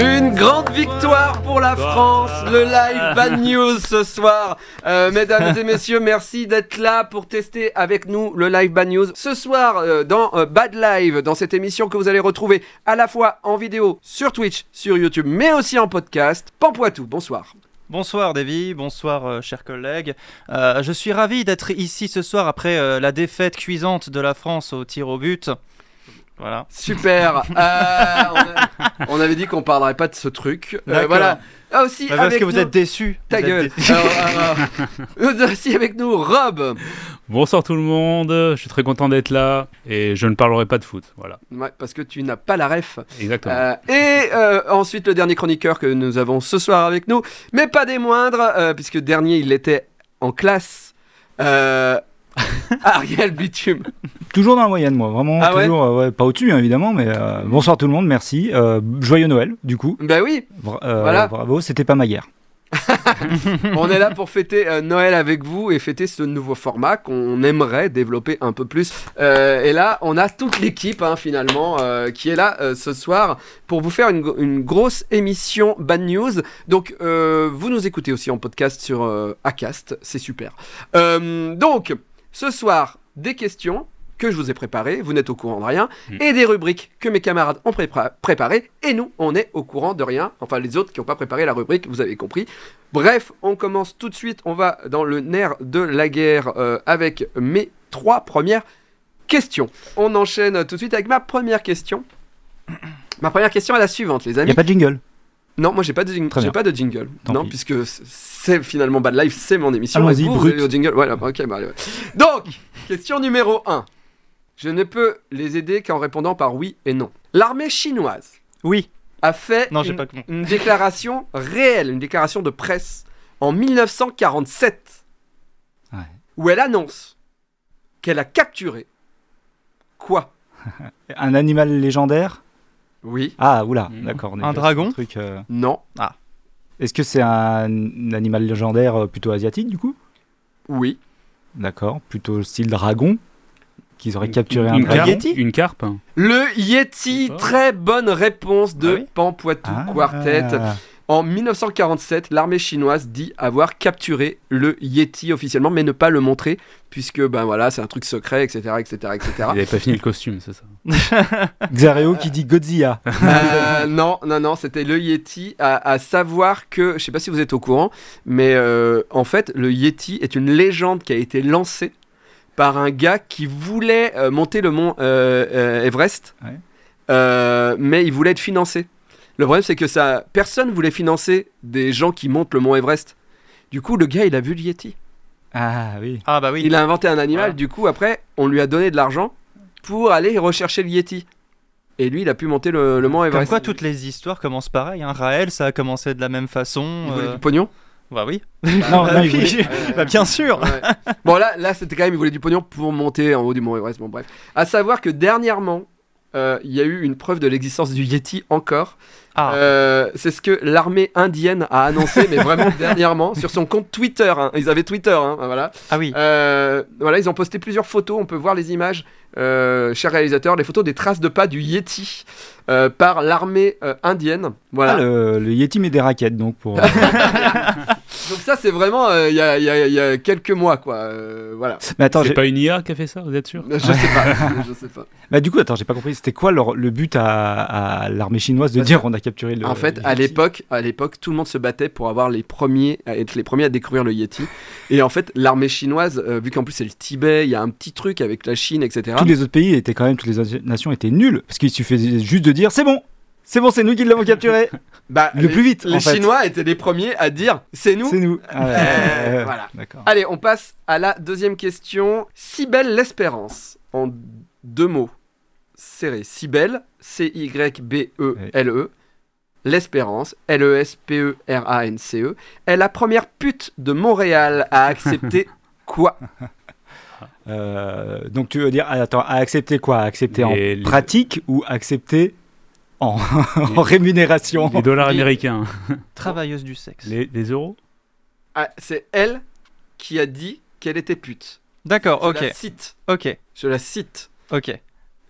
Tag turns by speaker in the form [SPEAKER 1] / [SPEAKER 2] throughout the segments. [SPEAKER 1] Une grande victoire pour la
[SPEAKER 2] Bah.
[SPEAKER 1] France, le live Bad News ce soir. Euh, mesdames et messieurs, merci d'être là pour tester avec nous le live Bad News. Ce soir, euh, dans euh, Bad Live, dans cette émission que vous allez retrouver à la fois en vidéo sur Twitch, sur YouTube, mais aussi en podcast. Pampoitou, bonsoir.
[SPEAKER 2] Bonsoir Davy, bonsoir euh, chers collègues. Euh, je suis ravi d'être ici ce soir après euh, la défaite cuisante de la France au tir au but. Voilà.
[SPEAKER 1] Super. Euh, on, a- on avait dit qu'on parlerait pas de ce truc. Euh,
[SPEAKER 2] D'accord.
[SPEAKER 1] voilà. Ah, aussi,
[SPEAKER 2] Bah, parce
[SPEAKER 1] avec
[SPEAKER 2] que vous
[SPEAKER 1] nous-
[SPEAKER 2] êtes déçus.
[SPEAKER 1] Ta
[SPEAKER 2] Vous êtes
[SPEAKER 1] gueule.
[SPEAKER 2] déçus.
[SPEAKER 1] Alors, alors, aussi avec nous, Rob.
[SPEAKER 3] Bonsoir tout le monde, je suis très content d'être là et je ne parlerai pas de foot. Voilà,
[SPEAKER 1] Ouais, parce que tu n'as pas la ref.
[SPEAKER 3] exactement.
[SPEAKER 1] Euh, et euh, ensuite, le dernier chroniqueur que nous avons ce soir avec nous, mais pas des moindres, euh, puisque dernier, il était en classe. Euh, Ariel Bitume.
[SPEAKER 4] Toujours dans la moyenne, moi, vraiment.
[SPEAKER 1] Ah ouais
[SPEAKER 4] toujours, euh, ouais, pas au-dessus, hein, évidemment, mais euh, bonsoir tout le monde, merci. Euh, joyeux Noël, du coup.
[SPEAKER 1] Ben oui,
[SPEAKER 4] Bra- euh,
[SPEAKER 1] Voilà.
[SPEAKER 4] Bravo, c'était pas ma guerre.
[SPEAKER 1] on est là pour fêter euh, Noël avec vous et fêter ce nouveau format qu'on aimerait développer un peu plus. Euh, et là, on a toute l'équipe hein, finalement euh, qui est là euh, ce soir pour vous faire une, gro- une grosse émission Bad News. Donc, euh, vous nous écoutez aussi en podcast sur euh, Acast, c'est super. Euh, donc, ce soir, des questions que je vous ai préparées, vous n'êtes au courant de rien, et des rubriques que mes camarades ont prépa- préparées, et nous, on est au courant de rien. Enfin, les autres qui n'ont pas préparé la rubrique, vous avez compris. Bref, on commence tout de suite. On va dans le nerf de la guerre euh, avec mes trois premières questions. On enchaîne tout de suite avec ma première question. Ma première question est la suivante, les
[SPEAKER 4] Il
[SPEAKER 1] amis.
[SPEAKER 4] a pas de jingle.
[SPEAKER 1] Non, moi j'ai pas de jingle.
[SPEAKER 4] Très
[SPEAKER 1] J'ai
[SPEAKER 4] bien.
[SPEAKER 1] pas de jingle.
[SPEAKER 4] Tant
[SPEAKER 1] non,
[SPEAKER 4] pis.
[SPEAKER 1] puisque c'est finalement Bad Life, c'est mon émission.
[SPEAKER 4] Allons-y,
[SPEAKER 1] Et vous, vous
[SPEAKER 4] brut.
[SPEAKER 1] avez le jingle. Voilà, ok, bah, allez, ouais. Donc, question numéro 1. Je ne peux les aider qu'en répondant par oui et non. L'armée chinoise
[SPEAKER 2] Oui.
[SPEAKER 1] a fait
[SPEAKER 2] Non, j'ai
[SPEAKER 1] une,
[SPEAKER 2] pas compris.
[SPEAKER 1] une déclaration réelle, une déclaration de presse en 1947
[SPEAKER 4] Ouais.
[SPEAKER 1] où elle annonce qu'elle a capturé quoi
[SPEAKER 4] Un animal légendaire
[SPEAKER 1] Oui,
[SPEAKER 4] Ah, oula, d'accord. on est
[SPEAKER 2] Un
[SPEAKER 4] pas sur
[SPEAKER 2] dragon
[SPEAKER 4] truc, euh,
[SPEAKER 1] non,
[SPEAKER 4] Est-ce que c'est un animal légendaire euh, plutôt asiatique, du coup
[SPEAKER 1] oui,
[SPEAKER 4] D'accord, plutôt style dragon Qu'ils auraient capturé un
[SPEAKER 3] une,
[SPEAKER 4] dragon
[SPEAKER 3] carpe, une carpe
[SPEAKER 1] le Yeti.
[SPEAKER 3] Oh.
[SPEAKER 1] Très bonne réponse de
[SPEAKER 2] Ah oui
[SPEAKER 1] Pampoitou
[SPEAKER 4] Ah.
[SPEAKER 1] Quartet. En 1947, l'armée chinoise dit avoir capturé le Yeti officiellement, mais ne pas le montrer, puisque ben voilà, c'est un truc secret, etc., etc., etc.
[SPEAKER 3] Il n'avait pas fini le costume, c'est ça
[SPEAKER 4] Xareo qui dit Godzilla.
[SPEAKER 1] Euh, non, non, non, c'était le Yeti. À, à savoir que, je sais pas si vous êtes au courant, mais euh, en fait, le Yeti est une légende qui a été lancée par un gars qui voulait euh, monter le mont euh, euh, Everest,
[SPEAKER 4] Ouais.
[SPEAKER 1] Euh, mais il voulait être financé. Le problème, c'est que ça, personne voulait financer des gens qui montent le mont Everest. Du coup, le gars, il a vu le Yeti.
[SPEAKER 4] Ah oui.
[SPEAKER 2] Ah bah oui.
[SPEAKER 1] Il a inventé un animal.
[SPEAKER 2] Voilà.
[SPEAKER 1] Du coup, après, on lui a donné de l'argent pour aller rechercher le Yeti. Et lui, il a pu monter le, le mont
[SPEAKER 2] Comme
[SPEAKER 1] Everest.
[SPEAKER 2] quoi toutes les histoires commencent pareil. Hein. Raël, ça a commencé de la même façon.
[SPEAKER 1] Il voulait
[SPEAKER 2] euh,
[SPEAKER 1] du pognon
[SPEAKER 2] Bah oui.
[SPEAKER 4] non,
[SPEAKER 1] Ah
[SPEAKER 2] bah,
[SPEAKER 4] non, il
[SPEAKER 2] oui.
[SPEAKER 4] voulait-
[SPEAKER 2] Bah bien sûr.
[SPEAKER 1] Euh, Ouais. bon là, là c'était quand même, il voulait du pognon pour monter en haut du mont Everest. Bon bref. À savoir que dernièrement, euh, il y a eu une preuve de l'existence du Yeti encore.
[SPEAKER 2] Ah.
[SPEAKER 1] Euh, c'est ce que l'armée indienne a annoncé, mais vraiment dernièrement, sur son compte Twitter. hein. Ils avaient Twitter, hein, voilà.
[SPEAKER 2] Ah oui.
[SPEAKER 1] Euh, voilà, ils ont posté plusieurs photos. On peut voir les images, euh, cher réalisateur, les photos des traces de pas du Yeti euh, par l'armée euh, indienne. Voilà.
[SPEAKER 4] Ah, le, le Yeti met des raquettes, donc pour. euh,
[SPEAKER 1] Donc ça, c'est vraiment euh, il y, a- il y a- il y a quelques mois, quoi. Euh, voilà.
[SPEAKER 4] Mais attends, j'ai-
[SPEAKER 3] C'est pas une IA qui a fait ça, vous êtes sûr
[SPEAKER 1] Je sais pas. je sais pas.
[SPEAKER 4] Bah du coup, attends, j'ai pas compris. C'était quoi leur- le but à, à l'armée chinoise de
[SPEAKER 1] Parce
[SPEAKER 4] dire on a capturé le.
[SPEAKER 1] En fait,
[SPEAKER 4] le
[SPEAKER 1] à
[SPEAKER 4] Yeti
[SPEAKER 1] l'époque, à l'époque, tout le monde se battait pour avoir les premiers, à être les premiers à découvrir le Yeti. Et en fait, l'armée chinoise, euh, vu qu'en plus c'est le Tibet, il y a un petit truc avec la Chine, etc.
[SPEAKER 4] tous les autres pays étaient quand même, toutes les autres nations étaient nulles parce qu'il suffisait juste de dire c'est bon, C'est bon, c'est nous qui l'avons capturé.
[SPEAKER 1] Bah,
[SPEAKER 4] Le
[SPEAKER 1] les-
[SPEAKER 4] plus vite, en
[SPEAKER 1] Les
[SPEAKER 4] fait.
[SPEAKER 1] Chinois étaient les premiers à dire c'est nous. Euh,
[SPEAKER 4] C'est nous. Ah ouais, ouais, ouais, ouais.
[SPEAKER 1] voilà.
[SPEAKER 4] D'accord.
[SPEAKER 1] Allez, on passe à la deuxième question. Si belle l'espérance en deux mots serrés. Si belle, C Y B E L E. L'espérance, L E S P E R A N C E, est la première pute de Montréal à accepter quoi
[SPEAKER 4] Euh, donc tu veux dire, attends, à accepter quoi À accepter en
[SPEAKER 3] Les- les-
[SPEAKER 4] pratique ou accepter en, en rémunération
[SPEAKER 3] Les dollars américains.
[SPEAKER 2] Travailleuse du sexe.
[SPEAKER 3] Les, les euros
[SPEAKER 1] Ah, C'est elle qui a dit qu'elle était pute.
[SPEAKER 2] D'accord,
[SPEAKER 1] Je
[SPEAKER 2] ok,
[SPEAKER 1] la cite.
[SPEAKER 2] ok,
[SPEAKER 1] Je la cite.
[SPEAKER 2] ok.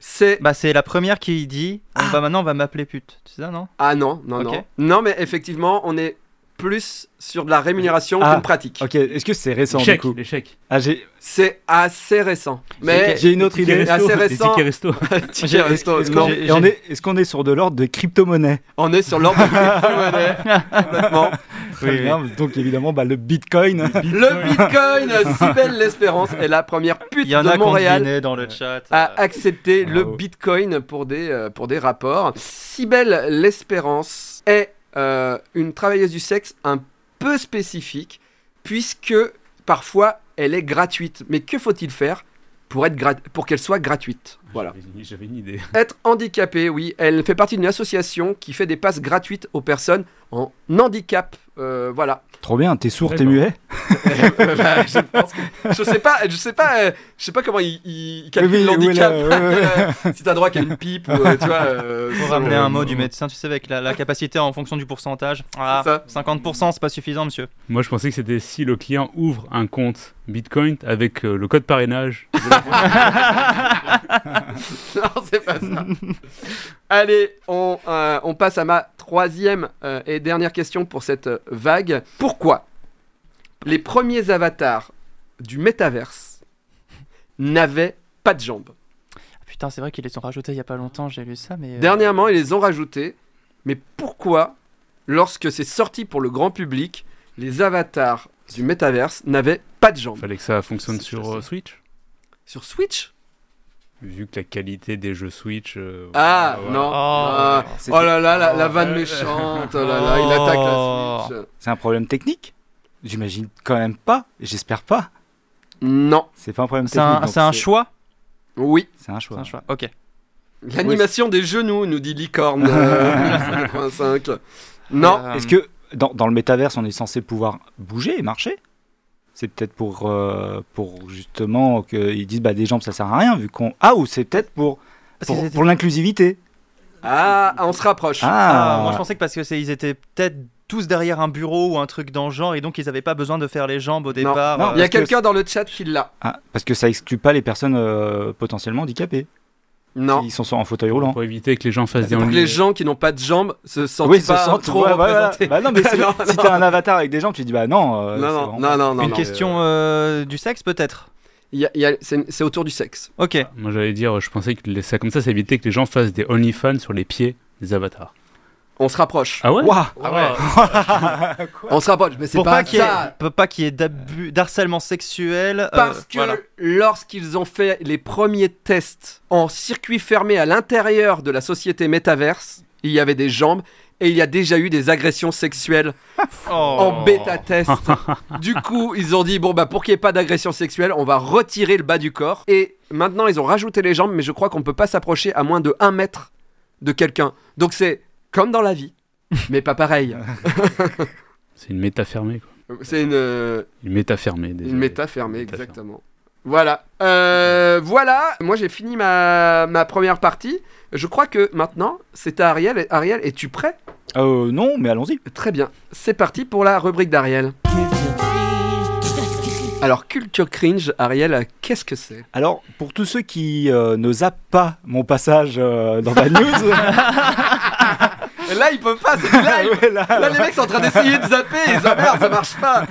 [SPEAKER 1] C'est
[SPEAKER 2] Bah c'est la première qui dit, on va maintenant on va m'appeler pute, c'est ça non
[SPEAKER 1] ah non non
[SPEAKER 2] Ok.
[SPEAKER 1] non non mais effectivement on est plus sur de la rémunération
[SPEAKER 4] Ah,
[SPEAKER 1] qu'une pratique.
[SPEAKER 4] Ok, est-ce que c'est récent
[SPEAKER 3] Chèques,
[SPEAKER 4] du coup
[SPEAKER 3] les chèques.
[SPEAKER 4] Ah, j'ai
[SPEAKER 1] C'est assez récent. Mais
[SPEAKER 4] j'ai une autre
[SPEAKER 3] Les
[SPEAKER 4] idée.
[SPEAKER 3] tickets resto,
[SPEAKER 1] assez
[SPEAKER 3] les
[SPEAKER 1] récent.
[SPEAKER 3] tickets resto.
[SPEAKER 1] Ticket
[SPEAKER 2] J'ai-
[SPEAKER 1] resto,
[SPEAKER 2] est-ce que
[SPEAKER 1] non.
[SPEAKER 2] j'ai-
[SPEAKER 4] Et on est, est-ce qu'on est sur de l'ordre de crypto-monnaie
[SPEAKER 1] on est sur l'ordre de crypto-monnaie, complètement.
[SPEAKER 4] Très bien, Donc évidemment, bah, le bitcoin.
[SPEAKER 1] Le Bitcoin, si belle l'espérance, est la première pute
[SPEAKER 2] Il y en
[SPEAKER 1] de
[SPEAKER 2] a qui ont
[SPEAKER 1] Montréal Ah,
[SPEAKER 2] deviné dans le chat.
[SPEAKER 1] à
[SPEAKER 2] euh,
[SPEAKER 1] accepter le
[SPEAKER 4] Bravo.
[SPEAKER 1] Bitcoin pour des, euh, pour des rapports. Si belle l'espérance est euh, une travailleuse du sexe un peu spécifique, puisque parfois elle est gratuite. Mais que faut-il faire pour, être grat- pour qu'elle soit gratuite Voilà.
[SPEAKER 3] J'avais- J'avais une idée.
[SPEAKER 1] Être handicapé, oui, elle fait partie d'une association qui fait des passes gratuites aux personnes en handicap. Euh, voilà.
[SPEAKER 4] Trop bien, t'es sourd, t'es
[SPEAKER 3] D'accord.
[SPEAKER 4] muet.
[SPEAKER 1] Euh, bah, je pense que- je sais pas, je sais pas, euh, je sais pas comment ils il calculent
[SPEAKER 4] Oui, oui,
[SPEAKER 1] l'handicap.
[SPEAKER 4] oui, là, ouais, ouais,
[SPEAKER 1] Euh, si t'as droit qu'à une pipe ou euh, tu vois. euh,
[SPEAKER 2] Faut
[SPEAKER 1] selon-
[SPEAKER 2] ramener un mot du médecin, tu sais, avec la, la capacité en fonction du pourcentage. Ah,
[SPEAKER 1] C'est ça.
[SPEAKER 2] 50%, c'est pas suffisant, monsieur.
[SPEAKER 3] Moi, je pensais que c'était si le client ouvre un compte Bitcoin avec euh, le code parrainage.
[SPEAKER 1] Non, c'est pas ça. Allez, on, euh, on passe à ma troisième euh, et dernière question pour cette euh, vague. Pourquoi les premiers avatars du métaverse n'avaient pas de jambes
[SPEAKER 2] Ah, Putain, c'est vrai qu'ils les ont rajoutés il y a pas longtemps, j'ai lu ça, mais. euh,
[SPEAKER 1] Dernièrement, ils les ont rajoutés. Mais pourquoi, lorsque c'est sorti pour le grand public, les avatars du métaverse n'avaient pas de jambes
[SPEAKER 3] Fallait que ça fonctionne
[SPEAKER 2] C'est
[SPEAKER 3] sur
[SPEAKER 2] facile.
[SPEAKER 3] euh, Switch.
[SPEAKER 1] Sur Switch
[SPEAKER 3] Vu que la qualité des jeux Switch. euh,
[SPEAKER 1] Ah,
[SPEAKER 3] voilà.
[SPEAKER 1] non.
[SPEAKER 2] Oh.
[SPEAKER 1] Ah, Oh là là, la, la vanne
[SPEAKER 3] Oh.
[SPEAKER 1] méchante. Oh là là, il attaque la
[SPEAKER 2] Oh.
[SPEAKER 1] Switch.
[SPEAKER 4] C'est un problème technique J'imagine quand même pas, j'espère pas.
[SPEAKER 1] Non,
[SPEAKER 4] C'est pas un problème
[SPEAKER 2] C'est
[SPEAKER 4] technique.
[SPEAKER 2] un,
[SPEAKER 4] donc
[SPEAKER 2] c'est un choix
[SPEAKER 1] oui.
[SPEAKER 4] C'est un
[SPEAKER 2] C'est
[SPEAKER 4] choix.
[SPEAKER 2] un choix, ok.
[SPEAKER 1] L'animation des genoux, nous dit Licorne euh, 1985. Non,
[SPEAKER 2] Euh,
[SPEAKER 4] Est-ce que dans, dans le métaverse, on est censé pouvoir bouger et marcher C'est peut-être pour, euh, pour justement qu'ils disent bah, des jambes ça sert à rien vu qu'on. Ah, ou c'est peut-être pour,
[SPEAKER 2] parce qu'ils
[SPEAKER 4] pour,
[SPEAKER 2] étaient-
[SPEAKER 4] pour l'inclusivité.
[SPEAKER 1] ah, on se rapproche.
[SPEAKER 4] Ah,
[SPEAKER 2] Ah, moi je pensais que parce que c'est- ils étaient peut-être tous derrière un bureau ou un truc dans le genre et donc ils avaient pas besoin de faire les jambes au départ.
[SPEAKER 4] non,
[SPEAKER 2] euh,
[SPEAKER 1] Il y a
[SPEAKER 4] parce que-
[SPEAKER 1] quelqu'un dans le chat qui l'a.
[SPEAKER 4] Ah, parce que ça exclut pas les personnes euh, potentiellement handicapées.
[SPEAKER 1] Non.
[SPEAKER 4] Ils sont sur- en fauteuil
[SPEAKER 3] Pour,
[SPEAKER 4] roulant.
[SPEAKER 3] éviter que les gens fassent des
[SPEAKER 1] Ah, Pour que les gens qui n'ont pas de jambes se sentent
[SPEAKER 4] oui, se
[SPEAKER 1] pas
[SPEAKER 4] sentent
[SPEAKER 1] trop
[SPEAKER 4] ouais, voilà.
[SPEAKER 1] représentés.
[SPEAKER 4] Bah non, mais si,
[SPEAKER 1] Non,
[SPEAKER 4] si t'as un avatar avec des jambes, tu dis bah non. euh, c'est
[SPEAKER 1] non, non,
[SPEAKER 4] vraiment-
[SPEAKER 1] non, non, non,
[SPEAKER 2] Une
[SPEAKER 1] non.
[SPEAKER 2] question euh, du sexe peut-être
[SPEAKER 1] Il y a- il y a- c'est c'est autour du sexe.
[SPEAKER 2] Ok.
[SPEAKER 3] Moi, j'allais dire, je pensais que les- ça, comme ça, ça évitait que les gens fassent des OnlyFans sur les pieds des avatars.
[SPEAKER 1] On se rapproche.
[SPEAKER 3] Ah ouais
[SPEAKER 4] Ouah, Ah.
[SPEAKER 1] On se rapproche, mais c'est
[SPEAKER 2] Pour
[SPEAKER 1] pas,
[SPEAKER 2] pas qu'il y
[SPEAKER 1] ça.
[SPEAKER 2] ait, pour pas qu'il y ait d'abus- d'harcèlement sexuel. euh,
[SPEAKER 1] Parce que
[SPEAKER 2] voilà.
[SPEAKER 1] lorsqu'ils ont fait les premiers tests en circuit fermé à l'intérieur de la société métaverse, il y avait des jambes et il y a déjà eu des agressions sexuelles
[SPEAKER 2] Oh.
[SPEAKER 1] en bêta test. du coup, ils ont dit bon bah pour qu'il n'y ait pas d'agression sexuelle, on va retirer le bas du corps. Et maintenant, ils ont rajouté les jambes, mais je crois qu'on peut pas s'approcher à moins de 1 mètre de quelqu'un. Donc c'est comme dans la vie, mais pas pareil.
[SPEAKER 3] C'est une méta fermée, quoi.
[SPEAKER 1] C'est une euh,
[SPEAKER 3] Une méta fermée,
[SPEAKER 1] Une
[SPEAKER 3] désolé.
[SPEAKER 1] méta fermée,
[SPEAKER 3] Méta fermée.
[SPEAKER 1] exactement. Voilà. Euh, voilà, moi j'ai fini ma, ma première partie. Je crois que maintenant, c'est à Ariel. Ariel, es-tu prêt
[SPEAKER 4] euh, non, mais allons-y.
[SPEAKER 1] Très bien. C'est parti pour la rubrique d'Ariel. Alors, culture cringe, Ariel, qu'est-ce que c'est
[SPEAKER 4] Alors, pour tous ceux qui euh, ne zappent pas mon passage euh, dans la news,
[SPEAKER 1] Là, il peut pas, c'est du live
[SPEAKER 4] Ouais, là,
[SPEAKER 1] Là, les mecs sont en train d'essayer de zapper, ils ont merde, ça marche pas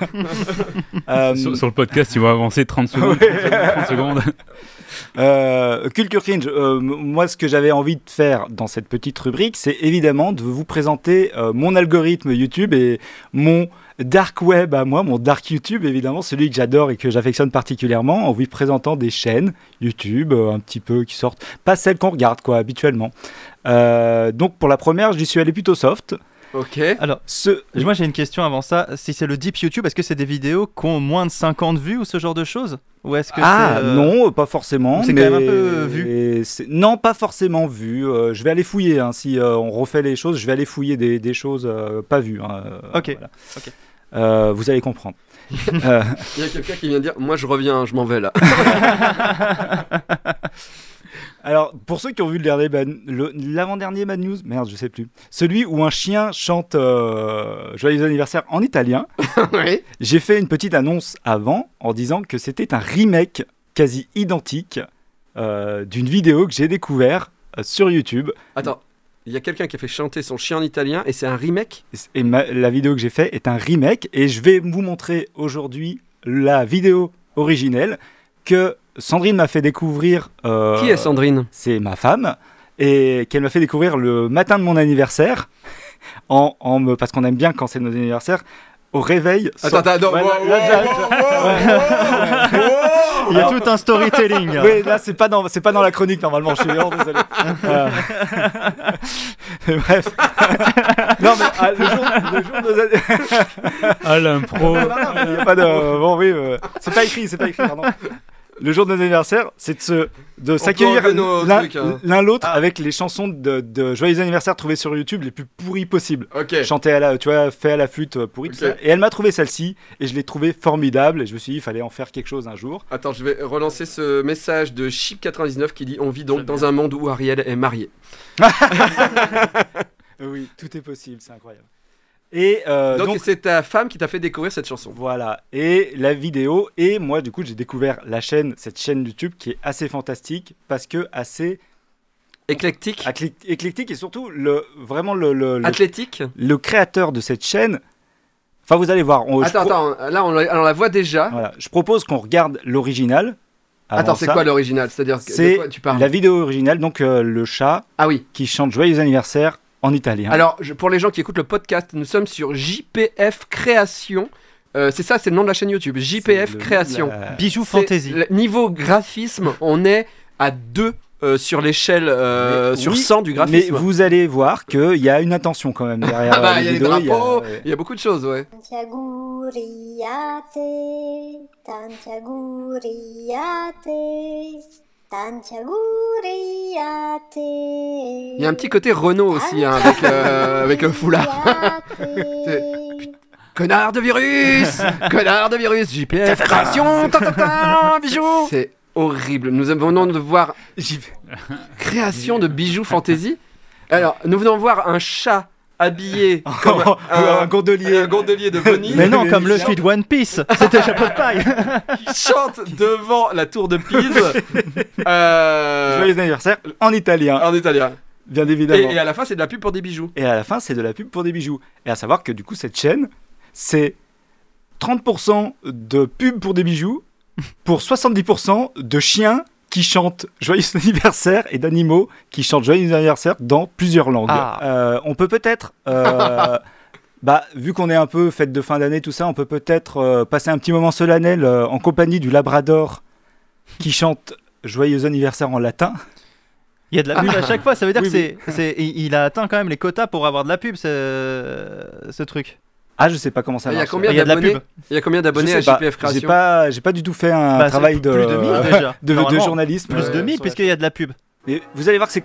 [SPEAKER 4] euh,
[SPEAKER 3] Sur, sur le podcast, ils vont avancer 30 secondes. 30 secondes, 30 secondes.
[SPEAKER 4] Euh, Culture Cringe, euh, m- moi ce que j'avais envie de faire dans cette petite rubrique, c'est évidemment de vous présenter euh, mon algorithme YouTube et mon dark web à moi, mon dark YouTube évidemment, celui que j'adore et que j'affectionne particulièrement en vous présentant des chaînes YouTube euh, un petit peu qui sortent, pas celles qu'on regarde quoi habituellement. Euh, donc pour la première, j'y suis allé plutôt soft.
[SPEAKER 1] Ok.
[SPEAKER 2] Alors,
[SPEAKER 4] Ce...
[SPEAKER 2] moi j'ai une question avant ça. Si c'est le deep YouTube, est-ce que c'est des vidéos qui ont moins de 50 vues ou ce genre de choses Ou est-ce que
[SPEAKER 4] Ah
[SPEAKER 2] c'est, euh,
[SPEAKER 4] non, pas forcément.
[SPEAKER 2] c'est quand
[SPEAKER 4] mais-
[SPEAKER 2] même un peu vu.
[SPEAKER 4] et c'est- Non, pas forcément vu. Euh, je vais aller fouiller. hein, Si euh, on refait les choses, je vais aller fouiller des, des choses euh, pas vues. hein, euh,
[SPEAKER 2] Ok,
[SPEAKER 4] voilà.
[SPEAKER 2] ok.
[SPEAKER 4] Euh, vous allez comprendre. Euh,
[SPEAKER 1] Il y a quelqu'un qui vient dire Moi, je reviens, je m'en vais là.
[SPEAKER 4] alors, pour ceux qui ont vu le dernier Bad- le- l'avant-dernier Mad News, merde, je sais plus. Celui où un chien chante euh, Joyeux anniversaire en italien.
[SPEAKER 1] oui.
[SPEAKER 4] J'ai fait une petite annonce avant en disant que c'était un remake quasi identique euh, d'une vidéo que j'ai découvert euh, sur YouTube.
[SPEAKER 1] Attends, il y a quelqu'un qui a fait chanter son chien en italien et c'est un remake
[SPEAKER 4] Et ma- la vidéo que j'ai fait est un remake et je vais vous montrer aujourd'hui la vidéo originelle que Sandrine m'a fait découvrir. euh,
[SPEAKER 1] Qui est Sandrine
[SPEAKER 4] C'est ma femme et qu'elle m'a fait découvrir le matin de mon anniversaire en, en me- parce qu'on aime bien quand c'est nos anniversaires au réveil. sans-
[SPEAKER 1] Attends, attends, non,
[SPEAKER 4] Ouais,
[SPEAKER 1] wow,
[SPEAKER 4] là- là- là-
[SPEAKER 1] wow, wow, wow, wow.
[SPEAKER 2] Il y a tout un storytelling.
[SPEAKER 4] Oui, là, c'est pas dans, c'est pas dans la chronique normalement. Je suis vraiment désolé. Euh, mais Bref. non, mais ah, le jour, le jour de nos anni-
[SPEAKER 3] Ah, l'impro.
[SPEAKER 4] Non, non, mais y a pas de. Bon, oui, euh, c'est pas écrit, c'est pas écrit, pardon. Le jour de nos anniversaires, c'est de se, de s'accueillir
[SPEAKER 1] enlever nos
[SPEAKER 4] l'un,
[SPEAKER 1] trucs, hein.
[SPEAKER 4] l'un l'autre avec les chansons de, de joyeux anniversaire trouvées sur YouTube les plus pourries possibles.
[SPEAKER 1] Ok.
[SPEAKER 4] Chantées à la, tu vois, fait à la flûte euh, pourrie. tout
[SPEAKER 1] Ok.
[SPEAKER 4] ça. Et elle m'a trouvé celle-ci et je l'ai trouvée formidable. Et je me suis dit, il fallait en faire quelque chose un jour.
[SPEAKER 1] Attends, je vais relancer ce message de Chip99 qui dit On vit donc dans un monde où Ariel est mariée.
[SPEAKER 4] Euh, Oui, tout est possible, c'est incroyable. Et euh,
[SPEAKER 1] donc,
[SPEAKER 4] donc,
[SPEAKER 1] c'est ta femme qui t'a fait découvrir cette chanson.
[SPEAKER 4] Voilà, et la vidéo, et moi du coup j'ai découvert la chaîne, cette chaîne YouTube qui est assez fantastique parce que assez
[SPEAKER 1] Éclectique
[SPEAKER 4] acli- éclectique et surtout le, vraiment le, le, le,
[SPEAKER 1] Athlétique
[SPEAKER 4] le créateur de cette chaîne. Enfin vous allez voir, on, je,
[SPEAKER 1] Attends,
[SPEAKER 4] pro-
[SPEAKER 1] attends, là on la, on la voit déjà.
[SPEAKER 4] voilà, je propose qu'on regarde l'original. avant
[SPEAKER 1] attends, c'est
[SPEAKER 4] ça.
[SPEAKER 1] quoi l'original C'est-à-dire, que- de
[SPEAKER 4] C'est
[SPEAKER 1] quoi tu parles
[SPEAKER 4] la vidéo originale, donc euh, le chat
[SPEAKER 1] Ah oui.
[SPEAKER 4] qui chante Joyeux anniversaire en italien.
[SPEAKER 1] Alors, je- pour les gens qui écoutent le podcast, nous sommes sur JPF Création. Euh, c'est ça, c'est le nom de la chaîne YouTube. JPF
[SPEAKER 4] C'est le-
[SPEAKER 1] Création.
[SPEAKER 4] la-
[SPEAKER 2] Bijoux
[SPEAKER 1] C'est-
[SPEAKER 2] fantasy.
[SPEAKER 1] le niveau graphisme, on est à 2 sur l'échelle euh,
[SPEAKER 4] Mais
[SPEAKER 1] sur
[SPEAKER 4] oui,
[SPEAKER 1] 100 du
[SPEAKER 4] Mais
[SPEAKER 1] graphisme.
[SPEAKER 4] vous allez voir qu'il y a une intention quand même derrière.
[SPEAKER 1] Ah bah,
[SPEAKER 4] Euh, les
[SPEAKER 1] il y a des
[SPEAKER 4] vidéos,
[SPEAKER 1] drapeaux,
[SPEAKER 4] ouais.
[SPEAKER 1] il y a beaucoup de choses, ouais.
[SPEAKER 5] Tanti auguri a te, tanti auguri a te, tanti auguri a te.
[SPEAKER 1] Il y a un petit côté Renault aussi, hein, avec, euh, avec le foulard. Connard de virus Connard de virus JPF Création ta, ta, ta, Bijoux C'est horrible. Nous venons de voir
[SPEAKER 4] J'y vais.
[SPEAKER 1] création de bijoux fantasy. Alors, nous venons voir un chat habillé comme
[SPEAKER 4] Comme
[SPEAKER 1] un,
[SPEAKER 4] un gondolier.
[SPEAKER 1] un gondolier de Bonnie
[SPEAKER 2] Mais non, comme le de One Piece, c'était chapeau de paille.
[SPEAKER 1] qui chante devant la tour de Pise euh,
[SPEAKER 4] Joyeux anniversaire en italien,
[SPEAKER 1] en italien.
[SPEAKER 4] bien
[SPEAKER 1] Et,
[SPEAKER 4] évidemment. Et,
[SPEAKER 1] et à la fin, c'est de la pub pour des bijoux.
[SPEAKER 4] à la fin, c'est de la pub pour des bijoux. Et à savoir que du coup, cette chaîne, c'est 30% de pub pour des bijoux pour 70% de chiens qui chantent joyeux anniversaire et d'animaux qui chantent joyeux anniversaire dans plusieurs langues.
[SPEAKER 2] Ah.
[SPEAKER 4] Euh, on peut peut-être, euh, bah, vu qu'on est un peu fête de fin d'année, tout ça, on peut peut-être euh, passer un petit moment solennel euh, en compagnie du Labrador qui chante joyeux anniversaire en latin.
[SPEAKER 2] Il y a de la pub à chaque fois, ça veut dire
[SPEAKER 4] Oui,
[SPEAKER 2] que c'est, c'est- il il a atteint quand même les quotas pour avoir de la pub, ce, ce truc.
[SPEAKER 4] Ah, je sais pas comment ça
[SPEAKER 1] Il y a
[SPEAKER 4] marche.
[SPEAKER 1] combien
[SPEAKER 2] Il y a de la
[SPEAKER 1] d'abonnés
[SPEAKER 2] pub.
[SPEAKER 1] Il y a combien
[SPEAKER 4] Je
[SPEAKER 1] d'abonnés à
[SPEAKER 4] sais pas.
[SPEAKER 1] JPF
[SPEAKER 4] J'ai
[SPEAKER 1] Création
[SPEAKER 4] pas, j'ai pas du tout fait un
[SPEAKER 2] Bah, c'est
[SPEAKER 4] travail de euh,
[SPEAKER 2] plus de 1000 déjà.
[SPEAKER 4] de- de
[SPEAKER 2] normalement.
[SPEAKER 4] journalisme.
[SPEAKER 2] Plus
[SPEAKER 4] euh,
[SPEAKER 2] de 1000
[SPEAKER 4] sur la-
[SPEAKER 2] puisqu'il y a de la pub.
[SPEAKER 4] Et vous allez voir que c'est.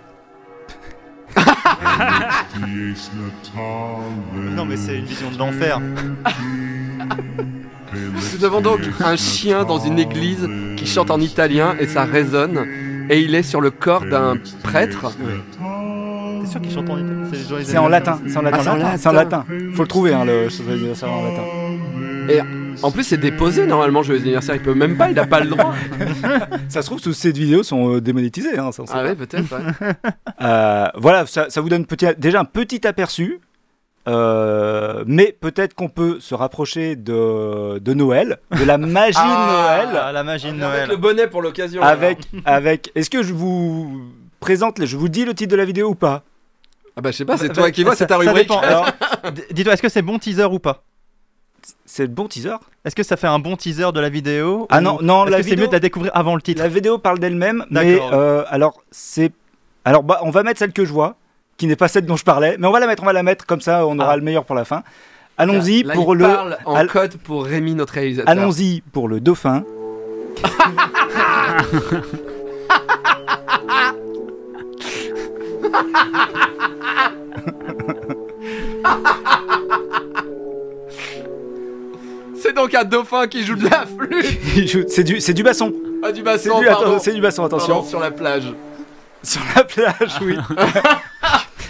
[SPEAKER 2] Non mais c'est une vision de l'enfer.
[SPEAKER 1] Nous avons donc un chien dans une église qui chante en italien et ça résonne. Et il est sur le corps d'un prêtre.
[SPEAKER 2] T'es sûr qu'il chante en italien C'est les gens, ils
[SPEAKER 4] C'est
[SPEAKER 2] aiment
[SPEAKER 4] en
[SPEAKER 2] bien.
[SPEAKER 4] latin. C'est en latin.
[SPEAKER 2] Ah,
[SPEAKER 1] c'est en latin.
[SPEAKER 4] C'est en latin. Faut le trouver, hein, le ce anniversaire en latin.
[SPEAKER 1] Et en plus, c'est déposé normalement. Joyeux anniversaire, il peut même pas, il a pas le droit.
[SPEAKER 4] Ça se trouve, toutes ces vidéos sont euh, démonétisées. hein, ça, on sait
[SPEAKER 1] Ah ouais, peut-être. ouais.
[SPEAKER 4] pas. Euh, voilà, ça, ça vous donne petit, déjà un petit aperçu. Euh, mais peut-être qu'on peut se rapprocher de, de Noël, de la magie
[SPEAKER 2] Ah, Oh
[SPEAKER 4] de Noël.
[SPEAKER 2] La magie de
[SPEAKER 1] Avec le
[SPEAKER 2] Noël.
[SPEAKER 1] bonnet pour l'occasion.
[SPEAKER 4] Avec, avec. Est-ce que je vous présente, le- je vous dis le titre de la vidéo ou pas
[SPEAKER 1] alors. Ah bah je sais pas, c'est
[SPEAKER 2] Bah,
[SPEAKER 1] toi
[SPEAKER 2] bah,
[SPEAKER 1] qui vois, c'est ta
[SPEAKER 2] ça- ça
[SPEAKER 1] rubrique.
[SPEAKER 2] dépend.
[SPEAKER 4] Alors,
[SPEAKER 2] D- Dis-toi, est-ce que c'est bon teaser ou pas
[SPEAKER 4] c'est le bon teaser.
[SPEAKER 2] Est-ce que ça fait un bon teaser de la vidéo
[SPEAKER 4] Ah
[SPEAKER 2] ou-
[SPEAKER 4] non, non,
[SPEAKER 2] Est-ce
[SPEAKER 4] la
[SPEAKER 2] que c'est
[SPEAKER 4] vidéo-
[SPEAKER 2] mieux de la découvrir avant le titre
[SPEAKER 4] La vidéo parle d'elle-même, mais
[SPEAKER 2] D'accord.
[SPEAKER 4] euh, alors c'est, alors bah, on va mettre celle que je vois, qui n'est pas celle dont je parlais, mais on va la mettre, on va la mettre comme ça, on aura
[SPEAKER 2] Ah.
[SPEAKER 4] le meilleur pour la fin. Allons-y
[SPEAKER 1] Là,
[SPEAKER 4] pour
[SPEAKER 1] il
[SPEAKER 4] le,
[SPEAKER 1] parle en
[SPEAKER 4] Al-
[SPEAKER 1] code pour Rémi, notre réalisateur.
[SPEAKER 4] allons-y pour le dauphin.
[SPEAKER 1] C'est donc un dauphin qui joue de la flûte.
[SPEAKER 4] c'est du, c'est du basson.
[SPEAKER 1] Ah, du
[SPEAKER 4] C'est
[SPEAKER 1] bassin,
[SPEAKER 4] du,
[SPEAKER 1] pardon.
[SPEAKER 4] atten- c'est du basson, attention.
[SPEAKER 1] Pardon, sur la plage.
[SPEAKER 4] Sur la plage, oui.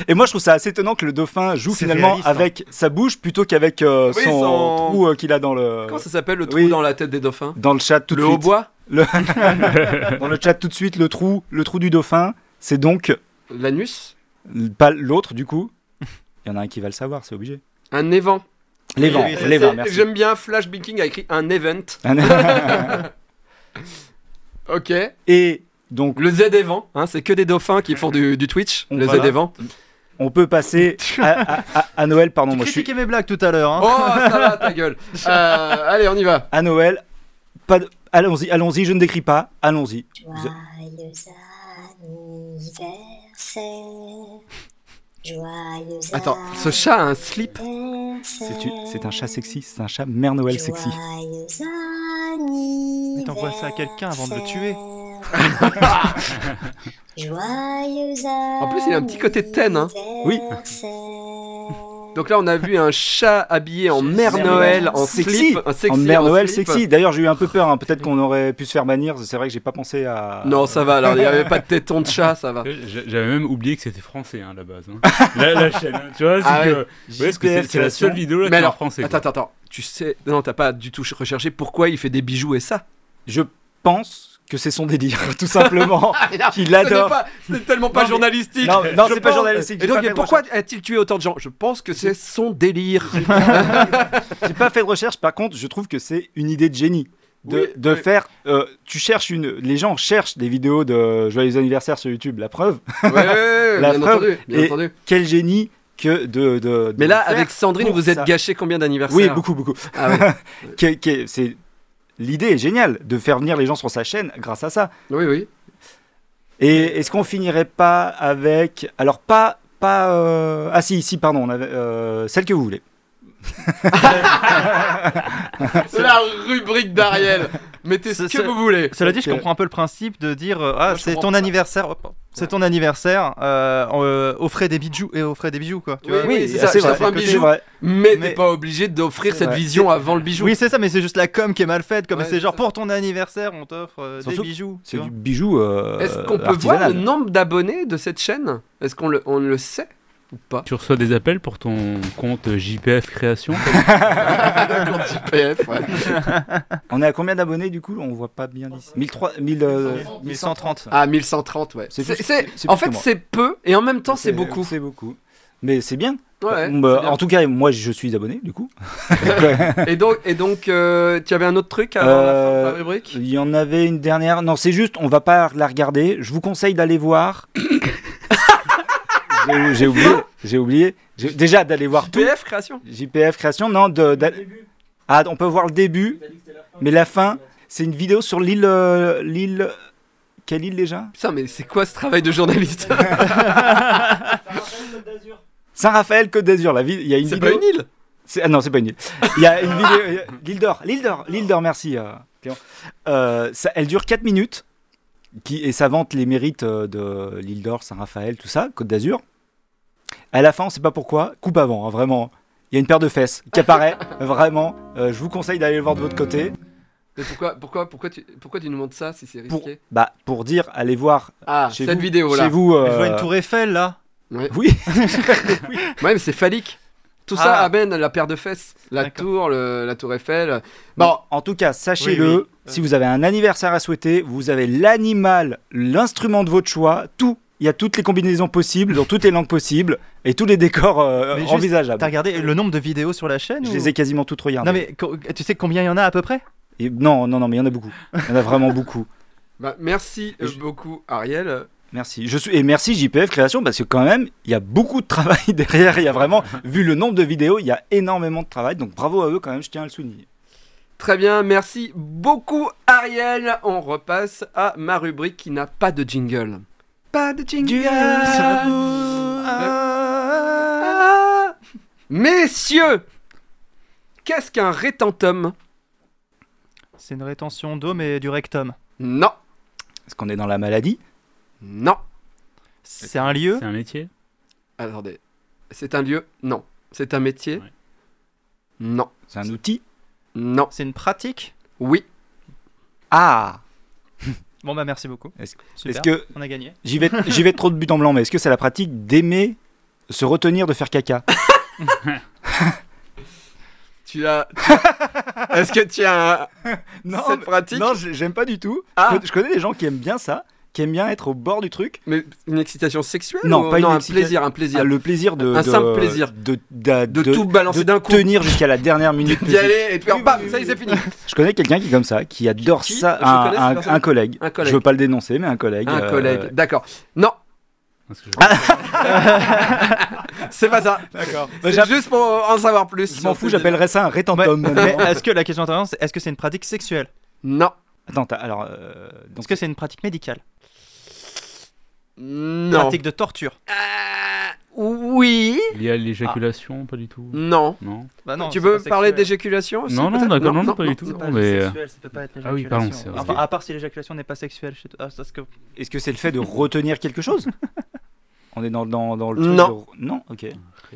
[SPEAKER 4] Et moi, je trouve ça assez étonnant que le dauphin joue
[SPEAKER 2] C'est
[SPEAKER 4] finalement
[SPEAKER 2] réaliste, hein.
[SPEAKER 4] avec sa bouche plutôt qu'avec euh,
[SPEAKER 1] Oui,
[SPEAKER 4] son
[SPEAKER 1] son-
[SPEAKER 4] trou euh, qu'il a dans le
[SPEAKER 1] Comment ça s'appelle le trou
[SPEAKER 4] oui.
[SPEAKER 1] dans la tête des dauphins
[SPEAKER 4] dans le chat tout
[SPEAKER 1] Le
[SPEAKER 4] de suite.
[SPEAKER 1] hautbois
[SPEAKER 4] Dans le chat tout de suite, le trou, le trou du dauphin, c'est donc
[SPEAKER 1] L'anus
[SPEAKER 4] l- pas l'autre du coup. Il y en a un qui va le savoir, c'est obligé.
[SPEAKER 1] Un évent.
[SPEAKER 4] Les
[SPEAKER 2] Oui,
[SPEAKER 4] vents,
[SPEAKER 2] oui, ça,
[SPEAKER 4] les
[SPEAKER 1] C'est-
[SPEAKER 4] vents, Ah, merci.
[SPEAKER 1] J'aime bien, Flash Binking a écrit un event. Ok.
[SPEAKER 4] Et donc,
[SPEAKER 1] Le Z des vents, hein, c'est que des dauphins qui font du, du Twitch. Le
[SPEAKER 4] Voilà.
[SPEAKER 1] Z des vents.
[SPEAKER 4] on peut passer à, à- à- à Noël, pardon,
[SPEAKER 2] Tu
[SPEAKER 4] moi je suis
[SPEAKER 2] critiquais mes blagues tout à l'heure. hein.
[SPEAKER 1] Oh, ça va, ta gueule. Euh, allez, on y va.
[SPEAKER 4] à Noël. Pas de- Allons-y, allons-y, je ne décris pas, allons-y. Vous-
[SPEAKER 5] Joyeux anniversaire. Joyeux
[SPEAKER 1] Attends, ce chat a un slip.
[SPEAKER 5] anniversaire.
[SPEAKER 4] C'est une- c'est un chat sexy, c'est un chat Mère Noël sexy.
[SPEAKER 5] Joyeux
[SPEAKER 2] Mais t'envoies ça à quelqu'un avant de le tuer.
[SPEAKER 5] anniversaire. Joyeux
[SPEAKER 1] En plus, il a un petit côté de Ten, hein.
[SPEAKER 4] Oui.
[SPEAKER 5] anniversaire.
[SPEAKER 1] Donc là, on a vu un chat habillé en mère
[SPEAKER 5] Mère
[SPEAKER 1] Noël,
[SPEAKER 5] Noël.
[SPEAKER 1] en slip. un sexy,
[SPEAKER 4] en Mère Noël
[SPEAKER 1] slip.
[SPEAKER 4] sexy. D'ailleurs, j'ai eu un peu peur. hein. Peut-être qu'on aurait pu se faire bannir. C'est vrai que j'ai pas pensé à.
[SPEAKER 1] Non, ça va, alors il n'y avait pas de téton de chat, ça va.
[SPEAKER 3] Euh, J'a- J'avais même oublié que c'était français hein, à la base. hein. la, la chaîne, hein. tu vois, c'est
[SPEAKER 1] Ah
[SPEAKER 3] que.
[SPEAKER 1] ouais.
[SPEAKER 3] vous voyez, parce que c'est- c'est la seule vidéo là qui
[SPEAKER 1] Mais
[SPEAKER 3] est en
[SPEAKER 1] alors,
[SPEAKER 3] français.
[SPEAKER 1] attends,
[SPEAKER 3] quoi.
[SPEAKER 1] attends, attends. Tu sais, non, t'as pas du tout recherché pourquoi il fait des bijoux et ça.
[SPEAKER 4] Je pense que c'est son délire, tout simplement. Qu'il
[SPEAKER 1] Ce n'est
[SPEAKER 4] adore.
[SPEAKER 1] pas- C'est tellement pas
[SPEAKER 4] Non, mais-
[SPEAKER 1] journalistique.
[SPEAKER 4] Non, non,
[SPEAKER 1] Je
[SPEAKER 4] c'est pas
[SPEAKER 1] pense-
[SPEAKER 4] journalistique, j'ai
[SPEAKER 1] Et donc,
[SPEAKER 4] pas fait de
[SPEAKER 1] pourquoi a-t-il tué autant de gens Je pense que c'est son délire.
[SPEAKER 4] J'ai pas fait de recherche. Par contre, je trouve que c'est une idée de génie. De,
[SPEAKER 1] Oui,
[SPEAKER 4] de
[SPEAKER 1] oui.
[SPEAKER 4] faire. euh, tu cherches une. Les gens cherchent des vidéos de Joyeux anniversaire sur YouTube, la preuve.
[SPEAKER 1] Ouais, ouais, ouais,
[SPEAKER 4] La
[SPEAKER 1] bien
[SPEAKER 4] preuve
[SPEAKER 1] entendu, bien
[SPEAKER 4] est-
[SPEAKER 1] entendu.
[SPEAKER 4] Quel génie que de. de- de
[SPEAKER 1] Mais là,
[SPEAKER 4] le faire
[SPEAKER 1] avec Sandrine,
[SPEAKER 4] pour
[SPEAKER 1] vous êtes
[SPEAKER 4] ça.
[SPEAKER 1] gâché combien d'anniversaires
[SPEAKER 4] Oui, beaucoup, beaucoup.
[SPEAKER 1] Ah ouais.
[SPEAKER 4] Que- que- c'est. L'idée est géniale de faire venir les gens sur sa chaîne grâce à ça.
[SPEAKER 1] oui, oui.
[SPEAKER 4] Et est-ce qu'on finirait pas avec alors pas pas euh, ah si si pardon on avait euh, celle que vous voulez
[SPEAKER 1] La rubrique d'Ariel. Mettez ce
[SPEAKER 2] C'est-
[SPEAKER 1] que
[SPEAKER 2] c'est-
[SPEAKER 1] vous voulez.
[SPEAKER 2] Cela dit, je
[SPEAKER 4] Ok.
[SPEAKER 2] comprends un peu le principe de dire euh, Ah,
[SPEAKER 1] Moi, je
[SPEAKER 2] c'est
[SPEAKER 1] comprends
[SPEAKER 2] ton
[SPEAKER 1] pas.
[SPEAKER 2] anniversaire, hop, hop. c'est ton anniversaire, euh, euh, offrez des bijoux et offrez des bijoux quoi. tu
[SPEAKER 1] Oui,
[SPEAKER 2] vois.
[SPEAKER 1] oui, c'est ça,
[SPEAKER 4] c'est
[SPEAKER 1] je
[SPEAKER 4] vrai,
[SPEAKER 1] t'offre un
[SPEAKER 4] c'est
[SPEAKER 1] bijou.
[SPEAKER 4] vrai.
[SPEAKER 1] Mais, t'es
[SPEAKER 2] Mais-
[SPEAKER 1] pas obligé d'offrir
[SPEAKER 4] C'est
[SPEAKER 1] cette
[SPEAKER 4] vrai.
[SPEAKER 1] vision avant le bijou.
[SPEAKER 2] Oui, c'est ça, mais c'est juste la com qui est mal faite. Comme
[SPEAKER 1] Ouais,
[SPEAKER 2] c'est genre
[SPEAKER 1] c'est ça.
[SPEAKER 2] pour ton anniversaire, on t'offre euh, des
[SPEAKER 4] Surtout,
[SPEAKER 2] bijoux. tu
[SPEAKER 4] c'est
[SPEAKER 2] vois.
[SPEAKER 4] du bijou euh,
[SPEAKER 1] Est-ce qu'on peut voir
[SPEAKER 4] artisanal.
[SPEAKER 1] le nombre d'abonnés de cette chaîne Est-ce qu'on le, on le sait ou pas
[SPEAKER 3] Tu reçois des appels pour ton compte JPF Création
[SPEAKER 1] PF, ouais.
[SPEAKER 4] on est à combien d'abonnés du coup on voit pas bien d'ici 1300 1000, euh,
[SPEAKER 2] 1130.
[SPEAKER 1] Ah, 1130, ouais.
[SPEAKER 4] C'est
[SPEAKER 1] C'est-
[SPEAKER 4] plus-
[SPEAKER 1] c'est-
[SPEAKER 4] c'est
[SPEAKER 1] en
[SPEAKER 4] plus
[SPEAKER 1] fait,
[SPEAKER 4] que moi.
[SPEAKER 1] c'est peu et en même temps, c'est beaucoup.
[SPEAKER 4] c'est beaucoup mais c'est bien.
[SPEAKER 1] Ouais,
[SPEAKER 4] Bon, bah,
[SPEAKER 1] c'est bien.
[SPEAKER 4] en tout cas moi je suis abonné du coup
[SPEAKER 1] Et donc, et donc euh, tu avais un autre truc avant la fin de
[SPEAKER 4] Euh,
[SPEAKER 1] ta rubrique
[SPEAKER 4] il y en avait une dernière non c'est juste on va pas la regarder je vous conseille d'aller voir J'ai- j'ai oublié j'ai oublié J'ai- déjà d'aller voir tout
[SPEAKER 1] PF création.
[SPEAKER 4] JPF création, non, de, d'a- Ah, on peut voir le début, mais la fin, c'est une vidéo sur l'île, euh, l'île, quelle île déjà
[SPEAKER 1] Putain, mais c'est quoi ce travail de journaliste
[SPEAKER 4] Saint-Raphaël, Côte d'Azur, la ville, il y a une
[SPEAKER 1] C'est
[SPEAKER 4] vidéo.
[SPEAKER 1] pas une île
[SPEAKER 4] C'est- ah non, c'est pas une île. Il y a une vidéo, il y a- l'île d'or, l'île d'or, l'île d'or, merci. euh, Clément. Euh, ça, elle dure 4 minutes, qui, et ça vante les mérites euh, de l'île d'or, Saint-Raphaël, tout ça, Côte d'Azur. À la fin, on sait pas pourquoi, coupe avant, hein, vraiment. Il y a une paire de fesses qui apparaît, vraiment. Euh, je vous conseille d'aller le voir de votre côté.
[SPEAKER 1] Mais pourquoi, pourquoi, pourquoi, tu, pourquoi tu nous montres ça si c'est
[SPEAKER 4] pour,
[SPEAKER 1] risqué
[SPEAKER 4] bah, pour dire, allez voir
[SPEAKER 1] Ah,
[SPEAKER 4] chez
[SPEAKER 1] cette
[SPEAKER 4] vous,
[SPEAKER 1] vidéo là.
[SPEAKER 4] chez vous.
[SPEAKER 2] Je vois
[SPEAKER 4] euh,
[SPEAKER 2] une tour Eiffel là.
[SPEAKER 1] Ouais.
[SPEAKER 4] Oui,
[SPEAKER 1] Ouais, mais c'est phallique. Tout ça
[SPEAKER 2] Ah.
[SPEAKER 1] amène la paire de fesses, la
[SPEAKER 2] D'accord.
[SPEAKER 1] tour, le- la tour Eiffel. Bon,
[SPEAKER 4] en tout cas, sachez-le,
[SPEAKER 2] Oui, oui.
[SPEAKER 4] si vous avez un anniversaire à souhaiter, vous avez l'animal, l'instrument de votre choix, tout. il y a toutes les combinaisons possibles, dans toutes les langues possibles, et tous les décors euh,
[SPEAKER 2] Mais juste,
[SPEAKER 4] envisageables.
[SPEAKER 2] T'as regardé le nombre de vidéos sur la chaîne
[SPEAKER 4] Je
[SPEAKER 2] ou-
[SPEAKER 4] les ai quasiment toutes regardées.
[SPEAKER 2] Non mais co- tu sais combien il y en a à peu près
[SPEAKER 4] Et- non, non, non, mais il y en a beaucoup. Il y en a vraiment beaucoup.
[SPEAKER 1] Bah, merci
[SPEAKER 4] Et
[SPEAKER 1] euh,
[SPEAKER 4] je-
[SPEAKER 1] beaucoup, Ariel.
[SPEAKER 4] Merci. Je suis et merci JPF Création parce que quand même, il y a beaucoup de travail derrière. Il y a vraiment, vu le nombre de vidéos, il y a énormément de travail. Donc bravo à eux quand même. Je tiens à le souligner.
[SPEAKER 1] Très bien, merci beaucoup, Ariel. On repasse à ma rubrique qui n'a pas de jingle. Pas de jingle. Ah. Messieurs, qu'est-ce qu'un rétentum
[SPEAKER 2] C'est une rétention d'eau mais du rectum.
[SPEAKER 1] Non,
[SPEAKER 4] Est-ce qu'on est dans la maladie
[SPEAKER 1] non.
[SPEAKER 2] C'est un lieu
[SPEAKER 3] C'est un métier
[SPEAKER 1] Attendez, c'est un lieu Non. C'est un métier
[SPEAKER 3] Ouais.
[SPEAKER 1] Non,
[SPEAKER 4] C'est un outil
[SPEAKER 1] non.
[SPEAKER 2] C'est une pratique
[SPEAKER 1] Oui,
[SPEAKER 4] Ah.
[SPEAKER 2] Bon bah merci beaucoup.
[SPEAKER 4] Est-ce-
[SPEAKER 2] Super,
[SPEAKER 4] Est-ce que
[SPEAKER 2] on a gagné.
[SPEAKER 4] j'y vais, j'y vais trop de but en blanc, mais est-ce que c'est la pratique d'aimer se retenir de faire caca
[SPEAKER 1] tu as. Est-ce que tu as un- cette
[SPEAKER 4] mais-
[SPEAKER 1] pratique
[SPEAKER 4] non, j'ai- j'aime pas du tout. Je
[SPEAKER 1] Ah.
[SPEAKER 4] con- Je connais des gens qui aiment bien ça, qui aiment bien être au bord du truc.
[SPEAKER 1] Mais une excitation sexuelle
[SPEAKER 4] Non,
[SPEAKER 1] ou-
[SPEAKER 4] pas une
[SPEAKER 1] un
[SPEAKER 4] excita-
[SPEAKER 1] plaisir, un plaisir.
[SPEAKER 4] Ah, le plaisir de
[SPEAKER 1] Un
[SPEAKER 4] de-
[SPEAKER 1] simple plaisir.
[SPEAKER 4] de de,
[SPEAKER 1] De,
[SPEAKER 4] de-
[SPEAKER 1] tout balancer
[SPEAKER 4] de
[SPEAKER 1] d'un coup.
[SPEAKER 4] tenir jusqu'à la dernière minute.
[SPEAKER 1] D'y aller et de faire bam, ça y est, c'est fini.
[SPEAKER 4] Je connais quelqu'un qui est comme ça, qui adore
[SPEAKER 1] Qui
[SPEAKER 4] ça,
[SPEAKER 1] Je
[SPEAKER 4] un,
[SPEAKER 1] connais cette
[SPEAKER 4] un-
[SPEAKER 1] personne.
[SPEAKER 4] un collègue.
[SPEAKER 1] Un collègue.
[SPEAKER 4] Je veux pas le dénoncer, mais un collègue.
[SPEAKER 1] Un
[SPEAKER 4] euh,
[SPEAKER 1] collègue, d'accord. Non,
[SPEAKER 3] Parce que
[SPEAKER 1] Ah.
[SPEAKER 3] je-
[SPEAKER 1] c'est pas ça.
[SPEAKER 4] D'accord. Bah,
[SPEAKER 1] C'est
[SPEAKER 4] j'app-
[SPEAKER 1] juste pour en savoir plus.
[SPEAKER 4] Je m'en fous, j'appellerais ça un
[SPEAKER 2] Ouais,
[SPEAKER 4] rétentum.
[SPEAKER 2] bah, mais
[SPEAKER 4] maintenant.
[SPEAKER 2] est-ce que la question intéressante c'est est-ce que c'est une pratique sexuelle
[SPEAKER 1] Non,
[SPEAKER 4] Attends, t'as- alors. euh, dans
[SPEAKER 2] Est-ce
[SPEAKER 4] ce-
[SPEAKER 2] que c'est une pratique médicale
[SPEAKER 1] non.
[SPEAKER 2] Pratique de torture
[SPEAKER 1] Ah, oui,
[SPEAKER 3] Il y a l'éjaculation, pas du tout.
[SPEAKER 1] non.
[SPEAKER 3] Non.
[SPEAKER 2] Bah non,
[SPEAKER 1] tu
[SPEAKER 2] c'est
[SPEAKER 1] veux
[SPEAKER 2] pas
[SPEAKER 1] parler
[SPEAKER 2] sexuel.
[SPEAKER 1] d'éjaculation aussi,
[SPEAKER 3] Non, non,
[SPEAKER 1] peut-être
[SPEAKER 3] d'accord, non, non, pas du tout.
[SPEAKER 2] C'est pas
[SPEAKER 3] Non, mais, euh,
[SPEAKER 2] sexuel, ça peut pas être
[SPEAKER 3] ah oui,
[SPEAKER 2] l'éjaculation.
[SPEAKER 3] pardon, c'est vrai.
[SPEAKER 2] Enfin, à part si l'éjaculation n'est pas sexuelle chez toi. Ah, parce que
[SPEAKER 4] Est-ce que c'est le fait de retenir quelque chose On est dans, dans, dans le truc
[SPEAKER 1] Non.
[SPEAKER 4] de- Non, ok.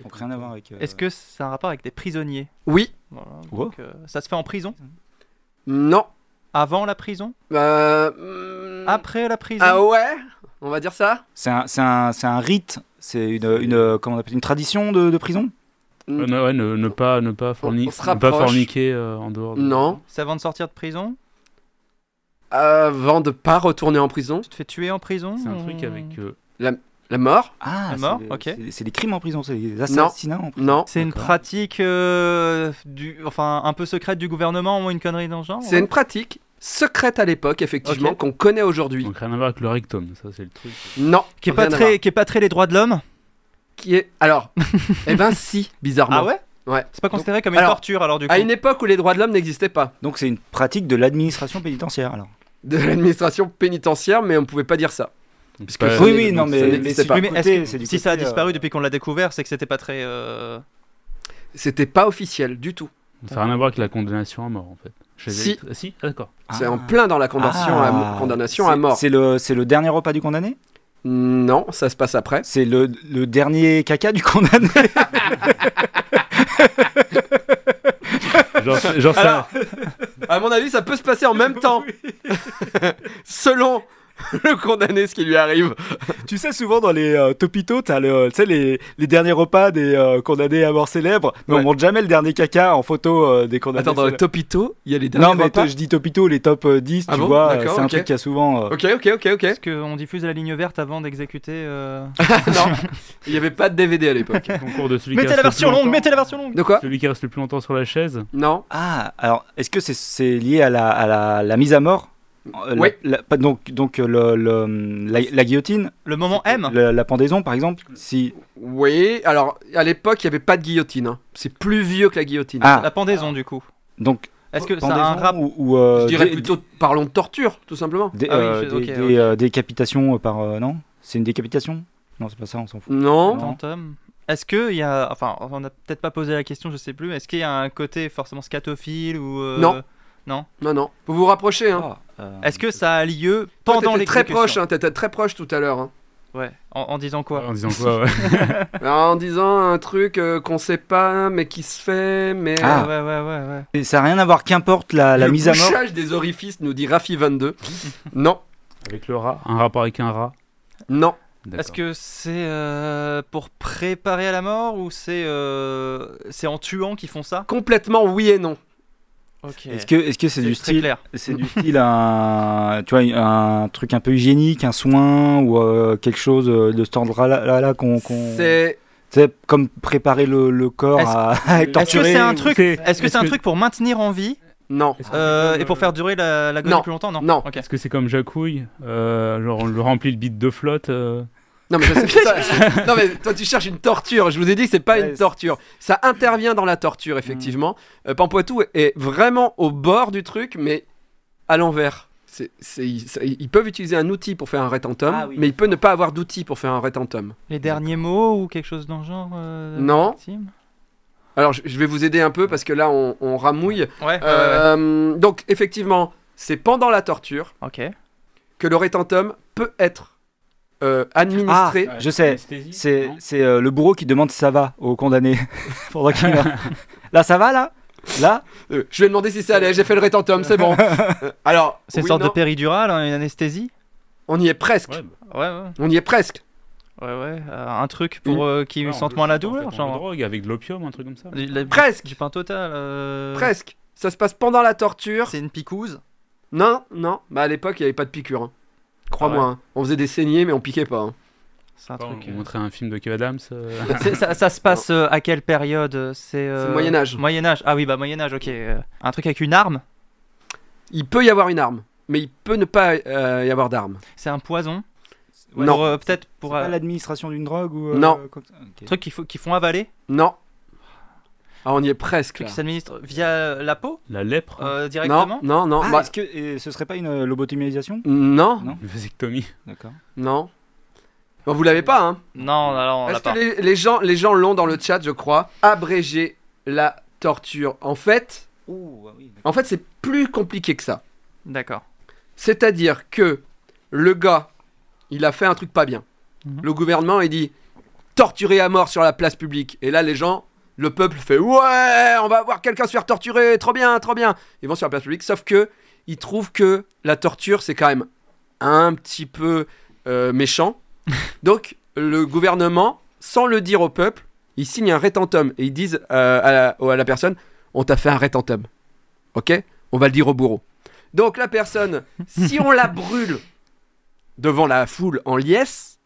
[SPEAKER 4] Donc rien à voir avec. euh,
[SPEAKER 2] Est-ce que c'est un rapport avec des prisonniers
[SPEAKER 1] Oui,
[SPEAKER 2] Voilà,
[SPEAKER 4] Wow.
[SPEAKER 2] donc, euh, Ça se fait en prison
[SPEAKER 1] non.
[SPEAKER 2] Avant la prison
[SPEAKER 1] Euh, hmm,
[SPEAKER 2] Après la prison
[SPEAKER 1] ah ouais On va dire ça
[SPEAKER 4] C'est un, c'est un, c'est un rite, c'est une, une, euh, comment on appelle, une tradition de, de prison
[SPEAKER 1] Mm.
[SPEAKER 3] Euh, non, ouais, ne, ne pas, ne pas, forni-
[SPEAKER 1] On se
[SPEAKER 3] ne pas
[SPEAKER 1] rapproche.
[SPEAKER 3] forniquer euh, en dehors. de-
[SPEAKER 1] Non.
[SPEAKER 2] C'est avant de sortir de prison
[SPEAKER 1] Avant de pas retourner en prison,
[SPEAKER 2] Tu te fais tuer en prison
[SPEAKER 3] C'est un truc
[SPEAKER 2] ou-
[SPEAKER 3] avec. euh,
[SPEAKER 1] la mort
[SPEAKER 4] Ah,
[SPEAKER 2] La
[SPEAKER 4] c'est
[SPEAKER 2] mort,
[SPEAKER 4] des-
[SPEAKER 2] ok.
[SPEAKER 4] c'est des- C'est des crimes en prison, c'est des assassinats en prison.
[SPEAKER 1] Non.
[SPEAKER 2] C'est une
[SPEAKER 3] D'accord.
[SPEAKER 2] pratique euh, du, enfin, un peu secrète du gouvernement ou une connerie dans ce
[SPEAKER 3] Ah,
[SPEAKER 2] genre
[SPEAKER 1] C'est une pratique secrète à l'époque, effectivement,
[SPEAKER 2] Ok.
[SPEAKER 1] qu'on connaît aujourd'hui.
[SPEAKER 3] Donc rien à voir avec le rectum, ça c'est le truc.
[SPEAKER 1] Non.
[SPEAKER 2] Qui est, pas
[SPEAKER 1] rien à
[SPEAKER 2] très,
[SPEAKER 1] voir.
[SPEAKER 2] qui est pas très les droits de l'homme
[SPEAKER 1] Qui est. Alors. eh ben si, bizarrement.
[SPEAKER 2] Ah ouais
[SPEAKER 1] Ouais.
[SPEAKER 2] C'est pas considéré comme une
[SPEAKER 1] alors,
[SPEAKER 2] torture alors du coup
[SPEAKER 1] À une époque où les droits de l'homme n'existaient pas.
[SPEAKER 4] Donc c'est une pratique de l'administration pénitentiaire alors.
[SPEAKER 1] De l'administration pénitentiaire, mais on pouvait pas dire ça.
[SPEAKER 3] Donc,
[SPEAKER 1] Parce
[SPEAKER 3] pas-
[SPEAKER 2] Euh,
[SPEAKER 1] que-
[SPEAKER 4] Oui, oui, non,
[SPEAKER 1] ça
[SPEAKER 4] mais,
[SPEAKER 1] n'existe
[SPEAKER 4] mais c'est
[SPEAKER 1] pas.
[SPEAKER 4] du
[SPEAKER 2] Oui, mais est-ce
[SPEAKER 4] côté-
[SPEAKER 2] que-
[SPEAKER 4] c'est du
[SPEAKER 2] Si
[SPEAKER 4] côté,
[SPEAKER 2] ça a disparu
[SPEAKER 4] euh,
[SPEAKER 2] depuis qu'on l'a découvert, c'est que c'était pas très. euh,
[SPEAKER 1] C'était pas officiel du tout.
[SPEAKER 3] Ça n'a rien à voir avec la condamnation à mort en fait. Je savais-
[SPEAKER 1] Si.
[SPEAKER 3] Ah, si, Ah, d'accord.
[SPEAKER 1] C'est
[SPEAKER 4] Ah.
[SPEAKER 1] en plein dans la condamnation, à, mo-
[SPEAKER 4] Ah.
[SPEAKER 1] condamnation
[SPEAKER 4] C'est-
[SPEAKER 1] à mort.
[SPEAKER 4] C'est le, c'est le dernier repas du condamné
[SPEAKER 1] Non, ça se passe après.
[SPEAKER 4] C'est le, le dernier caca du condamné
[SPEAKER 3] Genre, genre ça.
[SPEAKER 1] À mon avis, ça peut se passer en même temps. Selon le condamné, ce qui lui arrive.
[SPEAKER 4] Tu sais, souvent dans les euh, topitos, t'as le, tu sais, les, les derniers repas des euh, condamnés à mort célèbres, mais
[SPEAKER 1] Ouais.
[SPEAKER 4] on montre jamais le dernier caca en photo euh, des condamnés.
[SPEAKER 1] Attends, dans le
[SPEAKER 4] célèbres.
[SPEAKER 1] topito, il y a les derniers
[SPEAKER 4] Non, mais
[SPEAKER 1] repas.
[SPEAKER 4] t- je dis topito, les top euh, 10,
[SPEAKER 1] Ah
[SPEAKER 4] tu
[SPEAKER 1] bon
[SPEAKER 4] vois, euh, c'est
[SPEAKER 1] D'accord,
[SPEAKER 4] un
[SPEAKER 1] ok.
[SPEAKER 4] truc qu'il y a souvent. euh,
[SPEAKER 1] Ok, ok, ok, ok.
[SPEAKER 2] Est-ce qu'on diffuse la ligne verte avant d'exécuter euh,
[SPEAKER 1] non, il n'y avait pas de DVD à l'époque.
[SPEAKER 3] Concours de celui qui
[SPEAKER 2] Mettez
[SPEAKER 3] reste
[SPEAKER 2] la
[SPEAKER 3] le
[SPEAKER 2] version
[SPEAKER 3] plus
[SPEAKER 2] longue,
[SPEAKER 3] longtemps-
[SPEAKER 2] mettez la version longue
[SPEAKER 1] De quoi
[SPEAKER 3] Celui qui reste le plus longtemps sur la chaise.
[SPEAKER 1] Non.
[SPEAKER 4] Ah, alors, est-ce que c'est c'est lié à la, à la, la mise à mort Euh, la-
[SPEAKER 1] Oui.
[SPEAKER 4] la- pas- donc, donc euh, le, le- la, la guillotine,
[SPEAKER 2] Le moment M
[SPEAKER 4] la, la pendaison par exemple si...
[SPEAKER 1] Oui, alors à l'époque, il n'y avait pas de guillotine. hein. C'est plus vieux que la guillotine.
[SPEAKER 4] Ah,
[SPEAKER 2] La pendaison du coup.
[SPEAKER 4] donc
[SPEAKER 2] Est-ce que ça
[SPEAKER 4] pendaison
[SPEAKER 2] a un rap
[SPEAKER 4] ou, ou, euh,
[SPEAKER 1] je dirais
[SPEAKER 4] dé-
[SPEAKER 1] plutôt, parlons de torture, tout simplement.
[SPEAKER 4] dé-
[SPEAKER 2] Ah oui,
[SPEAKER 4] euh,
[SPEAKER 2] je-
[SPEAKER 4] dé-
[SPEAKER 2] ok,
[SPEAKER 4] dé-
[SPEAKER 2] ok.
[SPEAKER 4] euh, décapitation euh, par... euh, non C'est une décapitation Non, c'est pas ça, on s'en fout.
[SPEAKER 1] Non.
[SPEAKER 4] Non.
[SPEAKER 2] Phantom Est-ce qu'il y a. Enfin, on n'a peut-être pas posé la question, je sais plus, mais est-ce qu'il y a un côté forcément scatophile ou. euh,
[SPEAKER 1] Non. Non, non. Vous vous rapprochez, hein.
[SPEAKER 4] Euh,
[SPEAKER 2] Est-ce que ça a lieu
[SPEAKER 1] Toi,
[SPEAKER 2] Oh. pendant
[SPEAKER 1] t'étais
[SPEAKER 2] les
[SPEAKER 1] très proche, hein. T'étais très proche tout à l'heure. hein.
[SPEAKER 2] Ouais, en, en disant quoi
[SPEAKER 3] En disant quoi ouais.
[SPEAKER 1] Alors, en disant un truc euh, qu'on sait pas, mais qui se fait, mais.
[SPEAKER 4] Ah,
[SPEAKER 2] Ouais, ouais, ouais, ouais. ouais.
[SPEAKER 4] Et Ça n'a rien à voir, qu'importe la, la
[SPEAKER 1] le
[SPEAKER 4] mise à mort.
[SPEAKER 1] bouchage des orifices nous dit Rafi 22. non,
[SPEAKER 3] Avec le rat. Un rapport avec un rat.
[SPEAKER 1] non.
[SPEAKER 3] D'accord.
[SPEAKER 2] Est-ce que c'est euh, pour préparer à la mort ou c'est euh, c'est en tuant qu'ils font ça
[SPEAKER 1] Complètement oui et non.
[SPEAKER 2] Ok.
[SPEAKER 4] Est-ce que est-ce que c'est
[SPEAKER 2] C'est
[SPEAKER 4] du
[SPEAKER 2] très
[SPEAKER 4] style
[SPEAKER 2] clair.
[SPEAKER 4] c'est du style un tu vois un truc un peu hygiénique, un soin ou euh, quelque chose euh, de ce ordre là là, là qu'on qu'on-
[SPEAKER 1] C'est
[SPEAKER 4] tu sais, comme préparer le, le corps
[SPEAKER 2] Est-ce-
[SPEAKER 4] à, à
[SPEAKER 2] Est-ce
[SPEAKER 4] être
[SPEAKER 2] que
[SPEAKER 4] torturé
[SPEAKER 2] c'est un
[SPEAKER 4] ou-
[SPEAKER 2] truc
[SPEAKER 3] C'est-
[SPEAKER 2] Est-ce que c'est un truc pour maintenir en vie
[SPEAKER 1] non.
[SPEAKER 2] euh, et pour faire durer la, la
[SPEAKER 1] Non.
[SPEAKER 2] gueule plus longtemps Non.
[SPEAKER 1] Non.
[SPEAKER 2] Ok.
[SPEAKER 3] Est-ce que c'est comme Jacouille euh, Genre, on le remplit de bite de flotte euh,
[SPEAKER 1] Non mais, ça, c'est- ça- non mais toi tu cherches une torture. Je vous ai dit que c'est pas
[SPEAKER 4] Ouais,
[SPEAKER 1] une
[SPEAKER 4] c'est-
[SPEAKER 1] torture. Ça intervient dans la torture effectivement.
[SPEAKER 2] Mm.
[SPEAKER 1] Euh, Pampoitou est vraiment au bord du truc mais à l'envers. C'est, c'est- ils, ça- ils peuvent utiliser un outil pour faire un rétentum,
[SPEAKER 2] Ah oui,
[SPEAKER 1] mais il peut ne pas avoir d'outil pour faire un rétentum.
[SPEAKER 2] Les derniers mots ou quelque chose dans le genre euh,
[SPEAKER 1] Non.
[SPEAKER 2] Maxime
[SPEAKER 1] Alors je, je vais vous aider un peu parce que là on, on ramouille.
[SPEAKER 2] Ouais. ouais, ouais,
[SPEAKER 1] Euh, donc effectivement c'est pendant la torture
[SPEAKER 2] Ok.
[SPEAKER 1] que le rétentum peut être euh,
[SPEAKER 2] Ah,
[SPEAKER 1] administré.
[SPEAKER 4] Je sais.
[SPEAKER 3] Anesthésie,
[SPEAKER 4] C'est
[SPEAKER 3] non
[SPEAKER 4] c'est, euh, le bourreau qui demande ça va au condamné pendant qu'il meurt. Là ça va là Là
[SPEAKER 1] Euh, je lui ai demandé si ça allait, j'ai fait le rétentum, c'est bon. Euh, Alors,
[SPEAKER 2] C'est une
[SPEAKER 1] oui,
[SPEAKER 2] sorte
[SPEAKER 1] non,
[SPEAKER 2] de péridurale, hein, une anesthésie
[SPEAKER 1] on y est presque.
[SPEAKER 3] Ouais, bah,
[SPEAKER 2] Ouais, ouais.
[SPEAKER 1] On y est presque.
[SPEAKER 2] Ouais, ouais. euh, un truc pour euh, qu'ils
[SPEAKER 3] ouais, on
[SPEAKER 2] sentent
[SPEAKER 3] le
[SPEAKER 2] moins la
[SPEAKER 3] fait en
[SPEAKER 2] douleur,
[SPEAKER 3] fait en
[SPEAKER 2] genre.
[SPEAKER 3] drogue, avec de l'opium, un truc comme ça.
[SPEAKER 2] Du- la-
[SPEAKER 1] Presque.
[SPEAKER 2] Du pain total. euh,
[SPEAKER 1] Presque. Ça se passe pendant la torture.
[SPEAKER 2] C'est une picouse.
[SPEAKER 1] Non, non. Bah à l'époque, il n'y avait pas de piqûre. hein. Crois-moi.
[SPEAKER 2] Ah
[SPEAKER 1] hein. On faisait des saignées, mais on piquait pas. hein.
[SPEAKER 2] C'est un
[SPEAKER 3] Enfin,
[SPEAKER 2] truc.
[SPEAKER 3] on
[SPEAKER 2] euh,
[SPEAKER 3] montrait un film de Kev Adams. euh,
[SPEAKER 2] C'est- ça, ça se passe euh, à quelle période euh, C'est
[SPEAKER 1] le Moyen Âge.
[SPEAKER 2] Moyen Âge. Ah oui, bah Moyen Âge. Ok. euh, un truc avec une arme.
[SPEAKER 1] Il peut y avoir une arme, mais il peut ne pas euh, y avoir d'arme.
[SPEAKER 2] C'est un poison.
[SPEAKER 1] Non.
[SPEAKER 2] Pour, euh, Peut-être
[SPEAKER 4] C'est
[SPEAKER 2] pour
[SPEAKER 4] pas
[SPEAKER 2] euh,
[SPEAKER 4] l'administration d'une drogue ou euh,
[SPEAKER 1] Non.
[SPEAKER 4] quoi que ça Ok.
[SPEAKER 2] un truc qu'ils fo- qu'ils font avaler,
[SPEAKER 1] Non. Ah, on y est presque.
[SPEAKER 2] truc
[SPEAKER 1] là.
[SPEAKER 2] qui s'administre via la peau
[SPEAKER 3] la lèpre,
[SPEAKER 2] euh, directement.
[SPEAKER 1] Non, non, non.
[SPEAKER 4] Ah,
[SPEAKER 1] bah,
[SPEAKER 4] est-ce que et ce serait pas une euh, lobotomisation
[SPEAKER 1] Non,
[SPEAKER 4] Non.
[SPEAKER 3] une vasectomie.
[SPEAKER 4] D'accord.
[SPEAKER 1] non. Bon, vous l'avez pas, hein
[SPEAKER 2] Non, non, non, on l'a
[SPEAKER 1] Est-ce
[SPEAKER 2] pas.
[SPEAKER 1] que les, les gens les gens l'ont dans le chat, je crois Abréger la torture. En fait, en fait c'est plus compliqué que ça.
[SPEAKER 2] D'accord.
[SPEAKER 1] C'est-à-dire que le gars, il a fait un truc pas bien.
[SPEAKER 2] Mhm.
[SPEAKER 1] Le gouvernement, il dit torturer à mort sur la place publique. Et là, les gens, le peuple fait ouais, on va voir quelqu'un se faire torturer, trop bien, trop bien. Ils vont sur la place publique, sauf que ils trouvent que la torture, c'est quand même un petit peu euh, méchant. Donc, le gouvernement, sans le dire au peuple, il signe un rétentum et ils disent euh, à, la, à la personne on t'a fait un rétentum. Ok On va le dire au bourreau. Donc la personne, si on la brûle devant la foule en liesse,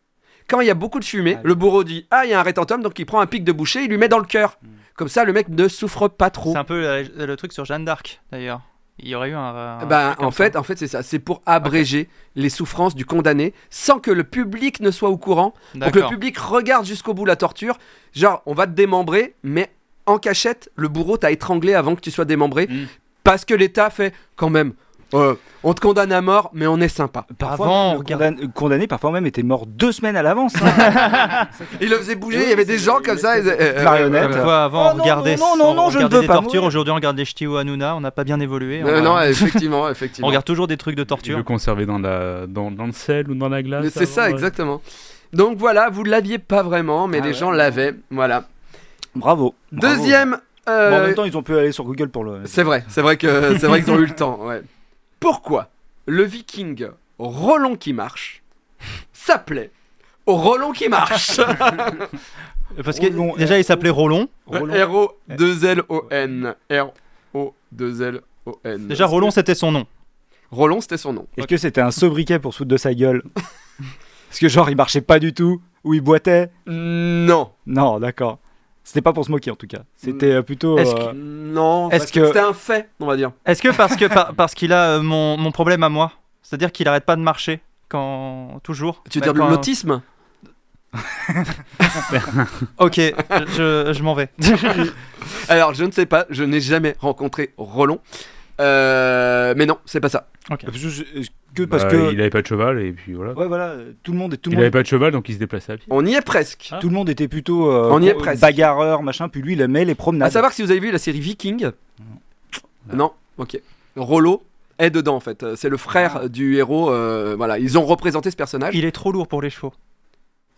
[SPEAKER 1] quand il y a beaucoup de fumée,
[SPEAKER 4] Ah oui.
[SPEAKER 1] le bourreau dit Ah, il y a un rétentum, donc il prend un pic de boucher, il lui met dans le cœur. Comme ça, le mec ne souffre pas trop.
[SPEAKER 2] C'est un peu euh, le, truc sur Jeanne d'Arc, d'ailleurs. Il y aurait eu un.
[SPEAKER 4] Ah
[SPEAKER 1] Bah,
[SPEAKER 2] un truc Ah, comme
[SPEAKER 1] en fait, en fait c'est ça. C'est pour abréger les souffrances du condamné sans que le public ne soit au courant,
[SPEAKER 2] ça.
[SPEAKER 1] pour que le
[SPEAKER 2] D'accord.
[SPEAKER 1] public regarde jusqu'au bout la torture. Genre, on va te démembrer, mais en cachette, le bourreau t'a étranglé avant que tu sois démembré,
[SPEAKER 3] Mm.
[SPEAKER 1] parce que l'État fait quand même. euh, on te condamne à mort, mais on est sympa.
[SPEAKER 4] Parfois,
[SPEAKER 2] Avant,
[SPEAKER 4] le
[SPEAKER 2] on regardait-
[SPEAKER 4] condamné, condamné, parfois même, était mort deux semaines à l'avance. hein.
[SPEAKER 1] Il le faisait bouger, il y avait des gens comme ça. ils- euh, euh,
[SPEAKER 4] marionnette.
[SPEAKER 2] Comme quoi, avant,
[SPEAKER 4] Oh
[SPEAKER 2] on
[SPEAKER 4] non,
[SPEAKER 2] regardait,
[SPEAKER 4] non, non,
[SPEAKER 2] on
[SPEAKER 4] non, je ne
[SPEAKER 2] regardait
[SPEAKER 4] veux
[SPEAKER 2] des
[SPEAKER 4] pas
[SPEAKER 2] tortures.
[SPEAKER 4] mourir.
[SPEAKER 2] Aujourd'hui, on regarde les ch'tis ou Hanouna. On n'a pas bien évolué.
[SPEAKER 1] Non,
[SPEAKER 2] on,
[SPEAKER 1] euh, non,
[SPEAKER 2] on
[SPEAKER 1] effectivement, effectivement.
[SPEAKER 2] regarde toujours des trucs de
[SPEAKER 3] Tu le
[SPEAKER 2] torture.
[SPEAKER 3] conserver dans, la, dans, dans le sel ou dans la glace.
[SPEAKER 1] Mais C'est
[SPEAKER 3] avant,
[SPEAKER 1] ça,
[SPEAKER 3] ouais.
[SPEAKER 1] exactement. Donc voilà, vous l'aviez pas vraiment, mais
[SPEAKER 4] Ah
[SPEAKER 1] les
[SPEAKER 4] ouais,
[SPEAKER 1] gens
[SPEAKER 4] non.
[SPEAKER 1] l'avaient. Voilà.
[SPEAKER 4] Bravo. bravo.
[SPEAKER 1] Deuxième.
[SPEAKER 4] Bon,
[SPEAKER 1] euh,
[SPEAKER 4] en même temps, ils ont pu aller sur Google pour le.
[SPEAKER 1] c'est vrai, c'est vrai que c'est vrai qu'ils ont eu le temps. ouais. Pourquoi le Viking Roland qui marche s'appelait Roland qui marche
[SPEAKER 2] Parce que
[SPEAKER 4] Rollon,
[SPEAKER 2] déjà, il s'appelait Rollon.
[SPEAKER 4] Roland.
[SPEAKER 1] R O 2 L O N R O 2 L O N.
[SPEAKER 2] Déjà, Rollon, c'était son nom.
[SPEAKER 1] Roland, c'était son nom.
[SPEAKER 4] Est-ce que c'était un sobriquet pour foutre de sa gueule Parce que genre, il marchait pas du tout ou il boitait.
[SPEAKER 1] Non.
[SPEAKER 4] Non, d'accord. C'était pas pour se moquer en tout cas. C'était euh, plutôt.
[SPEAKER 2] Est-ce
[SPEAKER 4] euh,
[SPEAKER 1] Non.
[SPEAKER 2] Est-ce
[SPEAKER 1] parce
[SPEAKER 2] que-
[SPEAKER 1] c'était un fait, on va dire
[SPEAKER 2] Est-ce que parce que par- parce qu'il a euh, mon, mon problème à moi, c'est-à-dire qu'il arrête pas de marcher quand toujours.
[SPEAKER 1] Tu veux
[SPEAKER 2] Bah,
[SPEAKER 1] dire de
[SPEAKER 2] quand-
[SPEAKER 1] l'autisme
[SPEAKER 2] euh, Ok, je, je m'en vais.
[SPEAKER 1] Alors, je ne sais pas, je n'ai jamais rencontré Roland. Euh, mais non, c'est pas ça.
[SPEAKER 4] parce que je- que parce
[SPEAKER 3] Bah,
[SPEAKER 4] que.
[SPEAKER 3] Il avait pas de cheval et puis voilà.
[SPEAKER 4] Ouais, voilà. euh, Tout le monde et tout
[SPEAKER 3] il
[SPEAKER 4] le monde.
[SPEAKER 3] avait pas de cheval donc il se déplaçait à pied.
[SPEAKER 1] On y est presque.
[SPEAKER 4] Tout le monde était plutôt euh,
[SPEAKER 1] On y est
[SPEAKER 4] pro-
[SPEAKER 1] presque.
[SPEAKER 4] bagarreur, machin, puis lui il aimait les promenades.
[SPEAKER 1] À savoir si vous avez vu la série Viking. Non, ok. Rollo est dedans en fait. Euh, C'est le frère du héros. euh, voilà, ils ont représenté ce personnage.
[SPEAKER 2] Il est trop lourd pour les chevaux.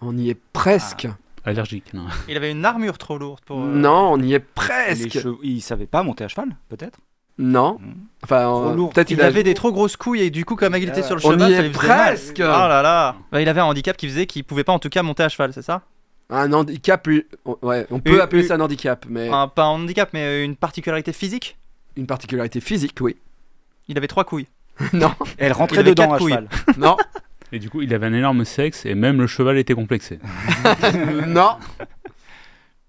[SPEAKER 1] On y est presque.
[SPEAKER 3] Allergique, non.
[SPEAKER 2] Il avait une armure trop lourde pour. euh,
[SPEAKER 1] Non, on y est
[SPEAKER 4] Et les
[SPEAKER 1] presque.
[SPEAKER 4] chevaux- Il savait pas monter à cheval, peut-être
[SPEAKER 1] Non.
[SPEAKER 4] Mm.
[SPEAKER 1] Enfin,
[SPEAKER 4] Trop
[SPEAKER 1] euh,
[SPEAKER 4] lourd.
[SPEAKER 1] peut-être
[SPEAKER 2] Il,
[SPEAKER 1] il, a-
[SPEAKER 2] avait des trop grosses couilles et du coup, comme il était sur le
[SPEAKER 1] On
[SPEAKER 2] cheval,
[SPEAKER 1] y
[SPEAKER 2] ça
[SPEAKER 1] est
[SPEAKER 2] lui faisait mal.
[SPEAKER 1] presque.
[SPEAKER 2] Oh là là. Bah, il avait un handicap qui faisait qu'il pouvait pas en tout cas monter à cheval, c'est ça
[SPEAKER 1] un handicap. euh, Ouais, on peut
[SPEAKER 2] Euh,
[SPEAKER 1] appeler
[SPEAKER 2] euh,
[SPEAKER 1] ça un handicap, mais
[SPEAKER 2] Un- Pas un handicap, mais une euh, particularité physique.
[SPEAKER 1] Une particularité physique, oui.
[SPEAKER 2] Il avait trois couilles.
[SPEAKER 1] non,
[SPEAKER 4] Elle
[SPEAKER 2] Il
[SPEAKER 4] rentrait
[SPEAKER 2] avait
[SPEAKER 4] dedans
[SPEAKER 2] quatre
[SPEAKER 4] à
[SPEAKER 2] couilles.
[SPEAKER 4] cheval.
[SPEAKER 1] non,
[SPEAKER 3] Et du coup, il avait un énorme sexe et même le cheval était complexé.
[SPEAKER 1] non.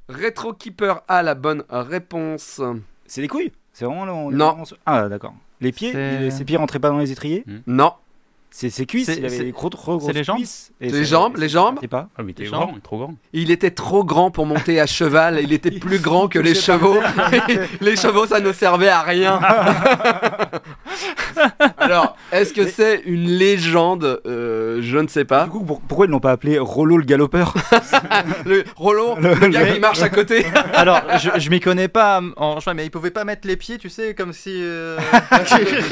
[SPEAKER 1] Retro Keeper a la bonne réponse.
[SPEAKER 4] C'est des couilles C'est vraiment le. le-
[SPEAKER 1] Non.
[SPEAKER 4] Ah, d'accord. Les pieds,
[SPEAKER 2] C'est-
[SPEAKER 4] il- ses pieds rentraient pas dans les étriers
[SPEAKER 1] Non,
[SPEAKER 4] C'est ses cuisses,
[SPEAKER 2] C'est-
[SPEAKER 4] il avait
[SPEAKER 2] c'est-
[SPEAKER 4] des gros, trop grosses
[SPEAKER 2] c'est les jambes
[SPEAKER 4] cuisses, et
[SPEAKER 1] C'est les
[SPEAKER 4] ça-
[SPEAKER 1] jambes, les
[SPEAKER 4] ça
[SPEAKER 1] jambes.
[SPEAKER 4] partait pas.
[SPEAKER 3] Ah oui, t'es
[SPEAKER 2] Les
[SPEAKER 3] grand,
[SPEAKER 2] jambes.
[SPEAKER 3] il est trop grand.
[SPEAKER 1] il était trop grand pour monter à cheval. Il était plus grand que les chevaux. les chevaux, ça ne servait à rien. Alors, est-ce que c'est une légende Euh, Je ne sais pas.
[SPEAKER 4] Du coup, pour- pourquoi ils l'ont pas appelé Rollo le galopeur
[SPEAKER 1] Le Roland, le,
[SPEAKER 4] Le-
[SPEAKER 1] gars
[SPEAKER 4] le-
[SPEAKER 1] qui marche à côté.
[SPEAKER 2] Alors, je, je m'y connais pas en cheval, mais il pouvait pas mettre les pieds, tu sais, comme si. euh,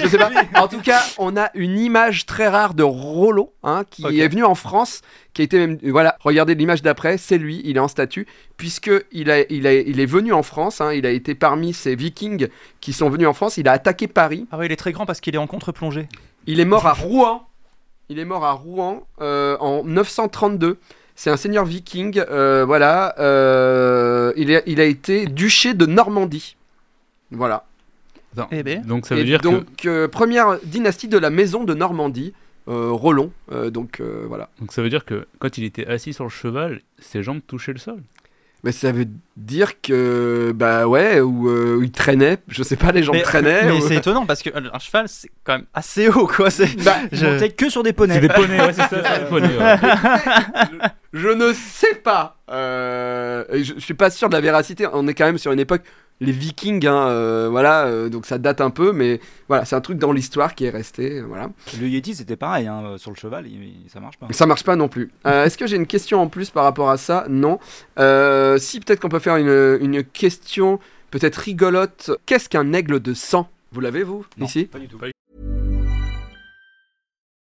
[SPEAKER 1] Je sais pas. En tout cas, on a une image très rare de Rollo, hein, qui
[SPEAKER 2] Ok.
[SPEAKER 1] est venu en France, qui a été même. Voilà, regardez l'image d'après, c'est lui, il est en statue, puisque il, a, il, a- il est venu en France, hein, il a été parmi ces Vikings qui sont venus en France, il a attaqué Paris,
[SPEAKER 2] Ah ouais, il est très grand parce qu'il est en contre-plongée.
[SPEAKER 1] il est mort à Rouen, il est mort à Rouen euh, en 932. C'est un seigneur viking, euh, voilà. euh, il, est- il a été duché de Normandie. Voilà.
[SPEAKER 2] Eh ben.
[SPEAKER 3] Donc ça veut
[SPEAKER 1] Et
[SPEAKER 3] dire que
[SPEAKER 1] donc, euh, première dynastie de la maison de Normandie, euh, Rollon. euh, donc euh, voilà.
[SPEAKER 3] Donc ça veut dire que quand il était assis sur le cheval, ses jambes touchaient le sol.
[SPEAKER 1] Mais ça veut dire que, bah ouais, ou euh, ou il traînait, je sais pas, les gens
[SPEAKER 2] Mais-
[SPEAKER 1] traînaient.
[SPEAKER 2] Mais
[SPEAKER 1] ou-
[SPEAKER 2] c'est étonnant parce qu'un cheval, c'est quand même assez haut, quoi. c'est-
[SPEAKER 1] Bah,
[SPEAKER 4] Je...
[SPEAKER 2] Je-
[SPEAKER 4] montait que sur des poneys.
[SPEAKER 3] poneys, ouais, c'est ça, c'est des poneys.
[SPEAKER 1] je ne sais pas. Euh, et je, je suis pas sûr de la véracité. On est quand même sur une époque, les Vikings, hein, euh, voilà, euh, donc ça date un peu, mais voilà, c'est un truc dans l'histoire qui est resté, euh, voilà.
[SPEAKER 4] Le Yeti, c'était pareil, hein, euh, sur le cheval, il- il- ça marche pas.
[SPEAKER 1] Ça marche pas non plus. Euh, Est-ce que j'ai une question en plus par rapport à ça Non. Euh, si, peut-être qu'on peut faire une, une question peut-être rigolote. Qu'est-ce qu'un aigle de sang Vous l'avez, vous
[SPEAKER 4] Non,
[SPEAKER 1] Ici
[SPEAKER 4] pas du tout.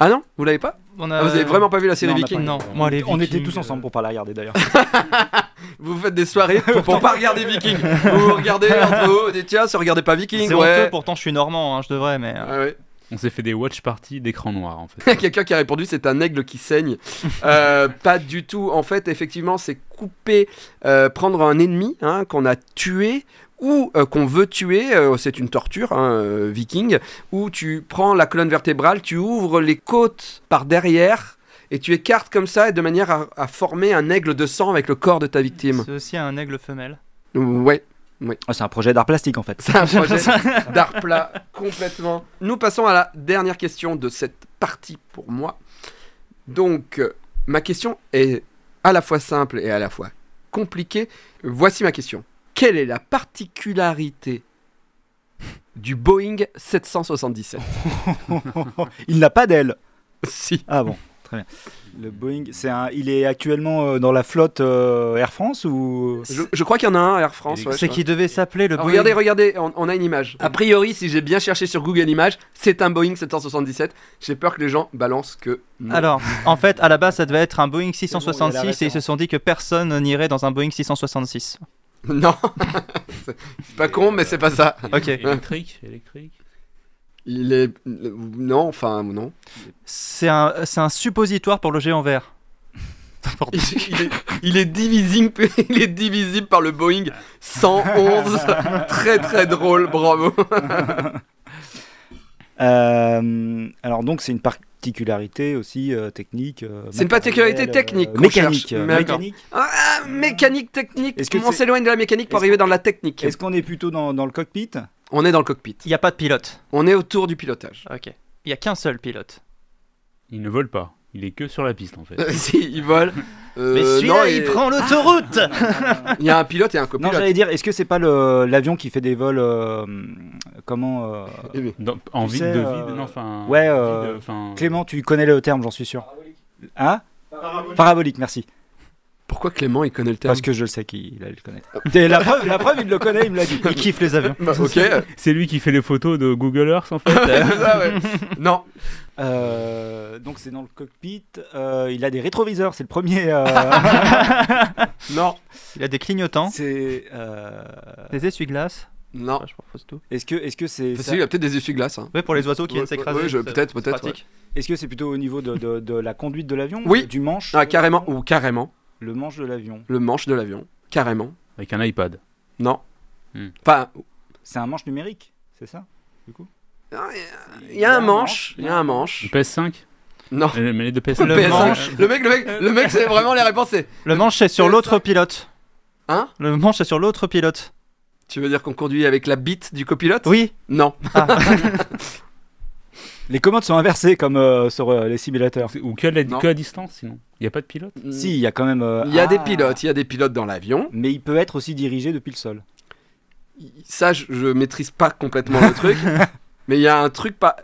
[SPEAKER 1] Ah non Vous l'avez pas
[SPEAKER 2] On
[SPEAKER 1] Ah,
[SPEAKER 2] a...
[SPEAKER 1] Vous avez vraiment pas vu la série
[SPEAKER 4] Euh, non, on a
[SPEAKER 1] Viking
[SPEAKER 4] pas-
[SPEAKER 2] Non, moi, les
[SPEAKER 4] on était
[SPEAKER 2] Vikings, euh,
[SPEAKER 4] tous ensemble pour pas la regarder d'ailleurs.
[SPEAKER 1] Vous faites des soirées pour, pour pas regarder Viking. vous vous regardez entre vous, vous dites tiens, si on regardait pas Viking,
[SPEAKER 2] C'est
[SPEAKER 1] ouais.
[SPEAKER 2] honteux, pourtant je suis normand, hein, je devrais, mais. euh,
[SPEAKER 1] Ah ouais.
[SPEAKER 3] On s'est fait des watch parties d'écran noir en fait.
[SPEAKER 1] Quelqu'un qui a répondu c'est un aigle qui saigne. Euh, pas du tout. En fait, effectivement, c'est couper, euh, prendre un ennemi hein, qu'on a tué ou euh, qu'on veut tuer, euh, c'est une torture hein, euh, viking, où tu prends la colonne vertébrale, tu ouvres les côtes par derrière et tu écartes comme ça et de manière à, à former un aigle de sang avec le corps de ta victime.
[SPEAKER 2] C'est aussi un aigle femelle.
[SPEAKER 1] Ouais,
[SPEAKER 4] Ah, c'est un projet d'art plastique en fait.
[SPEAKER 1] c'est un projet d'art plat complètement. Nous passons à la dernière question de cette partie pour moi. Donc, euh, ma question est à la fois simple et à la fois compliquée. Voici ma question. Quelle est la particularité du Boeing 777
[SPEAKER 4] il n'a pas d'aile.
[SPEAKER 1] Si.
[SPEAKER 4] Ah bon, très bien. Le Boeing, c'est un, il est actuellement euh, dans la flotte euh, Air France ou
[SPEAKER 1] Je, je crois qu'il y en a un à Air France. ouais, je
[SPEAKER 2] c'est
[SPEAKER 1] crois.
[SPEAKER 2] qu'il devait s'appeler le
[SPEAKER 1] Alors,
[SPEAKER 2] Boeing.
[SPEAKER 1] regardez, regardez, on, on a une image. A priori, si j'ai bien cherché sur Google Images, c'est un Boeing 777. J'ai peur que les gens balancent que... non.
[SPEAKER 2] Alors, en fait, à la base, ça devait être un Boeing
[SPEAKER 4] C'est bon, il y a hein. la
[SPEAKER 2] 666 et ils se
[SPEAKER 4] référence.
[SPEAKER 2] sont dit que personne n'irait dans un Boeing 666.
[SPEAKER 1] Non, c'est c'est pas con, mais c'est pas ça.
[SPEAKER 2] Ok.
[SPEAKER 3] Électrique, électrique.
[SPEAKER 1] Il est. Non, enfin, non.
[SPEAKER 2] C'est un, c'est un suppositoire pour le géant vert.
[SPEAKER 1] Il est, il est divisible, il est divisible par le Boeing 111. très très drôle, bravo.
[SPEAKER 4] Euh, alors donc c'est une par- particularité aussi euh, technique. euh,
[SPEAKER 1] C'est une particularité
[SPEAKER 4] matérielle,
[SPEAKER 1] technique qu'on
[SPEAKER 4] mécanique.
[SPEAKER 1] cherche.
[SPEAKER 4] euh,
[SPEAKER 1] Mais
[SPEAKER 4] mécanique.
[SPEAKER 1] Ah, ah, mécanique, technique.
[SPEAKER 4] Est-ce que
[SPEAKER 1] on
[SPEAKER 4] c'est-
[SPEAKER 1] s'éloigne de la mécanique pour
[SPEAKER 4] Est-ce
[SPEAKER 1] arriver
[SPEAKER 4] que-
[SPEAKER 1] dans la technique.
[SPEAKER 4] Est-ce qu'on est plutôt dans, dans le cockpit Euh,
[SPEAKER 1] On est dans le cockpit.
[SPEAKER 2] Il n'y a pas de pilote.
[SPEAKER 1] On est autour du pilotage.
[SPEAKER 2] Ok. Il n'y a qu'un seul pilote.
[SPEAKER 3] Il ne vole pas. Il est que sur la piste en fait.
[SPEAKER 1] si, il vole. Euh,
[SPEAKER 2] Mais
[SPEAKER 1] non,
[SPEAKER 2] celui-là, il
[SPEAKER 1] et- Ah.
[SPEAKER 2] prend l'autoroute
[SPEAKER 1] Il y a un pilote et un
[SPEAKER 4] Non,
[SPEAKER 1] copilote.
[SPEAKER 4] j'allais dire, est-ce que c'est pas le- l'avion qui fait des vols euh, comment euh,
[SPEAKER 1] Eh bien,
[SPEAKER 3] Dans- en
[SPEAKER 4] Tu
[SPEAKER 3] vide
[SPEAKER 4] sais,
[SPEAKER 3] de vide,
[SPEAKER 4] euh,
[SPEAKER 3] non, enfin.
[SPEAKER 4] ouais,
[SPEAKER 3] vide,
[SPEAKER 4] euh,
[SPEAKER 3] enfin,
[SPEAKER 4] Clément, tu connais le terme, j'en suis sûr. Hein Parabolique. merci.
[SPEAKER 1] Pourquoi Clément il connaît le terme
[SPEAKER 4] Parce que je le sais qu'il allait le connaître. Et Oh. la, preuve, la preuve, il le connaît, il me l'a dit.
[SPEAKER 2] Il kiffe les avions.
[SPEAKER 1] Bah, ok.
[SPEAKER 3] C'est lui qui fait les photos de Google Earth en fait.
[SPEAKER 1] Ça, ouais. Non,
[SPEAKER 4] Euh, donc c'est dans le cockpit. euh, il a des rétroviseurs, c'est le premier. euh,
[SPEAKER 1] non,
[SPEAKER 2] Il a des clignotants,
[SPEAKER 4] c'est. euh,
[SPEAKER 2] des essuie-glaces.
[SPEAKER 1] non.
[SPEAKER 2] Enfin, je propose tout.
[SPEAKER 4] Est-ce que est-ce que c'est
[SPEAKER 1] Parce
[SPEAKER 4] ça-
[SPEAKER 1] qu'il a peut-être des essuie-glaces. hein.
[SPEAKER 2] Ouais, pour les oiseaux qui
[SPEAKER 1] Ouais,
[SPEAKER 2] viennent s'écraser.
[SPEAKER 1] ouais, je-
[SPEAKER 2] c'est-
[SPEAKER 1] peut-être,
[SPEAKER 2] c'est
[SPEAKER 1] peut-être,
[SPEAKER 2] pratique.
[SPEAKER 4] est-ce que c'est plutôt au niveau de, de- de la conduite de l'avion
[SPEAKER 1] Oui.
[SPEAKER 4] Du manche.
[SPEAKER 1] Ah, carrément, ou carrément,
[SPEAKER 4] Le manche de l'avion.
[SPEAKER 1] le manche de l'avion. Carrément,
[SPEAKER 3] Avec un iPad.
[SPEAKER 1] non.
[SPEAKER 3] Hmm.
[SPEAKER 1] Enfin,
[SPEAKER 4] C'est un manche numérique, c'est ça Du coup.
[SPEAKER 1] il y a un manche, il y a un
[SPEAKER 3] Le
[SPEAKER 1] manche.
[SPEAKER 3] PS5
[SPEAKER 1] Non.
[SPEAKER 3] Euh, Mais les deux PS5.
[SPEAKER 1] Le,
[SPEAKER 2] Le
[SPEAKER 1] PS5.
[SPEAKER 2] manche.
[SPEAKER 1] le mec, le mec, le mec, c'est vraiment les réponses. c'est-
[SPEAKER 2] Le manche est sur
[SPEAKER 1] Le-
[SPEAKER 2] l'autre pilote.
[SPEAKER 1] Hein
[SPEAKER 2] Le manche est sur l'autre pilote.
[SPEAKER 1] Tu veux dire qu'on conduit avec la bite du copilote
[SPEAKER 2] Oui.
[SPEAKER 1] Non.
[SPEAKER 4] Les commandes sont inversées comme euh, sur euh, les simulateurs.
[SPEAKER 3] Ou que à, la-
[SPEAKER 1] Non.
[SPEAKER 3] que à distance sinon. Il n'y a pas de pilote
[SPEAKER 4] Si, il y a quand même. euh,
[SPEAKER 1] Hmm. Il y a des
[SPEAKER 4] ah.
[SPEAKER 1] pilotes, il y a des pilotes dans l'avion.
[SPEAKER 4] Mais il peut être aussi dirigé depuis le sol.
[SPEAKER 1] Ça, je, je maîtrise pas complètement le truc, mais il y a un truc pas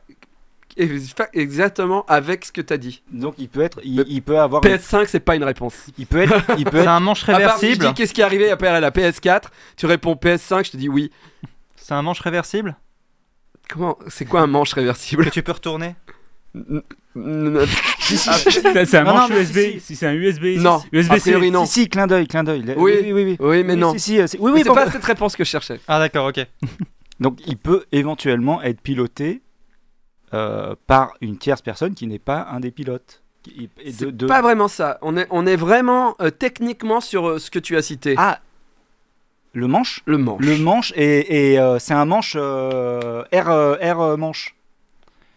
[SPEAKER 1] ex- exactement avec ce que t'as dit.
[SPEAKER 4] Donc il peut être, il,
[SPEAKER 1] Mais
[SPEAKER 4] il peut avoir,
[SPEAKER 1] PS5, c'est pas une réponse.
[SPEAKER 4] il peut être, il peut
[SPEAKER 2] C'est
[SPEAKER 4] être.
[SPEAKER 2] un manche
[SPEAKER 1] À part si je
[SPEAKER 2] réversible.
[SPEAKER 1] dis, qu'est-ce qui est arrivé après la PS4, tu réponds PS5, je te dis oui.
[SPEAKER 2] C'est un manche réversible
[SPEAKER 1] Comment C'est quoi un manche réversible
[SPEAKER 2] que tu peux retourner.
[SPEAKER 1] N- n- Ah,
[SPEAKER 3] Ça, C'est un
[SPEAKER 4] Non, non,
[SPEAKER 3] manche
[SPEAKER 4] mais
[SPEAKER 3] USB.
[SPEAKER 4] si, si.
[SPEAKER 3] Si, c'est un USB.
[SPEAKER 1] Non, a
[SPEAKER 3] USB-C.
[SPEAKER 1] priori non.
[SPEAKER 4] Si, si, clin d'œil, clin d'œil. Le-
[SPEAKER 1] Oui.
[SPEAKER 4] oui, oui. oui.
[SPEAKER 1] Oui, mais
[SPEAKER 4] Oui,
[SPEAKER 1] non.
[SPEAKER 4] si, si, euh, si- oui,
[SPEAKER 1] Mais
[SPEAKER 4] oui,
[SPEAKER 1] c'est
[SPEAKER 4] bon-
[SPEAKER 1] pas cette réponse que je cherchais.
[SPEAKER 2] Ah d'accord, ok.
[SPEAKER 4] Donc il peut éventuellement être piloté euh, par une tierce personne qui n'est pas un des pilotes. Qui- et de-
[SPEAKER 1] C'est
[SPEAKER 4] de-
[SPEAKER 1] pas vraiment ça. On est, on est vraiment euh, techniquement sur euh, ce que tu as cité.
[SPEAKER 4] Ah, le manche.
[SPEAKER 1] le manche.
[SPEAKER 4] Le manche et, et, euh, c'est un manche euh, R, euh, R, euh, manche.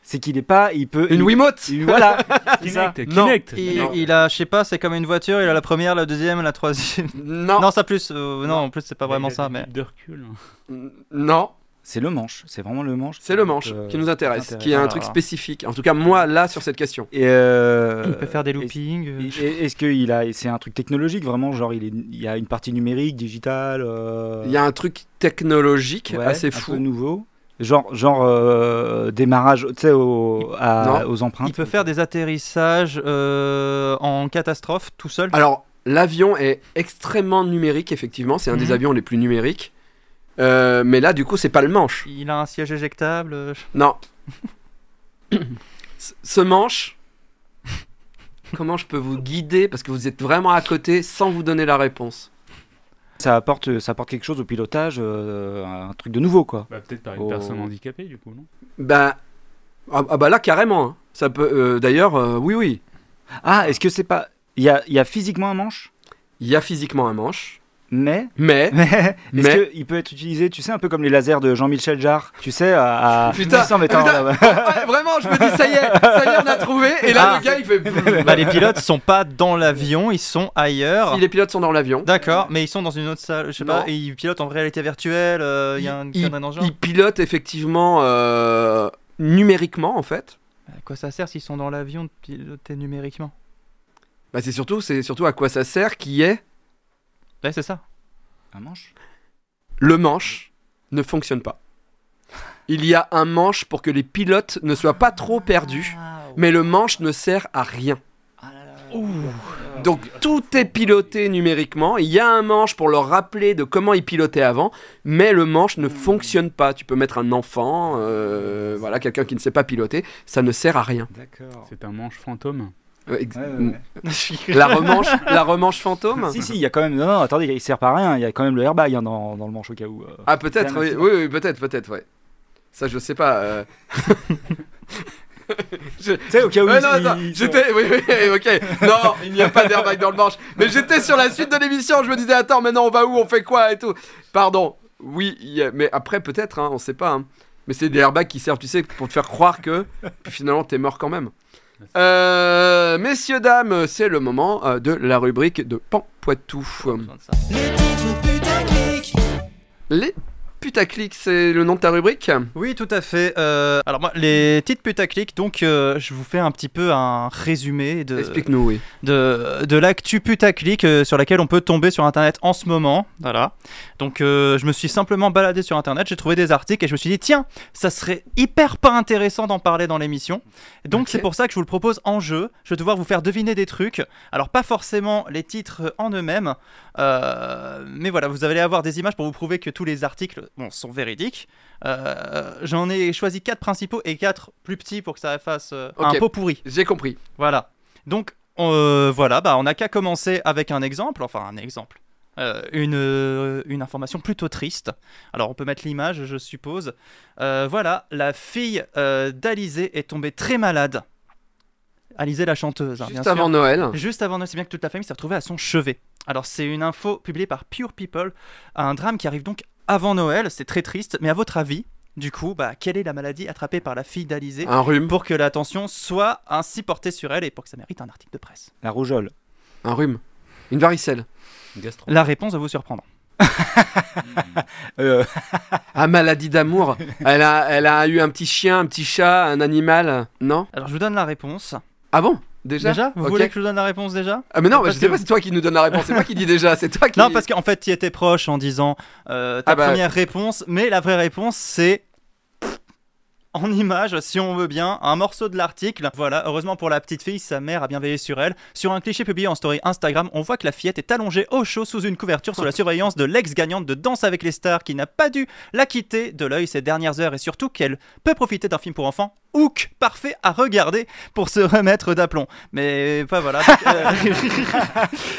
[SPEAKER 4] C'est qu'il n'est pas, il peut.
[SPEAKER 1] Une
[SPEAKER 4] il-
[SPEAKER 1] Wiimote
[SPEAKER 4] il- Voilà. c'est ça.
[SPEAKER 3] Kinect.
[SPEAKER 1] Non.
[SPEAKER 3] Kinect.
[SPEAKER 2] Il,
[SPEAKER 1] Non.
[SPEAKER 2] il a, je sais pas, c'est comme une voiture, il a la première, la deuxième, la troisième.
[SPEAKER 1] Non. Euh,
[SPEAKER 2] Non, ça plus, euh, non, en plus c'est pas vraiment
[SPEAKER 3] Il a
[SPEAKER 2] ça,
[SPEAKER 3] des
[SPEAKER 2] mais.
[SPEAKER 3] types de recul.
[SPEAKER 1] N- Non.
[SPEAKER 4] C'est le manche. C'est vraiment le manche.
[SPEAKER 1] C'est le manche
[SPEAKER 4] Euh, Ah.
[SPEAKER 1] qui nous intéresse,
[SPEAKER 4] intéressant.
[SPEAKER 1] qui est un truc
[SPEAKER 2] Alors.
[SPEAKER 1] spécifique. En tout cas, moi, là, sur cette question.
[SPEAKER 4] Et euh,
[SPEAKER 2] Il peut faire des
[SPEAKER 4] est-ce-
[SPEAKER 2] loopings. euh.
[SPEAKER 4] Et- et- Est-ce qu'il a, c'est un truc technologique vraiment, genre il, est- il y a une partie numérique, digitale, euh,
[SPEAKER 1] Il y a un truc technologique
[SPEAKER 4] ouais,
[SPEAKER 1] assez
[SPEAKER 4] un peu
[SPEAKER 1] fou.
[SPEAKER 4] nouveau, genre genre euh, démarrage, tu sais, au- à-
[SPEAKER 1] Non.
[SPEAKER 4] aux empreintes.
[SPEAKER 2] Il peut faire des atterrissages euh, en catastrophe tout seul.
[SPEAKER 1] Alors, l'avion est extrêmement numérique, effectivement. C'est un des
[SPEAKER 2] Mhm.
[SPEAKER 1] avions les plus numériques. Euh, mais là, du coup, c'est pas le manche.
[SPEAKER 2] Il a un siège éjectable. euh, je-
[SPEAKER 1] Non. Ce- Ce manche, comment je peux vous guider Parce que vous êtes vraiment à côté sans vous donner la réponse.
[SPEAKER 4] Ça apporte, ça apporte quelque chose au pilotage, euh, un truc de nouveau quoi.
[SPEAKER 3] Bah, Peut-être par une
[SPEAKER 4] Oh.
[SPEAKER 3] personne handicapée du coup, non
[SPEAKER 1] Bah. Ah, ah bah là, carrément. hein. Ça peut. euh, D'ailleurs, euh, oui, oui.
[SPEAKER 4] Ah, est-ce que c'est pas, il y a, il y a physiquement un manche,
[SPEAKER 1] Il y a physiquement un manche.
[SPEAKER 4] mais
[SPEAKER 1] Mais.
[SPEAKER 4] mais,
[SPEAKER 1] Mais-
[SPEAKER 4] est-ce qu'il peut être utilisé, tu sais, un peu comme les lasers de Jean-Michel Jarre, tu sais,
[SPEAKER 2] Ah.
[SPEAKER 4] à, à-
[SPEAKER 1] Putain,
[SPEAKER 4] sans mettre en-
[SPEAKER 1] putain. Ah, vraiment, je me dis, ça y est, ça y est, on a trouvé. Et là,
[SPEAKER 2] Ah.
[SPEAKER 1] le gars, il fait.
[SPEAKER 2] Bah, les pilotes sont pas dans l'avion, ils sont ailleurs.
[SPEAKER 1] Si les pilotes sont dans l'avion,
[SPEAKER 2] D'accord, mais ils sont dans une autre salle, je sais
[SPEAKER 1] Non.
[SPEAKER 2] pas, et ils pilotent en réalité virtuelle, euh, il y a un
[SPEAKER 1] ils,
[SPEAKER 2] cadre dans le genre.
[SPEAKER 1] ils pilotent effectivement euh, numériquement, en fait.
[SPEAKER 2] À quoi ça sert s'ils sont dans l'avion de piloter numériquement
[SPEAKER 1] Bah, c'est surtout, c'est surtout à quoi ça sert qui est
[SPEAKER 2] Ouais, c'est ça.
[SPEAKER 4] un manche.
[SPEAKER 1] le manche ne fonctionne pas. Il y a un manche pour que les pilotes ne soient pas trop perdus, mais le manche ne sert à rien. Donc tout est piloté numériquement, il y a un manche pour leur rappeler de comment ils pilotaient avant, mais le manche ne fonctionne pas. Tu peux mettre un enfant, euh, voilà, quelqu'un qui ne sait pas piloter, ça ne sert à rien.
[SPEAKER 4] D'accord.
[SPEAKER 3] C'est un manche fantôme.
[SPEAKER 1] Euh, ex-
[SPEAKER 4] Ouais, ouais, ouais.
[SPEAKER 1] La remanche, la remanche fantôme
[SPEAKER 4] Si, si, il y a quand même. Non, non, attendez, il sert pas à rien. Il y a quand même le airbag hein, dans, dans le manche au cas où. euh.
[SPEAKER 1] Ah peut-être,
[SPEAKER 4] C'est un
[SPEAKER 1] oui,
[SPEAKER 4] accident.
[SPEAKER 1] oui, oui, peut-être, peut-être, ouais. Ça je sais pas. euh. Je-
[SPEAKER 4] Tu sais, au
[SPEAKER 2] Eh
[SPEAKER 4] cas où.
[SPEAKER 1] Ouais,
[SPEAKER 4] il-
[SPEAKER 1] non, attends,
[SPEAKER 4] il-
[SPEAKER 1] j'étais. Oui, oui, oui, ok. Non, il n'y a pas d'airbag dans le manche. Mais j'étais sur la suite de l'émission. Je me disais, attends, maintenant on va où On fait quoi Et tout. Pardon. Oui, il y a- mais après, peut-être, hein, on sait pas. hein. Mais c'est des airbags qui servent, tu sais, pour te faire croire que. Puis finalement, t'es mort quand même. Euh, messieurs, dames, c'est le moment euh, de la rubrique de Pan Poitou. Les putaclics, c'est le nom de ta rubrique
[SPEAKER 2] Oui, tout à fait. Euh, alors, moi, les titres putaclic, donc, euh, je vous fais un petit peu un résumé de,
[SPEAKER 1] Explique-nous, oui.
[SPEAKER 2] de, de l'actu putaclic euh, sur laquelle on peut tomber sur Internet en ce moment. Voilà. Donc, euh, je me suis simplement baladé sur Internet, j'ai trouvé des articles et je me suis dit, tiens, ça serait hyper pas intéressant d'en parler dans l'émission. Donc,
[SPEAKER 1] Ok.
[SPEAKER 2] c'est pour ça que je vous le propose en jeu. Je vais devoir vous faire deviner des trucs. Alors, pas forcément les titres en eux-mêmes, euh, mais voilà, vous allez avoir des images pour vous prouver que tous les articles bon, sont véridiques. Euh, J'en ai choisi quatre principaux et quatre plus petits pour que ça fasse euh,
[SPEAKER 1] Ok.
[SPEAKER 2] un pot pourri.
[SPEAKER 1] J'ai compris.
[SPEAKER 2] Voilà. Donc, euh, voilà, bah, on n'a qu'à commencer avec un exemple, enfin un exemple, Euh, une, euh, une information plutôt triste. Alors, on peut mettre l'image, je suppose. Euh, voilà, la fille euh, d'Alizé est tombée très malade. Alizé, la chanteuse, hein,
[SPEAKER 1] Juste
[SPEAKER 2] bien sûr.
[SPEAKER 1] avant Noël.
[SPEAKER 2] Juste avant Noël, c'est bien que toute la famille s'est retrouvée à son chevet. Alors c'est une info publiée par Pure People, un drame qui arrive donc avant Noël, c'est très triste, mais à votre avis, du coup, bah, quelle est la maladie attrapée par la fille d'Alizé
[SPEAKER 1] Un rhume.
[SPEAKER 2] pour que l'attention soit ainsi portée sur elle et pour que ça mérite un article de presse
[SPEAKER 4] La rougeole.
[SPEAKER 1] Un rhume. Une varicelle.
[SPEAKER 3] Gastro.
[SPEAKER 2] La réponse va vous surprendre.
[SPEAKER 4] Euh,
[SPEAKER 1] Ah, maladie d'amour. elle, a, elle a eu un petit chien, un petit chat, un animal. Non
[SPEAKER 2] Alors je vous donne la réponse.
[SPEAKER 1] Ah bon Déjà
[SPEAKER 2] Vous
[SPEAKER 1] Ok.
[SPEAKER 2] voulez que je vous donne la réponse déjà
[SPEAKER 1] Ah, mais non, mais
[SPEAKER 2] Parce
[SPEAKER 1] je sais
[SPEAKER 2] que-
[SPEAKER 1] pas, c'est toi qui nous donne la réponse. C'est moi qui dis déjà, c'est toi qui.
[SPEAKER 2] Non, parce qu'en fait, tu étais proche en disant euh, ta
[SPEAKER 1] Ah bah.
[SPEAKER 2] première réponse, mais la vraie réponse, c'est en image, si on veut bien, un morceau de l'article. Voilà, heureusement pour la petite fille, sa mère a bien veillé sur elle. Sur un cliché publié en story Instagram, on voit que la fillette est allongée au chaud sous une couverture sous la surveillance de l'ex-gagnante de Danse avec les stars qui n'a pas dû la quitter de l'œil ces dernières heures et surtout qu'elle peut profiter d'un film pour enfants. Hook, parfait à regarder pour se remettre d'aplomb. Mais pas voilà. donc, euh,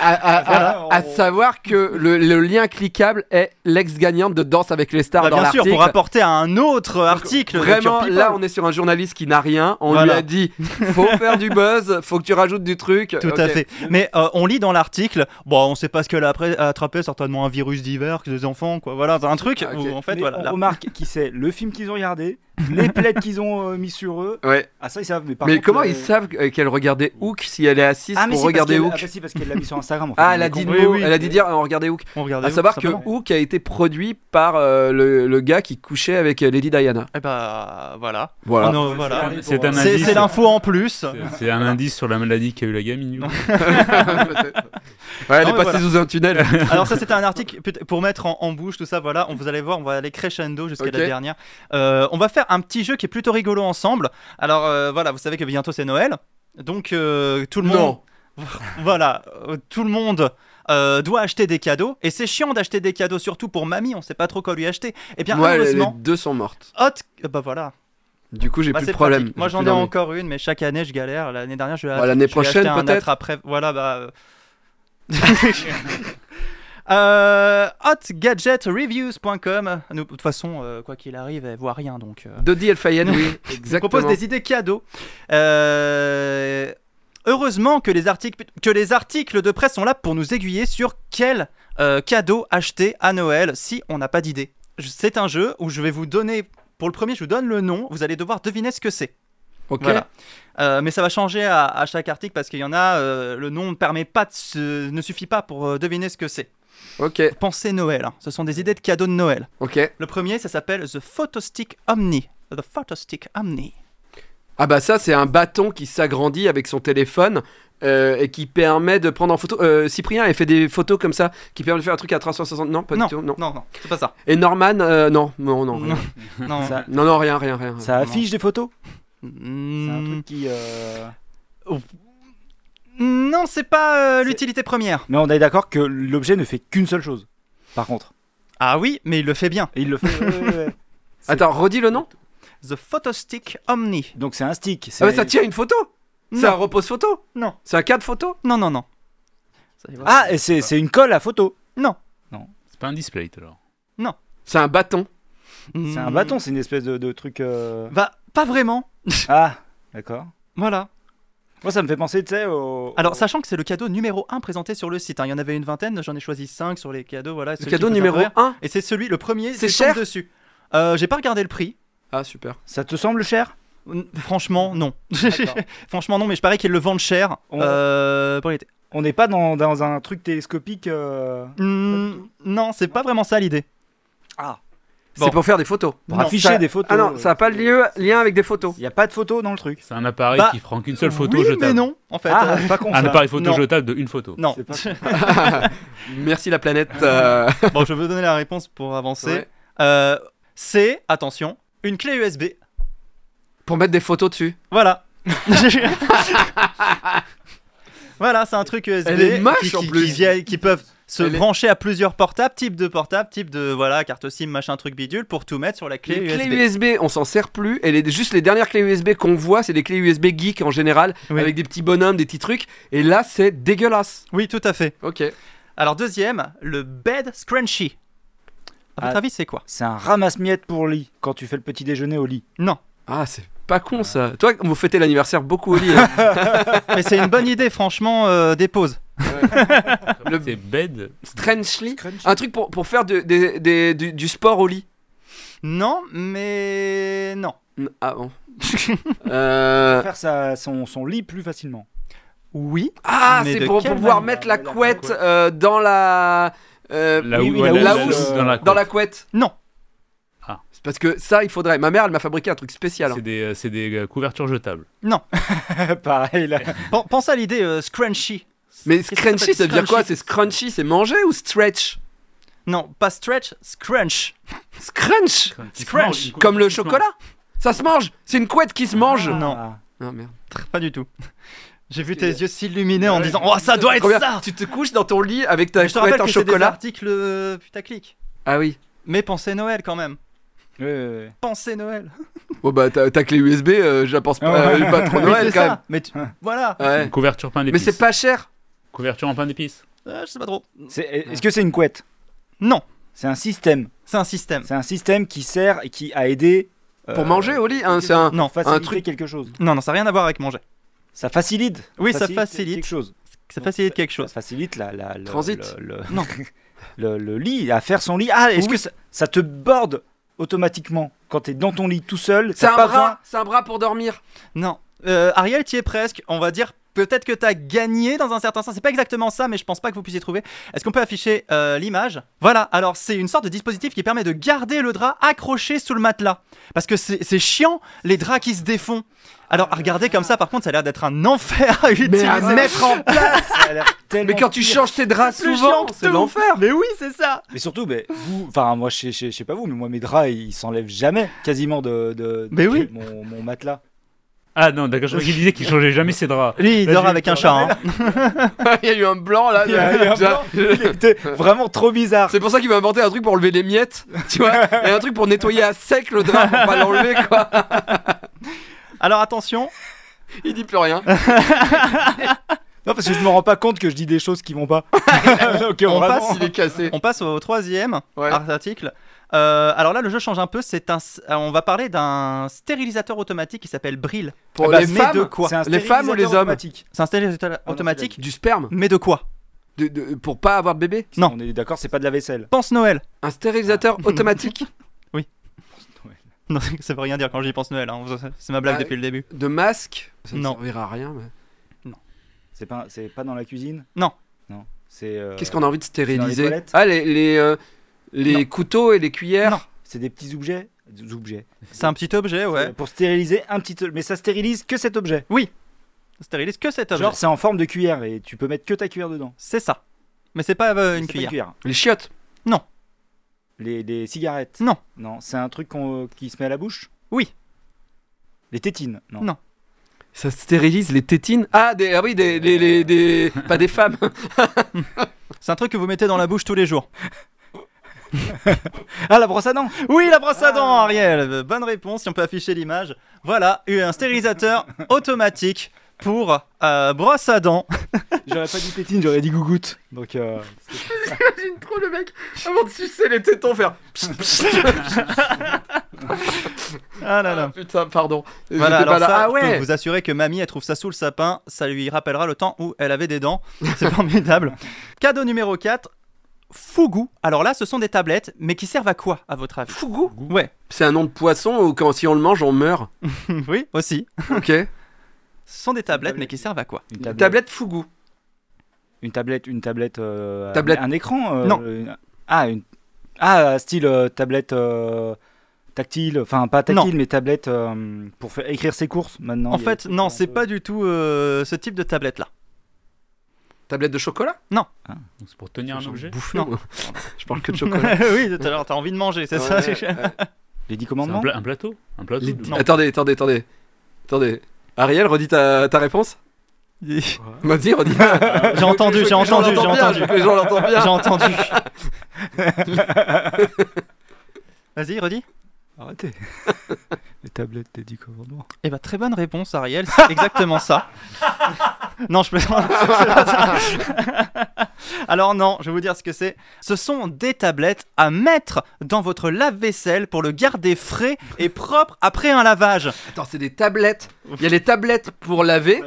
[SPEAKER 1] À, à- à-
[SPEAKER 4] Voilà,
[SPEAKER 1] à
[SPEAKER 4] on-
[SPEAKER 1] savoir que le, le lien cliquable est l'ex-gagnante de Danse avec les stars
[SPEAKER 2] Bah,
[SPEAKER 1] dans
[SPEAKER 2] bien sûr,
[SPEAKER 1] l'article.
[SPEAKER 2] pour apporter à un autre article. de
[SPEAKER 1] Vraiment,
[SPEAKER 2] Pure People.
[SPEAKER 1] là, on est sur un journaliste qui n'a rien. On
[SPEAKER 2] Voilà.
[SPEAKER 1] lui a dit, faut faire du buzz, faut que tu rajoutes du truc.
[SPEAKER 2] Tout à fait. Mais euh, on lit dans l'article, bon, on sait pas ce qu'elle a appré- a attrapé, certainement un virus divers, que des enfants, quoi. Voilà, un truc.
[SPEAKER 1] Ah, ok.
[SPEAKER 2] où, en fait,
[SPEAKER 4] mais
[SPEAKER 2] voilà.
[SPEAKER 4] on
[SPEAKER 2] là-
[SPEAKER 4] remarque qui c'est le film qu'ils ont regardé, les plaides qu'ils ont euh, mis sur eux.
[SPEAKER 1] Ouais.
[SPEAKER 4] Ah ça ils savent, mais par
[SPEAKER 1] mais
[SPEAKER 4] contre,
[SPEAKER 1] comment
[SPEAKER 4] euh,
[SPEAKER 1] ils savent euh, qu'elle regardait Hook si elle est assise
[SPEAKER 4] ah, mais
[SPEAKER 1] pour
[SPEAKER 4] si, parce
[SPEAKER 1] regarder
[SPEAKER 4] qu'elle-
[SPEAKER 1] Hook
[SPEAKER 4] Ah, bah si, parce qu'elle l'a mis sur Instagram. en fait,
[SPEAKER 1] Ah,
[SPEAKER 4] on
[SPEAKER 1] elle
[SPEAKER 4] est
[SPEAKER 1] a
[SPEAKER 4] con.
[SPEAKER 1] dit le
[SPEAKER 2] Oui,
[SPEAKER 1] mot,
[SPEAKER 2] oui.
[SPEAKER 1] elle a dit dire, on regardait Hook.
[SPEAKER 2] on regarde.
[SPEAKER 1] À
[SPEAKER 2] où,
[SPEAKER 1] savoir
[SPEAKER 2] tout
[SPEAKER 1] que
[SPEAKER 2] simplement.
[SPEAKER 1] Hook a été produit par euh, le, le gars qui couchait avec euh, Lady Diana.
[SPEAKER 2] Eh bah, voilà.
[SPEAKER 1] ben, Voilà.
[SPEAKER 2] On en- voilà.
[SPEAKER 4] Allez,
[SPEAKER 3] C'est
[SPEAKER 4] pour,
[SPEAKER 3] un
[SPEAKER 4] euh,
[SPEAKER 2] C'est
[SPEAKER 3] indice.
[SPEAKER 2] c'est l'info en plus.
[SPEAKER 3] C'est- C'est un indice sur la maladie qu'a eu la gamine.
[SPEAKER 2] Ah
[SPEAKER 1] Ouais, elle
[SPEAKER 2] Non,
[SPEAKER 1] est
[SPEAKER 2] mais
[SPEAKER 1] passée sous un tunnel.
[SPEAKER 2] Alors ça c'était un article peut- pour mettre en, en bouche tout ça voilà on vous allez voir on va aller crescendo jusqu'à
[SPEAKER 1] Ok.
[SPEAKER 2] la dernière Euh, on va faire un petit jeu qui est plutôt rigolo ensemble alors euh, voilà vous savez que bientôt c'est Noël donc euh, tout le monde
[SPEAKER 1] non.
[SPEAKER 2] voilà, euh, tout le monde euh, doit acheter des cadeaux et c'est chiant d'acheter des cadeaux surtout pour mamie, on sait pas trop quoi lui acheter. Et bien
[SPEAKER 1] Moi, les les
[SPEAKER 2] heureusement,
[SPEAKER 1] deux sont mortes.
[SPEAKER 2] Hot, euh, bah voilà,
[SPEAKER 1] Du coup, j'ai
[SPEAKER 2] Bah,
[SPEAKER 1] plus
[SPEAKER 2] c'est
[SPEAKER 1] de problème.
[SPEAKER 2] pratique. Moi
[SPEAKER 1] J'ai
[SPEAKER 2] j'en
[SPEAKER 1] plus
[SPEAKER 2] ai
[SPEAKER 1] d'envie.
[SPEAKER 2] encore une, mais chaque année je galère. L'année dernière je vais
[SPEAKER 1] Bah, l'année prochaine, peut-être
[SPEAKER 2] après. Voilà bah. euh. Euh, hotgadgetreviews.com Nous, de toute façon euh, quoi qu'il arrive elle voit rien donc euh,
[SPEAKER 1] Dodi El Fayed, oui. Exactement.
[SPEAKER 2] propose des idées cadeaux. Euh, Heureusement que les, articles, que les articles de presse sont là pour nous aiguiller sur quel euh, cadeau acheter à Noël si on n'a pas d'idée. Je- C'est un jeu où je vais vous donner, pour le premier, je vous donne le nom, vous allez devoir deviner ce que c'est.
[SPEAKER 1] Ok.
[SPEAKER 2] Voilà. Euh, mais ça va changer à, à chaque article parce qu'il y en a, euh, le nom ne permet pas, de se- ne suffit pas pour euh, deviner ce que c'est.
[SPEAKER 1] Ok.
[SPEAKER 2] Pensez Noël, hein. ce sont des idées de cadeaux de Noël.
[SPEAKER 1] Ok.
[SPEAKER 2] Le premier, ça s'appelle The Photostick Omni. The Photostick Omni.
[SPEAKER 1] Ah bah ça c'est un bâton qui s'agrandit avec son téléphone euh, et qui permet de prendre en photo. Euh, Cyprien a fait des photos comme ça qui permet de faire un truc à 360. Non, pas
[SPEAKER 2] non,
[SPEAKER 1] du tout. Non.
[SPEAKER 2] non, non, c'est pas ça.
[SPEAKER 1] Et Norman, euh, non, non, non, rien.
[SPEAKER 2] non.
[SPEAKER 4] Ça-
[SPEAKER 1] non, non, rien, rien, rien.
[SPEAKER 4] Ça affiche des photos. C'est un
[SPEAKER 2] Mm,
[SPEAKER 4] truc qui. euh,
[SPEAKER 2] Non, c'est pas euh,
[SPEAKER 4] C'est-
[SPEAKER 2] l'utilité première.
[SPEAKER 4] Mais on est d'accord que l'objet ne fait qu'une seule chose. Par contre,
[SPEAKER 2] Ah oui, mais il le fait bien.
[SPEAKER 4] et il le fait. ouais, ouais, ouais. c'est-
[SPEAKER 1] Attends, redis le nom.
[SPEAKER 2] The Photostick Omni.
[SPEAKER 4] Donc c'est un stick. c'est-
[SPEAKER 1] Ah bah ça tient une photo. C'est un
[SPEAKER 2] Non,
[SPEAKER 1] repose photo.
[SPEAKER 2] Non.
[SPEAKER 1] C'est un cadre photo.
[SPEAKER 2] non, non, non. Ça y va.
[SPEAKER 4] Ah, et c'est c'est une colle à photo.
[SPEAKER 2] non.
[SPEAKER 3] C'est pas un display alors.
[SPEAKER 1] C'est un bâton.
[SPEAKER 4] C'est
[SPEAKER 1] Mm.
[SPEAKER 4] un bâton, c'est une espèce de, de truc. euh,
[SPEAKER 2] Bah, mm, pas vraiment.
[SPEAKER 4] Ah, d'accord.
[SPEAKER 2] Voilà.
[SPEAKER 4] Moi, ça me fait penser, tu sais, au.
[SPEAKER 2] Alors, sachant que c'est le cadeau numéro 1 présenté sur le site. hein, Il y en avait une vingtaine, j'en ai choisi 5 sur les cadeaux. Voilà,
[SPEAKER 1] Le
[SPEAKER 2] celui
[SPEAKER 1] cadeau
[SPEAKER 2] qui vous
[SPEAKER 1] numéro
[SPEAKER 2] intéresse.
[SPEAKER 1] 1
[SPEAKER 2] Et c'est celui, le premier,
[SPEAKER 1] C'est
[SPEAKER 2] c'est tombe
[SPEAKER 1] cher
[SPEAKER 2] dessus. Euh, J'ai pas regardé le prix.
[SPEAKER 1] Ah super.
[SPEAKER 4] Ça te semble cher
[SPEAKER 2] N- Franchement, non. Franchement, non, mais je parie qu'ils le vendent cher
[SPEAKER 4] On-
[SPEAKER 2] euh, pour l'été.
[SPEAKER 4] On n'est pas dans, dans un truc télescopique. euh,
[SPEAKER 2] Hmm, non, c'est pas vraiment ça l'idée. Bon.
[SPEAKER 1] C'est pour faire des photos.
[SPEAKER 4] pour
[SPEAKER 2] Non,
[SPEAKER 4] afficher
[SPEAKER 1] ça-
[SPEAKER 4] des photos. euh,
[SPEAKER 1] Ah non, ça n'a pas de lieu, lien avec des photos.
[SPEAKER 4] Il n'y a pas de photos dans le truc.
[SPEAKER 3] C'est un appareil
[SPEAKER 2] Bah,
[SPEAKER 3] qui prend qu'une seule photo
[SPEAKER 2] oui,
[SPEAKER 3] jetable.
[SPEAKER 2] mais non, en fait.
[SPEAKER 4] Ah,
[SPEAKER 2] Euh,
[SPEAKER 4] pas con.
[SPEAKER 3] Un
[SPEAKER 4] ça.
[SPEAKER 3] appareil photo
[SPEAKER 2] Non.
[SPEAKER 3] jetable de une photo.
[SPEAKER 2] non.
[SPEAKER 4] C'est pas
[SPEAKER 1] Merci la planète. euh,
[SPEAKER 2] bon, je veux donner la réponse pour avancer.
[SPEAKER 1] ouais.
[SPEAKER 2] Euh, c'est, attention, une clé USB.
[SPEAKER 1] Pour mettre des photos dessus.
[SPEAKER 2] Voilà. voilà, c'est un truc USB
[SPEAKER 1] Elle est moche,
[SPEAKER 2] qui,
[SPEAKER 1] en
[SPEAKER 2] qui-
[SPEAKER 1] plus.
[SPEAKER 2] qui vient- qui peuvent se
[SPEAKER 1] Elle est-
[SPEAKER 2] brancher à plusieurs portables, type de portable, type de voilà carte SIM, machin truc bidule, pour tout mettre sur la clé
[SPEAKER 1] les
[SPEAKER 2] USB.
[SPEAKER 1] clés USB, on s'en sert plus. Et les- juste les dernières clés USB qu'on voit, c'est des clés USB geek en général,
[SPEAKER 2] Oui.
[SPEAKER 1] avec des petits bonhommes, des petits trucs. Et là, c'est dégueulasse.
[SPEAKER 2] Oui, tout à fait.
[SPEAKER 1] Ok.
[SPEAKER 2] Alors deuxième, le bed scrunchie. À votre
[SPEAKER 4] Ah.
[SPEAKER 2] avis, c'est quoi
[SPEAKER 4] C'est un ramasse-miettes pour lit quand tu fais le petit déjeuner au lit.
[SPEAKER 1] Ah, c'est pas con ça. Toi, vous fêtez l'anniversaire beaucoup au lit. hein.
[SPEAKER 2] Mais c'est une bonne idée, franchement, euh, des pauses.
[SPEAKER 1] Le-
[SPEAKER 3] C'est bed.
[SPEAKER 1] Strangely. Un truc pour, pour faire de- des- des- du, du sport au lit.
[SPEAKER 2] Non, mais non.
[SPEAKER 1] N- Ah bon. Euh,
[SPEAKER 4] Faire sa- son, son lit plus facilement.
[SPEAKER 2] Oui.
[SPEAKER 1] Ah,
[SPEAKER 2] Mais
[SPEAKER 1] c'est
[SPEAKER 2] de
[SPEAKER 1] pour
[SPEAKER 2] quelle
[SPEAKER 1] pouvoir
[SPEAKER 2] manière
[SPEAKER 1] mettre la
[SPEAKER 4] Ouais, la
[SPEAKER 1] couette
[SPEAKER 4] couette.
[SPEAKER 1] euh, dans la. euh,
[SPEAKER 3] La
[SPEAKER 4] oui,
[SPEAKER 3] hou-
[SPEAKER 4] oui,
[SPEAKER 3] ouais,
[SPEAKER 4] la
[SPEAKER 3] la
[SPEAKER 1] housse.
[SPEAKER 3] housse dans la
[SPEAKER 1] dans
[SPEAKER 3] couette.
[SPEAKER 1] la couette.
[SPEAKER 2] Non.
[SPEAKER 1] C'est Parce que ça, il faudrait. Ma mère, elle m'a fabriqué un truc spécial. hein.
[SPEAKER 3] C'est des, euh, c'est des euh, couvertures jetables.
[SPEAKER 4] Pareil, là.
[SPEAKER 2] Pen- pense à l'idée euh, scrunchie.
[SPEAKER 1] Mais
[SPEAKER 2] Qu'est-ce que
[SPEAKER 1] scrunchy,
[SPEAKER 2] s'appelle
[SPEAKER 1] ça veut dire quoi
[SPEAKER 2] scrunchy
[SPEAKER 1] C'est scrunchy, c'est manger ou stretch
[SPEAKER 2] Non, pas stretch, scrunch.
[SPEAKER 1] Scrunch
[SPEAKER 2] Scrunch,
[SPEAKER 1] Comme le chocolat Ça se mange C'est une couette qui se mange
[SPEAKER 2] Non.
[SPEAKER 4] Ah.
[SPEAKER 1] Ah, merde.
[SPEAKER 2] Pas du tout. J'ai vu tes yeux s'illuminer en disant Oh, ça doit être
[SPEAKER 1] Regarde,
[SPEAKER 2] ça
[SPEAKER 1] Tu te couches dans ton lit avec ta
[SPEAKER 2] Mais Je te rappelle
[SPEAKER 1] couette en
[SPEAKER 2] que c'est des
[SPEAKER 1] chocolat.
[SPEAKER 2] articles euh, putaclic.
[SPEAKER 1] Ah oui.
[SPEAKER 2] Mais pensez Noël quand même.
[SPEAKER 4] Ouais, ouais, ouais.
[SPEAKER 2] Pensez Noël.
[SPEAKER 1] Bon bah ta ta clé USB, euh, je la pense pas,
[SPEAKER 4] Ah ouais.
[SPEAKER 1] euh, pas trop
[SPEAKER 2] Mais
[SPEAKER 1] Noël
[SPEAKER 2] c'est
[SPEAKER 1] quand
[SPEAKER 2] ça. Mais tu- voilà.
[SPEAKER 1] même.
[SPEAKER 3] Une
[SPEAKER 1] Ouais.
[SPEAKER 3] couverture pain
[SPEAKER 1] Mais
[SPEAKER 3] d'épices.
[SPEAKER 1] c'est pas cher.
[SPEAKER 3] Couverture en pain d'épices.
[SPEAKER 2] Euh, je sais pas trop.
[SPEAKER 4] C'est- Est-ce que c'est une couette
[SPEAKER 2] Non,
[SPEAKER 4] C'est un système.
[SPEAKER 2] c'est un système.
[SPEAKER 4] C'est un système qui sert et qui a aidé. euh,
[SPEAKER 1] Pour manger au lit, hein, c'est un.
[SPEAKER 2] Non,
[SPEAKER 4] faciliter
[SPEAKER 1] un truc-
[SPEAKER 4] quelque chose.
[SPEAKER 2] non, non, ça n'a rien à voir avec manger.
[SPEAKER 4] Ça facilite.
[SPEAKER 2] Oui, ça facilite.
[SPEAKER 4] quelque chose.
[SPEAKER 2] Ça facilite quelque chose.
[SPEAKER 4] Ça facilite la, la- le,
[SPEAKER 1] Transit.
[SPEAKER 4] Le, le-
[SPEAKER 2] Non.
[SPEAKER 4] le- le lit, à faire son lit. Ah, est-ce
[SPEAKER 2] Oui.
[SPEAKER 4] que ça, ça te borde automatiquement quand t'es dans ton lit tout seul
[SPEAKER 1] C'est
[SPEAKER 4] t'as
[SPEAKER 1] un
[SPEAKER 4] pas
[SPEAKER 1] bras, c'est un bras pour dormir.
[SPEAKER 2] Non. Euh, Ariel, tu es presque. On va dire peut-être que t'as gagné dans un certain sens. C'est pas exactement ça, mais je pense pas que vous puissiez trouver. Est-ce qu'on peut afficher euh, l'image Voilà. Alors c'est une sorte de dispositif qui permet de garder le drap accroché sous le matelas. Parce que c'est c'est chiant les draps qui se défont. Alors à regarder comme ça, par contre, ça a l'air d'être un enfer à utiliser.
[SPEAKER 1] à mettre en
[SPEAKER 4] besoin- ça a l'air tellement
[SPEAKER 1] Mais quand tu
[SPEAKER 4] pire.
[SPEAKER 1] changes tes draps
[SPEAKER 2] C'est plus
[SPEAKER 1] souvent,
[SPEAKER 2] chiant que
[SPEAKER 1] c'est
[SPEAKER 2] tout.
[SPEAKER 1] l'enfer.
[SPEAKER 2] Mais oui, c'est ça.
[SPEAKER 4] Mais surtout, mais vous, enfin moi, je sais- je sais je sais pas vous, mais moi mes draps ils s'enlèvent jamais, quasiment de, de, de
[SPEAKER 2] Mais oui.
[SPEAKER 4] mon, mon matelas.
[SPEAKER 3] Ah non, d'accord, je crois qu'il disait qu'il changeait jamais ses draps.
[SPEAKER 2] Lui, il
[SPEAKER 3] Là,
[SPEAKER 2] dort
[SPEAKER 3] j'ai
[SPEAKER 2] avec
[SPEAKER 3] eu
[SPEAKER 2] un
[SPEAKER 3] peur.
[SPEAKER 2] chat. hein.
[SPEAKER 1] Il y a eu un blanc là.
[SPEAKER 4] Il y a eu un
[SPEAKER 1] Ça-
[SPEAKER 4] C'était vraiment trop bizarre.
[SPEAKER 1] C'est pour ça qu'il va inventer un truc pour enlever les miettes, tu vois, et un truc pour nettoyer à sec le drap pour pas l'enlever quoi.
[SPEAKER 2] Alors attention.
[SPEAKER 1] Il dit plus rien.
[SPEAKER 4] Non parce que je me rends pas compte que je dis des choses qui vont pas. Ok,
[SPEAKER 2] On
[SPEAKER 4] vraiment.
[SPEAKER 2] passe.
[SPEAKER 1] Il est cassé.
[SPEAKER 2] On passe au troisième
[SPEAKER 1] Ouais.
[SPEAKER 2] article. Euh, alors là, le jeu change un peu. C'est un, euh, on va parler d'un stérilisateur automatique qui s'appelle Brill.
[SPEAKER 1] Pour
[SPEAKER 4] Ah bah,
[SPEAKER 1] les
[SPEAKER 4] mais
[SPEAKER 1] femmes,
[SPEAKER 4] de
[SPEAKER 2] quoi
[SPEAKER 4] C'est un
[SPEAKER 1] Les femmes ou les
[SPEAKER 4] stérilisateur
[SPEAKER 1] hommes
[SPEAKER 4] automatique.
[SPEAKER 2] C'est un stérilisateur
[SPEAKER 4] Ah non,
[SPEAKER 2] automatique.
[SPEAKER 1] du sperme,
[SPEAKER 2] Mais de quoi
[SPEAKER 1] de- de- pour pas avoir de bébé.
[SPEAKER 2] Non.
[SPEAKER 4] On est d'accord, c'est pas de la vaisselle.
[SPEAKER 2] Pense Noël.
[SPEAKER 1] Un stérilisateur automatique
[SPEAKER 2] Non, ça veut rien dire quand j'y pense Noël. hein. C'est ma blague
[SPEAKER 4] Bah,
[SPEAKER 1] Ah,
[SPEAKER 2] depuis le début.
[SPEAKER 1] de masque. Ça ne
[SPEAKER 2] Non.
[SPEAKER 1] servira à rien.
[SPEAKER 4] Euh,
[SPEAKER 1] mais-
[SPEAKER 4] C'est pas, c'est pas dans la cuisine
[SPEAKER 2] Non.
[SPEAKER 4] Non. C'est. euh,
[SPEAKER 1] Qu'est-ce qu'on a envie de stériliser
[SPEAKER 4] toilettes
[SPEAKER 1] Ah les les, euh, les
[SPEAKER 2] Non.
[SPEAKER 1] couteaux et les cuillères.
[SPEAKER 2] Non.
[SPEAKER 4] C'est des petits objets. Des objets.
[SPEAKER 2] C'est un petit objet, ouais.
[SPEAKER 4] C'est Pour stériliser un petit. Mais ça stérilise que cet objet.
[SPEAKER 2] On Stérilise que cet objet.
[SPEAKER 4] Genre, c'est en forme de cuillère et tu peux mettre que ta cuillère dedans.
[SPEAKER 2] C'est ça. Mais c'est pas euh,
[SPEAKER 4] C'est
[SPEAKER 2] une
[SPEAKER 4] pas
[SPEAKER 2] cuillère.
[SPEAKER 1] Les chiottes.
[SPEAKER 4] Les, les cigarettes
[SPEAKER 2] Non.
[SPEAKER 4] Non, c'est un truc qu'on- euh, qui se met à la bouche
[SPEAKER 2] Oui.
[SPEAKER 4] Les tétines Non.
[SPEAKER 2] Non.
[SPEAKER 1] Ça stérilise les tétines. Ah des ah oui des les- les- des pas des femmes.
[SPEAKER 2] C'est un truc que vous mettez dans la bouche tous les jours.
[SPEAKER 4] Ah, la brosse à dents
[SPEAKER 2] Oui, la
[SPEAKER 4] Ah.
[SPEAKER 2] brosse à dents, Ariel. Euh, Bonne réponse. Si on peut afficher l'image. Voilà, eu un stérilisateur automatique pour euh, brosse à dents.
[SPEAKER 4] J'aurais pas dit tétines, j'aurais dit gougoute. Donc, euh,
[SPEAKER 1] J'imagine trop le mec avant de sucer les tétons faire. pss, pss.
[SPEAKER 2] Ah là là.
[SPEAKER 1] Putain pardon.
[SPEAKER 2] Voilà,
[SPEAKER 1] J'étais
[SPEAKER 2] alors
[SPEAKER 1] pas là.
[SPEAKER 2] ça,
[SPEAKER 1] ah
[SPEAKER 2] je peux
[SPEAKER 1] ouais.
[SPEAKER 2] vous assurer que mamie, elle trouve ça sous le sapin, ça lui rappellera le temps où elle avait des dents. C'est formidable. Cadeau numéro 4, Fougou. Alors là, ce sont des tablettes, mais qui servent à quoi, à votre avis
[SPEAKER 1] Fougou
[SPEAKER 2] Ouais,
[SPEAKER 1] C'est un nom de poisson ou quand si on le mange, on meurt
[SPEAKER 2] oui, aussi.
[SPEAKER 1] Ok.
[SPEAKER 2] Ce sont des tablettes, mais qui servent à quoi
[SPEAKER 4] Une
[SPEAKER 1] Tablette,
[SPEAKER 4] tablette,
[SPEAKER 1] Fougou.
[SPEAKER 4] une tablette, une tablette, euh,
[SPEAKER 1] Tablette.
[SPEAKER 4] un écran. euh,
[SPEAKER 2] Non.
[SPEAKER 4] une- Ah, une... ah, style euh, tablette euh, tactile, enfin pas tactile, mais tablette euh, pour faire écrire ses courses maintenant.
[SPEAKER 2] En
[SPEAKER 4] il y a
[SPEAKER 2] fait,
[SPEAKER 4] des trucs
[SPEAKER 2] non,
[SPEAKER 4] un
[SPEAKER 2] c'est
[SPEAKER 4] peu-
[SPEAKER 2] pas du tout euh, ce type de tablette-là.
[SPEAKER 1] Tablette de chocolat
[SPEAKER 3] Donc, C'est pour tenir un objet
[SPEAKER 1] Bouffé, moi. Je parle que de chocolat.
[SPEAKER 2] oui, tout à l'heure, t'as envie de manger, c'est ça
[SPEAKER 1] Ouais, ouais.
[SPEAKER 4] les dix
[SPEAKER 3] C'est un,
[SPEAKER 4] commandements.
[SPEAKER 3] pla- un plateau Un plateau
[SPEAKER 1] Les-
[SPEAKER 3] de-
[SPEAKER 2] Non.
[SPEAKER 1] Attendez, attendez, attendez. Attendez. Ariel, redis ta, ta réponse. Vas-y, redis.
[SPEAKER 2] J'ai entendu, j'ai entendu, j'ai entendu.
[SPEAKER 1] Les gens l'entendent bien.
[SPEAKER 2] J'ai entendu. Vas-y, redis.
[SPEAKER 4] Arrêtez. les tablettes des dix commandements.
[SPEAKER 2] Eh ben, très bonne réponse, Ariel. C'est exactement ça. non, je plaisante. C'est pas ça. Alors non, je vais vous dire ce que c'est. Ce sont des tablettes à mettre dans votre lave-vaisselle pour le garder frais et propre après un lavage.
[SPEAKER 1] Attends, c'est des tablettes. Il y a les tablettes pour laver.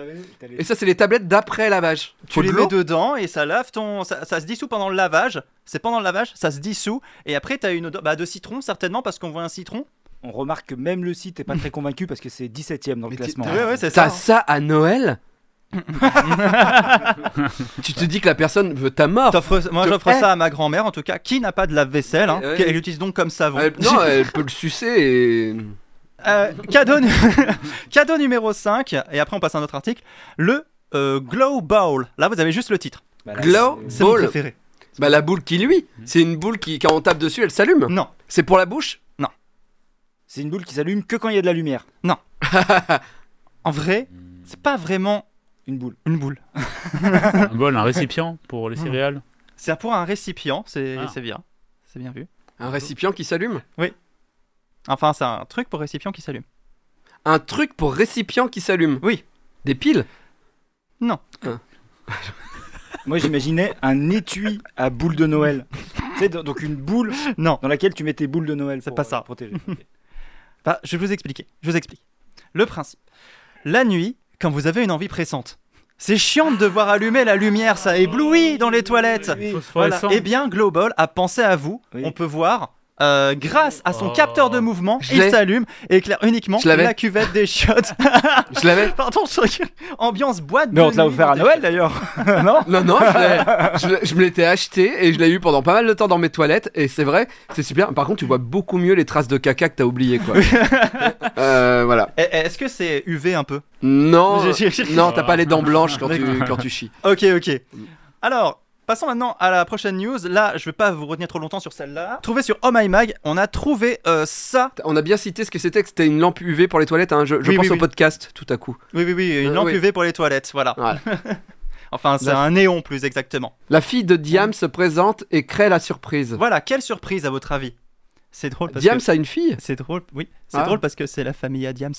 [SPEAKER 1] Et ça, c'est les tablettes d'après lavage.
[SPEAKER 2] Tu
[SPEAKER 1] Faut de
[SPEAKER 2] les
[SPEAKER 1] l'eau
[SPEAKER 2] mets dedans et ça lave ton... Ça, ça se dissout pendant le lavage. C'est pendant le lavage, ça se dissout. Et après, t'as une odeur bah, de citron, certainement, parce qu'on voit un citron.
[SPEAKER 4] On remarque que même le site est pas très convaincu parce que c'est 17ème dans le
[SPEAKER 1] Mais t'es-
[SPEAKER 4] classement.
[SPEAKER 1] Ah,
[SPEAKER 2] ouais, ouais, c'est ça.
[SPEAKER 1] T'as ça à Noël Tu te dis que la personne veut ta mort.
[SPEAKER 2] T'offres- Moi,
[SPEAKER 1] Te-
[SPEAKER 2] j'offre
[SPEAKER 1] Eh.
[SPEAKER 2] ça à ma grand-mère, en tout cas, qui n'a pas de lave-vaisselle. Hein,
[SPEAKER 1] Ouais.
[SPEAKER 2] Elle l'utilise donc comme savon.
[SPEAKER 1] Elle- Euh, non, elle peut le sucer et.
[SPEAKER 2] Euh, cadeau, nu- cadeau numéro 5, et après on passe à un autre article, le euh, Glow Bowl. Là vous avez juste le titre,
[SPEAKER 4] Bah, là,
[SPEAKER 1] Glow
[SPEAKER 4] c'est-
[SPEAKER 2] c'est mon
[SPEAKER 1] Ball.
[SPEAKER 2] préféré.
[SPEAKER 1] Bah, la boule qui lui. C'est une boule qui, quand on tape dessus, elle s'allume.
[SPEAKER 2] Non,
[SPEAKER 1] C'est pour la bouche
[SPEAKER 4] C'est une boule qui s'allume que quand il y a de la lumière.
[SPEAKER 2] en vrai, c'est pas vraiment
[SPEAKER 4] Une boule.
[SPEAKER 2] une boule.
[SPEAKER 3] Un bol, un récipient pour les céréales.
[SPEAKER 2] C'est pour un récipient, c'est
[SPEAKER 3] Ah.
[SPEAKER 2] c'est bien. C'est bien vu.
[SPEAKER 1] Un récipient qui s'allume
[SPEAKER 2] Enfin, c'est un truc pour récipient qui s'allume.
[SPEAKER 1] Un truc pour récipient qui s'allume
[SPEAKER 2] Oui.
[SPEAKER 1] Des piles
[SPEAKER 4] Moi j'imaginais un étui à boule de Noël. c'est donc une boule
[SPEAKER 2] Non,
[SPEAKER 4] dans laquelle tu mets tes boules de Noël.
[SPEAKER 2] C'est
[SPEAKER 4] pour,
[SPEAKER 2] pas ça.
[SPEAKER 4] euh, protéger. Ok.
[SPEAKER 2] bah, je vais vous expliquer. Je vous explique. Le principe. La nuit, quand vous avez une envie pressante, c'est chiant de devoir allumer la lumière, ça éblouit dans les toilettes.
[SPEAKER 3] Oui.
[SPEAKER 2] Voilà.
[SPEAKER 3] Phosphorescent.
[SPEAKER 2] Eh bien, Global a pensé à vous.
[SPEAKER 4] Oui.
[SPEAKER 2] On peut voir, euh, grâce à son
[SPEAKER 3] Oh.
[SPEAKER 2] capteur de mouvement,
[SPEAKER 1] Je
[SPEAKER 2] il
[SPEAKER 1] l'ai.
[SPEAKER 2] s'allume et éclaire uniquement
[SPEAKER 1] Je l'avais.
[SPEAKER 2] la cuvette des chiottes.
[SPEAKER 1] Je l'avais
[SPEAKER 2] Pardon, je recule. Ambiance boîte.
[SPEAKER 4] Mais
[SPEAKER 2] de
[SPEAKER 4] on te l'a
[SPEAKER 2] nuit
[SPEAKER 4] offert
[SPEAKER 2] dans
[SPEAKER 4] à
[SPEAKER 2] des
[SPEAKER 4] Noël
[SPEAKER 2] chiottes.
[SPEAKER 4] d'ailleurs, non
[SPEAKER 1] Non, non, je, l'ai- je l'ai- je me l'étais acheté et je l'ai eu pendant pas mal de temps dans mes toilettes. Et c'est vrai, c'est super. Par contre, tu vois beaucoup mieux les traces de caca que t'as oublié, quoi. euh, voilà.
[SPEAKER 2] Eh, eh, Est-ce que c'est UV un peu
[SPEAKER 1] Non,
[SPEAKER 2] J'ai- j'ai-
[SPEAKER 1] non t'as pas les dents blanches quand tu, quand tu chies.
[SPEAKER 2] Ok, ok. Alors. Passons maintenant à la prochaine news. Là, je vais pas vous retenir trop longtemps sur celle-là. Trouvé sur Oh My Mag, on a trouvé euh, ça.
[SPEAKER 1] On a bien cité ce que c'était, que c'était une lampe UV pour les toilettes. hein. Je, je
[SPEAKER 2] Oui,
[SPEAKER 1] pense
[SPEAKER 2] oui,
[SPEAKER 1] au
[SPEAKER 2] oui.
[SPEAKER 1] podcast tout à coup.
[SPEAKER 2] Oui, oui, oui, une
[SPEAKER 1] Euh,
[SPEAKER 2] lampe
[SPEAKER 1] oui.
[SPEAKER 2] UV pour les toilettes, voilà.
[SPEAKER 1] Voilà.
[SPEAKER 2] Enfin, c'est
[SPEAKER 1] La-
[SPEAKER 2] un néon plus exactement.
[SPEAKER 1] La fille de Diam se présente et crée la surprise.
[SPEAKER 2] Voilà, quelle surprise à votre avis C'est drôle parce
[SPEAKER 1] Diam,
[SPEAKER 2] que
[SPEAKER 1] ça a une fille
[SPEAKER 2] c'est drôle, oui, c'est
[SPEAKER 1] Ah.
[SPEAKER 2] drôle parce que c'est la famille à Diams.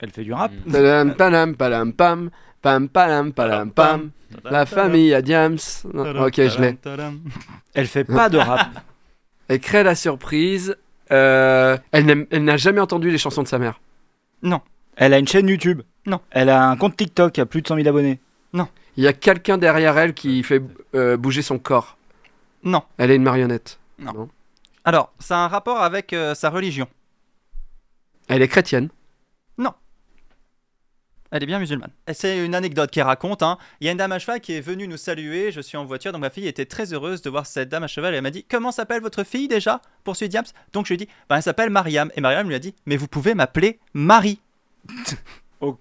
[SPEAKER 4] Elle fait du
[SPEAKER 1] Mm.
[SPEAKER 4] rap.
[SPEAKER 1] Palam, palam, palam, pam. Pam, palam, palam, pam. La famille à Diams. Non, ok, je l'ai.
[SPEAKER 2] Tadam.
[SPEAKER 4] Elle fait pas de rap.
[SPEAKER 1] Elle crée la surprise. Euh, elle n'aime- elle n'a jamais entendu les chansons de sa mère.
[SPEAKER 4] Elle a une chaîne YouTube.
[SPEAKER 2] Non.
[SPEAKER 4] Elle a un compte TikTok à plus de 100 000 abonnés.
[SPEAKER 1] Il y a quelqu'un derrière elle qui fait euh, bouger son corps.
[SPEAKER 2] Non.
[SPEAKER 1] Elle est une marionnette.
[SPEAKER 2] Alors, ça a un rapport avec euh, sa religion.
[SPEAKER 1] Elle est chrétienne.
[SPEAKER 2] Elle est bien musulmane. Et C'est une anecdote qu'elle raconte. hein. Il y a une dame à cheval qui est venue nous saluer. Je suis en voiture, donc ma fille était très heureuse de voir cette dame à cheval. Elle m'a dit Comment s'appelle votre fille déjà Poursuit Diams. Donc je lui ai dit bah, Elle s'appelle Mariam. Et Mariam lui a dit Mais vous pouvez m'appeler Marie.
[SPEAKER 4] Ok.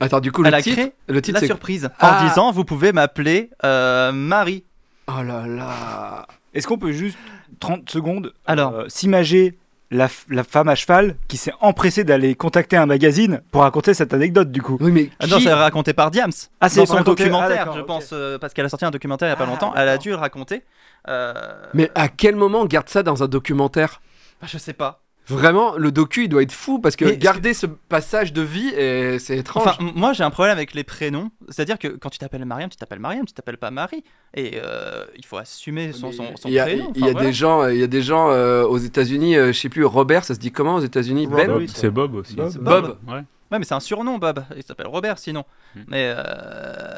[SPEAKER 1] Attends, du coup,
[SPEAKER 2] Elle
[SPEAKER 1] le
[SPEAKER 2] a
[SPEAKER 1] titre,
[SPEAKER 2] créé
[SPEAKER 1] le titre
[SPEAKER 2] La
[SPEAKER 1] c'est.
[SPEAKER 2] surprise.
[SPEAKER 1] Ah.
[SPEAKER 2] En disant Vous pouvez m'appeler euh, Marie.
[SPEAKER 1] Oh là là.
[SPEAKER 4] Est-ce qu'on peut juste 30 secondes
[SPEAKER 2] Alors.
[SPEAKER 4] euh, s'imager la, f- la femme à cheval qui s'est empressée d'aller contacter un magazine pour raconter cette anecdote du coup
[SPEAKER 1] Oui, mais.
[SPEAKER 2] Ah non,
[SPEAKER 1] qui-
[SPEAKER 2] c'est raconté par Diams.
[SPEAKER 4] Ah,
[SPEAKER 2] c'est son
[SPEAKER 4] raconté- ah,
[SPEAKER 2] documentaire,
[SPEAKER 4] d'accord,
[SPEAKER 2] je
[SPEAKER 4] ok.
[SPEAKER 2] pense, euh, parce qu'elle a sorti un documentaire il y a pas
[SPEAKER 4] Ah,
[SPEAKER 2] longtemps. Elle a
[SPEAKER 4] d'accord.
[SPEAKER 2] dû le raconter. Euh,
[SPEAKER 1] Mais à quel moment on garde ça dans un documentaire
[SPEAKER 2] bah, je sais pas.
[SPEAKER 1] Vraiment, le docu, il doit être fou parce que
[SPEAKER 2] Mais est-ce
[SPEAKER 1] garder ce passage de vie, eh, c'est étrange.
[SPEAKER 2] Enfin, m- moi j'ai un problème avec les prénoms. C'est-à-dire que quand tu t'appelles Mariam, tu t'appelles Mariam, tu t'appelles pas Marie. Et euh, il faut assumer son, son, son
[SPEAKER 1] il y a,
[SPEAKER 2] prénom.
[SPEAKER 1] il y a des gens, il y a des gens euh, aux États-Unis, euh, je sais plus, Robert, ça se dit comment aux États-Unis Ben
[SPEAKER 3] Bob, C'est Bob aussi.
[SPEAKER 4] Bob.
[SPEAKER 1] Bob.
[SPEAKER 3] Ouais.
[SPEAKER 2] Ouais, mais c'est un surnom, Bob. Il s'appelle Robert sinon.
[SPEAKER 3] Hmm.
[SPEAKER 2] Mais. euh,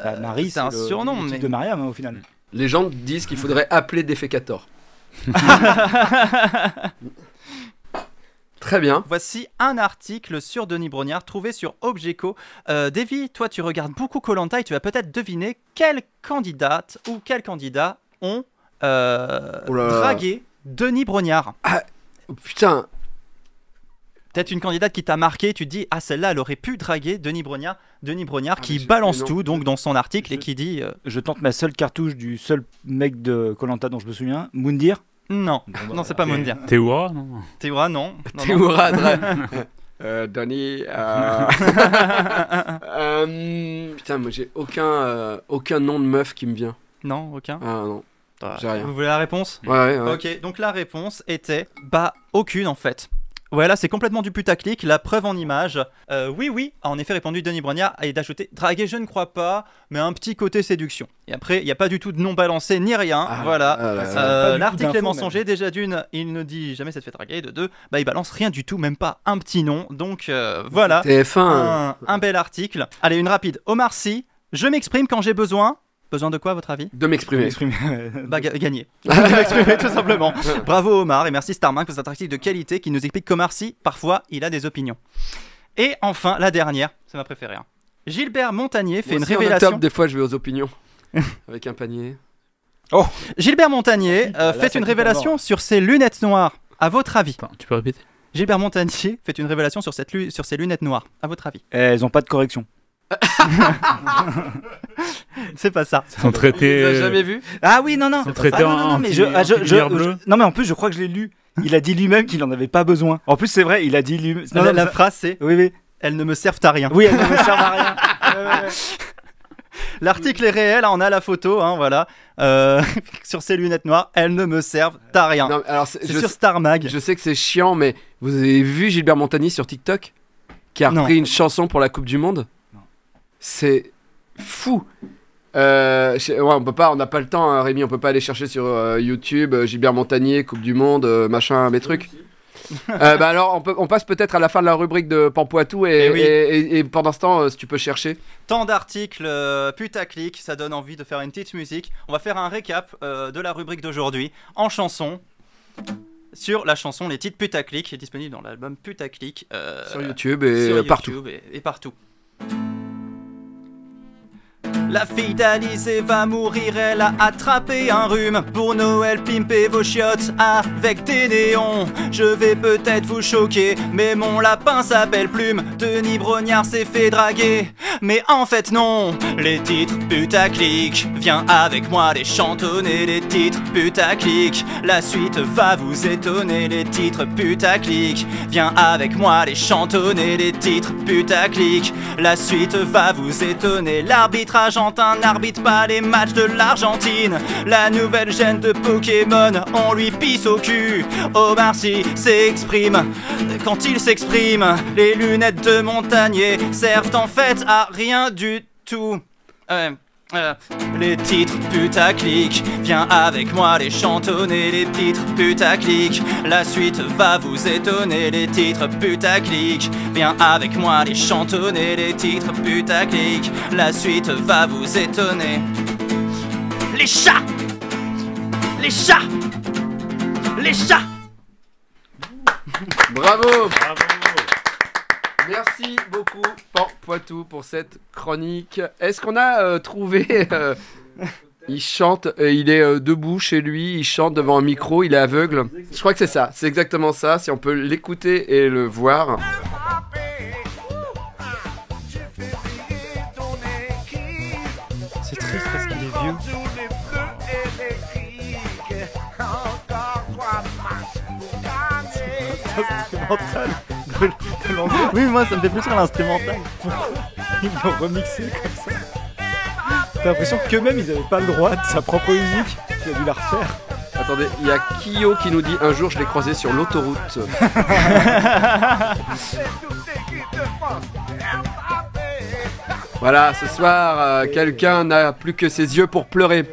[SPEAKER 4] Bah, Marie,
[SPEAKER 2] c'est un
[SPEAKER 4] le-
[SPEAKER 2] surnom.
[SPEAKER 4] le titre
[SPEAKER 2] Mais...
[SPEAKER 4] de Mariam hein, au final.
[SPEAKER 1] Les gens disent qu'il faudrait appeler Defecator. Très bien.
[SPEAKER 2] Voici un article sur Denis Brognard trouvé sur Objeco. Euh, Davy, toi tu regardes beaucoup Colanta et tu vas peut-être deviner quelle candidate ou quels candidats ont euh,
[SPEAKER 1] Oh là là.
[SPEAKER 2] dragué Denis Brognard.
[SPEAKER 1] Putain,
[SPEAKER 2] Peut-être une candidate qui t'a marqué, tu te dis ah celle-là elle aurait pu draguer Denis Brognard. Denis Brognard
[SPEAKER 1] Ah, mais
[SPEAKER 2] qui
[SPEAKER 1] j'ai-
[SPEAKER 2] balance
[SPEAKER 1] mais non.
[SPEAKER 2] tout donc dans son article et
[SPEAKER 4] Je-
[SPEAKER 2] qui dit euh,
[SPEAKER 4] Je tente ma seule cartouche du seul mec de Colanta dont je me souviens, Moundir.
[SPEAKER 2] non
[SPEAKER 4] Bon, bah,
[SPEAKER 2] non c'est pas Mondia.
[SPEAKER 3] Théoura non
[SPEAKER 2] Théora non. non, non.
[SPEAKER 1] Théoura Dra- Euh, Danny. euh, euh, putain, moi j'ai aucun, euh, aucun nom de meuf qui me vient.
[SPEAKER 2] Non, aucun.
[SPEAKER 1] Ah non. j'ai rien.
[SPEAKER 2] Vous voulez la réponse
[SPEAKER 1] Ouais, ouais, ouais.
[SPEAKER 2] Bah, Ok, donc la réponse était bah aucune en fait. Voilà, c'est complètement du putaclic, la preuve en image. Euh, oui, oui, a en effet répondu Denis Brognard et d'ajouter draguer, je ne crois pas, mais un petit côté séduction. Et après, il n'y a pas du tout de non balancé ni rien.
[SPEAKER 1] Ah,
[SPEAKER 2] voilà.
[SPEAKER 1] ah là là.
[SPEAKER 2] Euh,
[SPEAKER 4] Pas du tout
[SPEAKER 2] L'article est
[SPEAKER 4] d'infos,
[SPEAKER 2] mensonger, déjà d'une, il ne dit jamais ça te fait draguer, de deux, bah il balance rien du tout, même pas un petit nom. Donc euh, voilà,
[SPEAKER 1] TF1.
[SPEAKER 2] un, un bel article. Allez, une rapide. Omar Sy, je m'exprime quand j'ai besoin. Besoin de quoi, à votre avis
[SPEAKER 1] De m'exprimer.
[SPEAKER 4] Exprimé-
[SPEAKER 2] bah, ga- gagné. Je m'exprimais, tout simplement. Bravo Omar et merci Starman pour cet article de qualité qui nous explique qu'Omar Sy, parfois, il a des opinions. Et enfin, la dernière, c'est ma préférée. hein. Gilbert Montagnier fait
[SPEAKER 1] Moi
[SPEAKER 2] une
[SPEAKER 1] aussi, en
[SPEAKER 2] révélation.
[SPEAKER 1] octobre, des fois, je vais aux opinions. Avec un panier.
[SPEAKER 2] Gilbert Montagnier euh,
[SPEAKER 4] Ah, Là,
[SPEAKER 2] fait
[SPEAKER 4] ça
[SPEAKER 2] une
[SPEAKER 4] coupe à
[SPEAKER 2] révélation sur ses lunettes noires. À votre avis,
[SPEAKER 3] Attends, tu peux répéter
[SPEAKER 2] Gilbert Montagnier fait une révélation sur, cette lu- sur ses lunettes noires. À votre avis,
[SPEAKER 4] Eh, Elles ont pas de correction.
[SPEAKER 2] c'est pas ça.
[SPEAKER 3] Ils sont traités.
[SPEAKER 1] Tu
[SPEAKER 6] euh,
[SPEAKER 1] l'as jamais vu
[SPEAKER 4] Ah oui, non, non.
[SPEAKER 3] Son traiteur
[SPEAKER 4] Ah, non, non, non,
[SPEAKER 3] en
[SPEAKER 4] mais
[SPEAKER 3] petit-
[SPEAKER 4] je, ah, je-
[SPEAKER 3] en petit
[SPEAKER 4] je-
[SPEAKER 3] lierre
[SPEAKER 4] je-
[SPEAKER 3] bleu.
[SPEAKER 4] non, mais en plus, je crois que je l'ai lu. Il a dit lui-même qu'il n'en avait pas besoin. En plus, c'est vrai, il a dit lui-même. Non,
[SPEAKER 2] la,
[SPEAKER 4] non,
[SPEAKER 2] la
[SPEAKER 4] ça-
[SPEAKER 2] phrase, c'est
[SPEAKER 4] Oui, oui.
[SPEAKER 2] Elles ne me servent à rien.
[SPEAKER 4] Oui, elle ne me sert à rien.
[SPEAKER 2] L'article est réel, on a la photo, hein, voilà. Euh, sur ses lunettes noires, elles ne me servent à rien.
[SPEAKER 1] Non, mais alors, c'est-
[SPEAKER 2] Ah. C'est
[SPEAKER 1] je,
[SPEAKER 2] sur Star Mag.
[SPEAKER 1] je sais que c'est chiant, mais vous avez vu Gilbert Montagny sur TikTok Qui a
[SPEAKER 2] Non.
[SPEAKER 1] repris une chanson pour la Coupe du Monde C'est fou Euh, je- ouais, on peut pas, on n'a pas le temps, hein, Rémi. On peut pas aller chercher sur euh, YouTube euh, Gilbert Montagnier, Coupe du Monde, euh, machin, mes trucs. Euh, bah alors, on, peut- on passe peut-être à la fin de la rubrique de Pampoitou et,
[SPEAKER 2] Eh oui.
[SPEAKER 1] et- et- et pendant ce temps, euh, si tu peux chercher.
[SPEAKER 2] Tant d'articles euh, putaclic, ça donne envie de faire une petite musique. On va faire un récap euh, de la rubrique d'aujourd'hui en chanson. Sur la chanson, les titres putaclic, qui est disponible dans l'album putaclic euh,
[SPEAKER 1] sur YouTube et
[SPEAKER 2] sur YouTube
[SPEAKER 1] partout.
[SPEAKER 2] et- et partout. La fille d'Alizé va mourir, elle a attrapé un rhume. Pour Noël, pimpez vos chiottes avec des néons. Je vais peut-être vous choquer, mais mon lapin s'appelle Plume. Denis Brognard s'est fait draguer, mais en fait non. Les titres putaclic, viens avec moi les chantonner. Les titres putaclic, la suite va vous étonner. Les titres putaclic, viens avec moi les chantonner. Les titres putaclic, la suite va vous étonner. L'arbitre argentin n'arbitre pas les matchs de l'Argentine. La nouvelle gêne de Pokémon, on lui pisse au cul. Omar Sy s'exprime. Quand il s'exprime, les lunettes de Montagnier servent en fait à rien du tout. Euh, euh, les titres putaclic, viens avec moi les chantonner, les titres putaclic, la suite va vous étonner, les titres putaclic, viens avec moi les chantonner, les titres putaclic, la suite va vous étonner. Les chats Les chats Les chats
[SPEAKER 1] Bravo. Merci beaucoup, Pampoitou, pour cette chronique. Est-ce qu'on a euh, trouvé euh, Il chante, euh, il est euh, debout chez lui, il chante devant un micro, il est aveugle. Je crois que c'est ça, c'est exactement ça. Si on peut l'écouter et le voir.
[SPEAKER 2] C'est triste parce qu'il est vieux. L'instrumental de- de l'anglais. Oui, moi ça me fait plus sur l'instrumental.
[SPEAKER 4] Ils l'ont remixé comme ça. T'as l'impression qu'eux-mêmes, ils n'avaient pas le droit de sa propre musique. Il a dû la refaire.
[SPEAKER 1] Attendez, il y a Kyo qui nous dit un jour je l'ai croisé sur l'autoroute. voilà, ce soir, euh, quelqu'un n'a plus que ses yeux pour pleurer.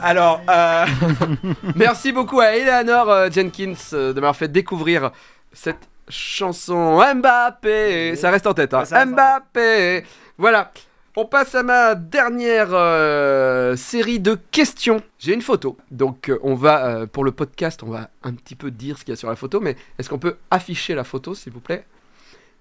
[SPEAKER 1] Alors, euh, merci beaucoup à Eleanor euh, Jenkins euh, de m'avoir fait découvrir cette chanson Mbappé. Ça reste en tête, hein.
[SPEAKER 4] Ça reste en tête.
[SPEAKER 1] Mbappé. Voilà. On passe à ma dernière euh, série de questions. J'ai une photo, donc euh, on va euh, pour le podcast, on va un petit peu dire ce qu'il y a sur la photo, mais est-ce qu'on peut afficher la photo, s'il vous plaît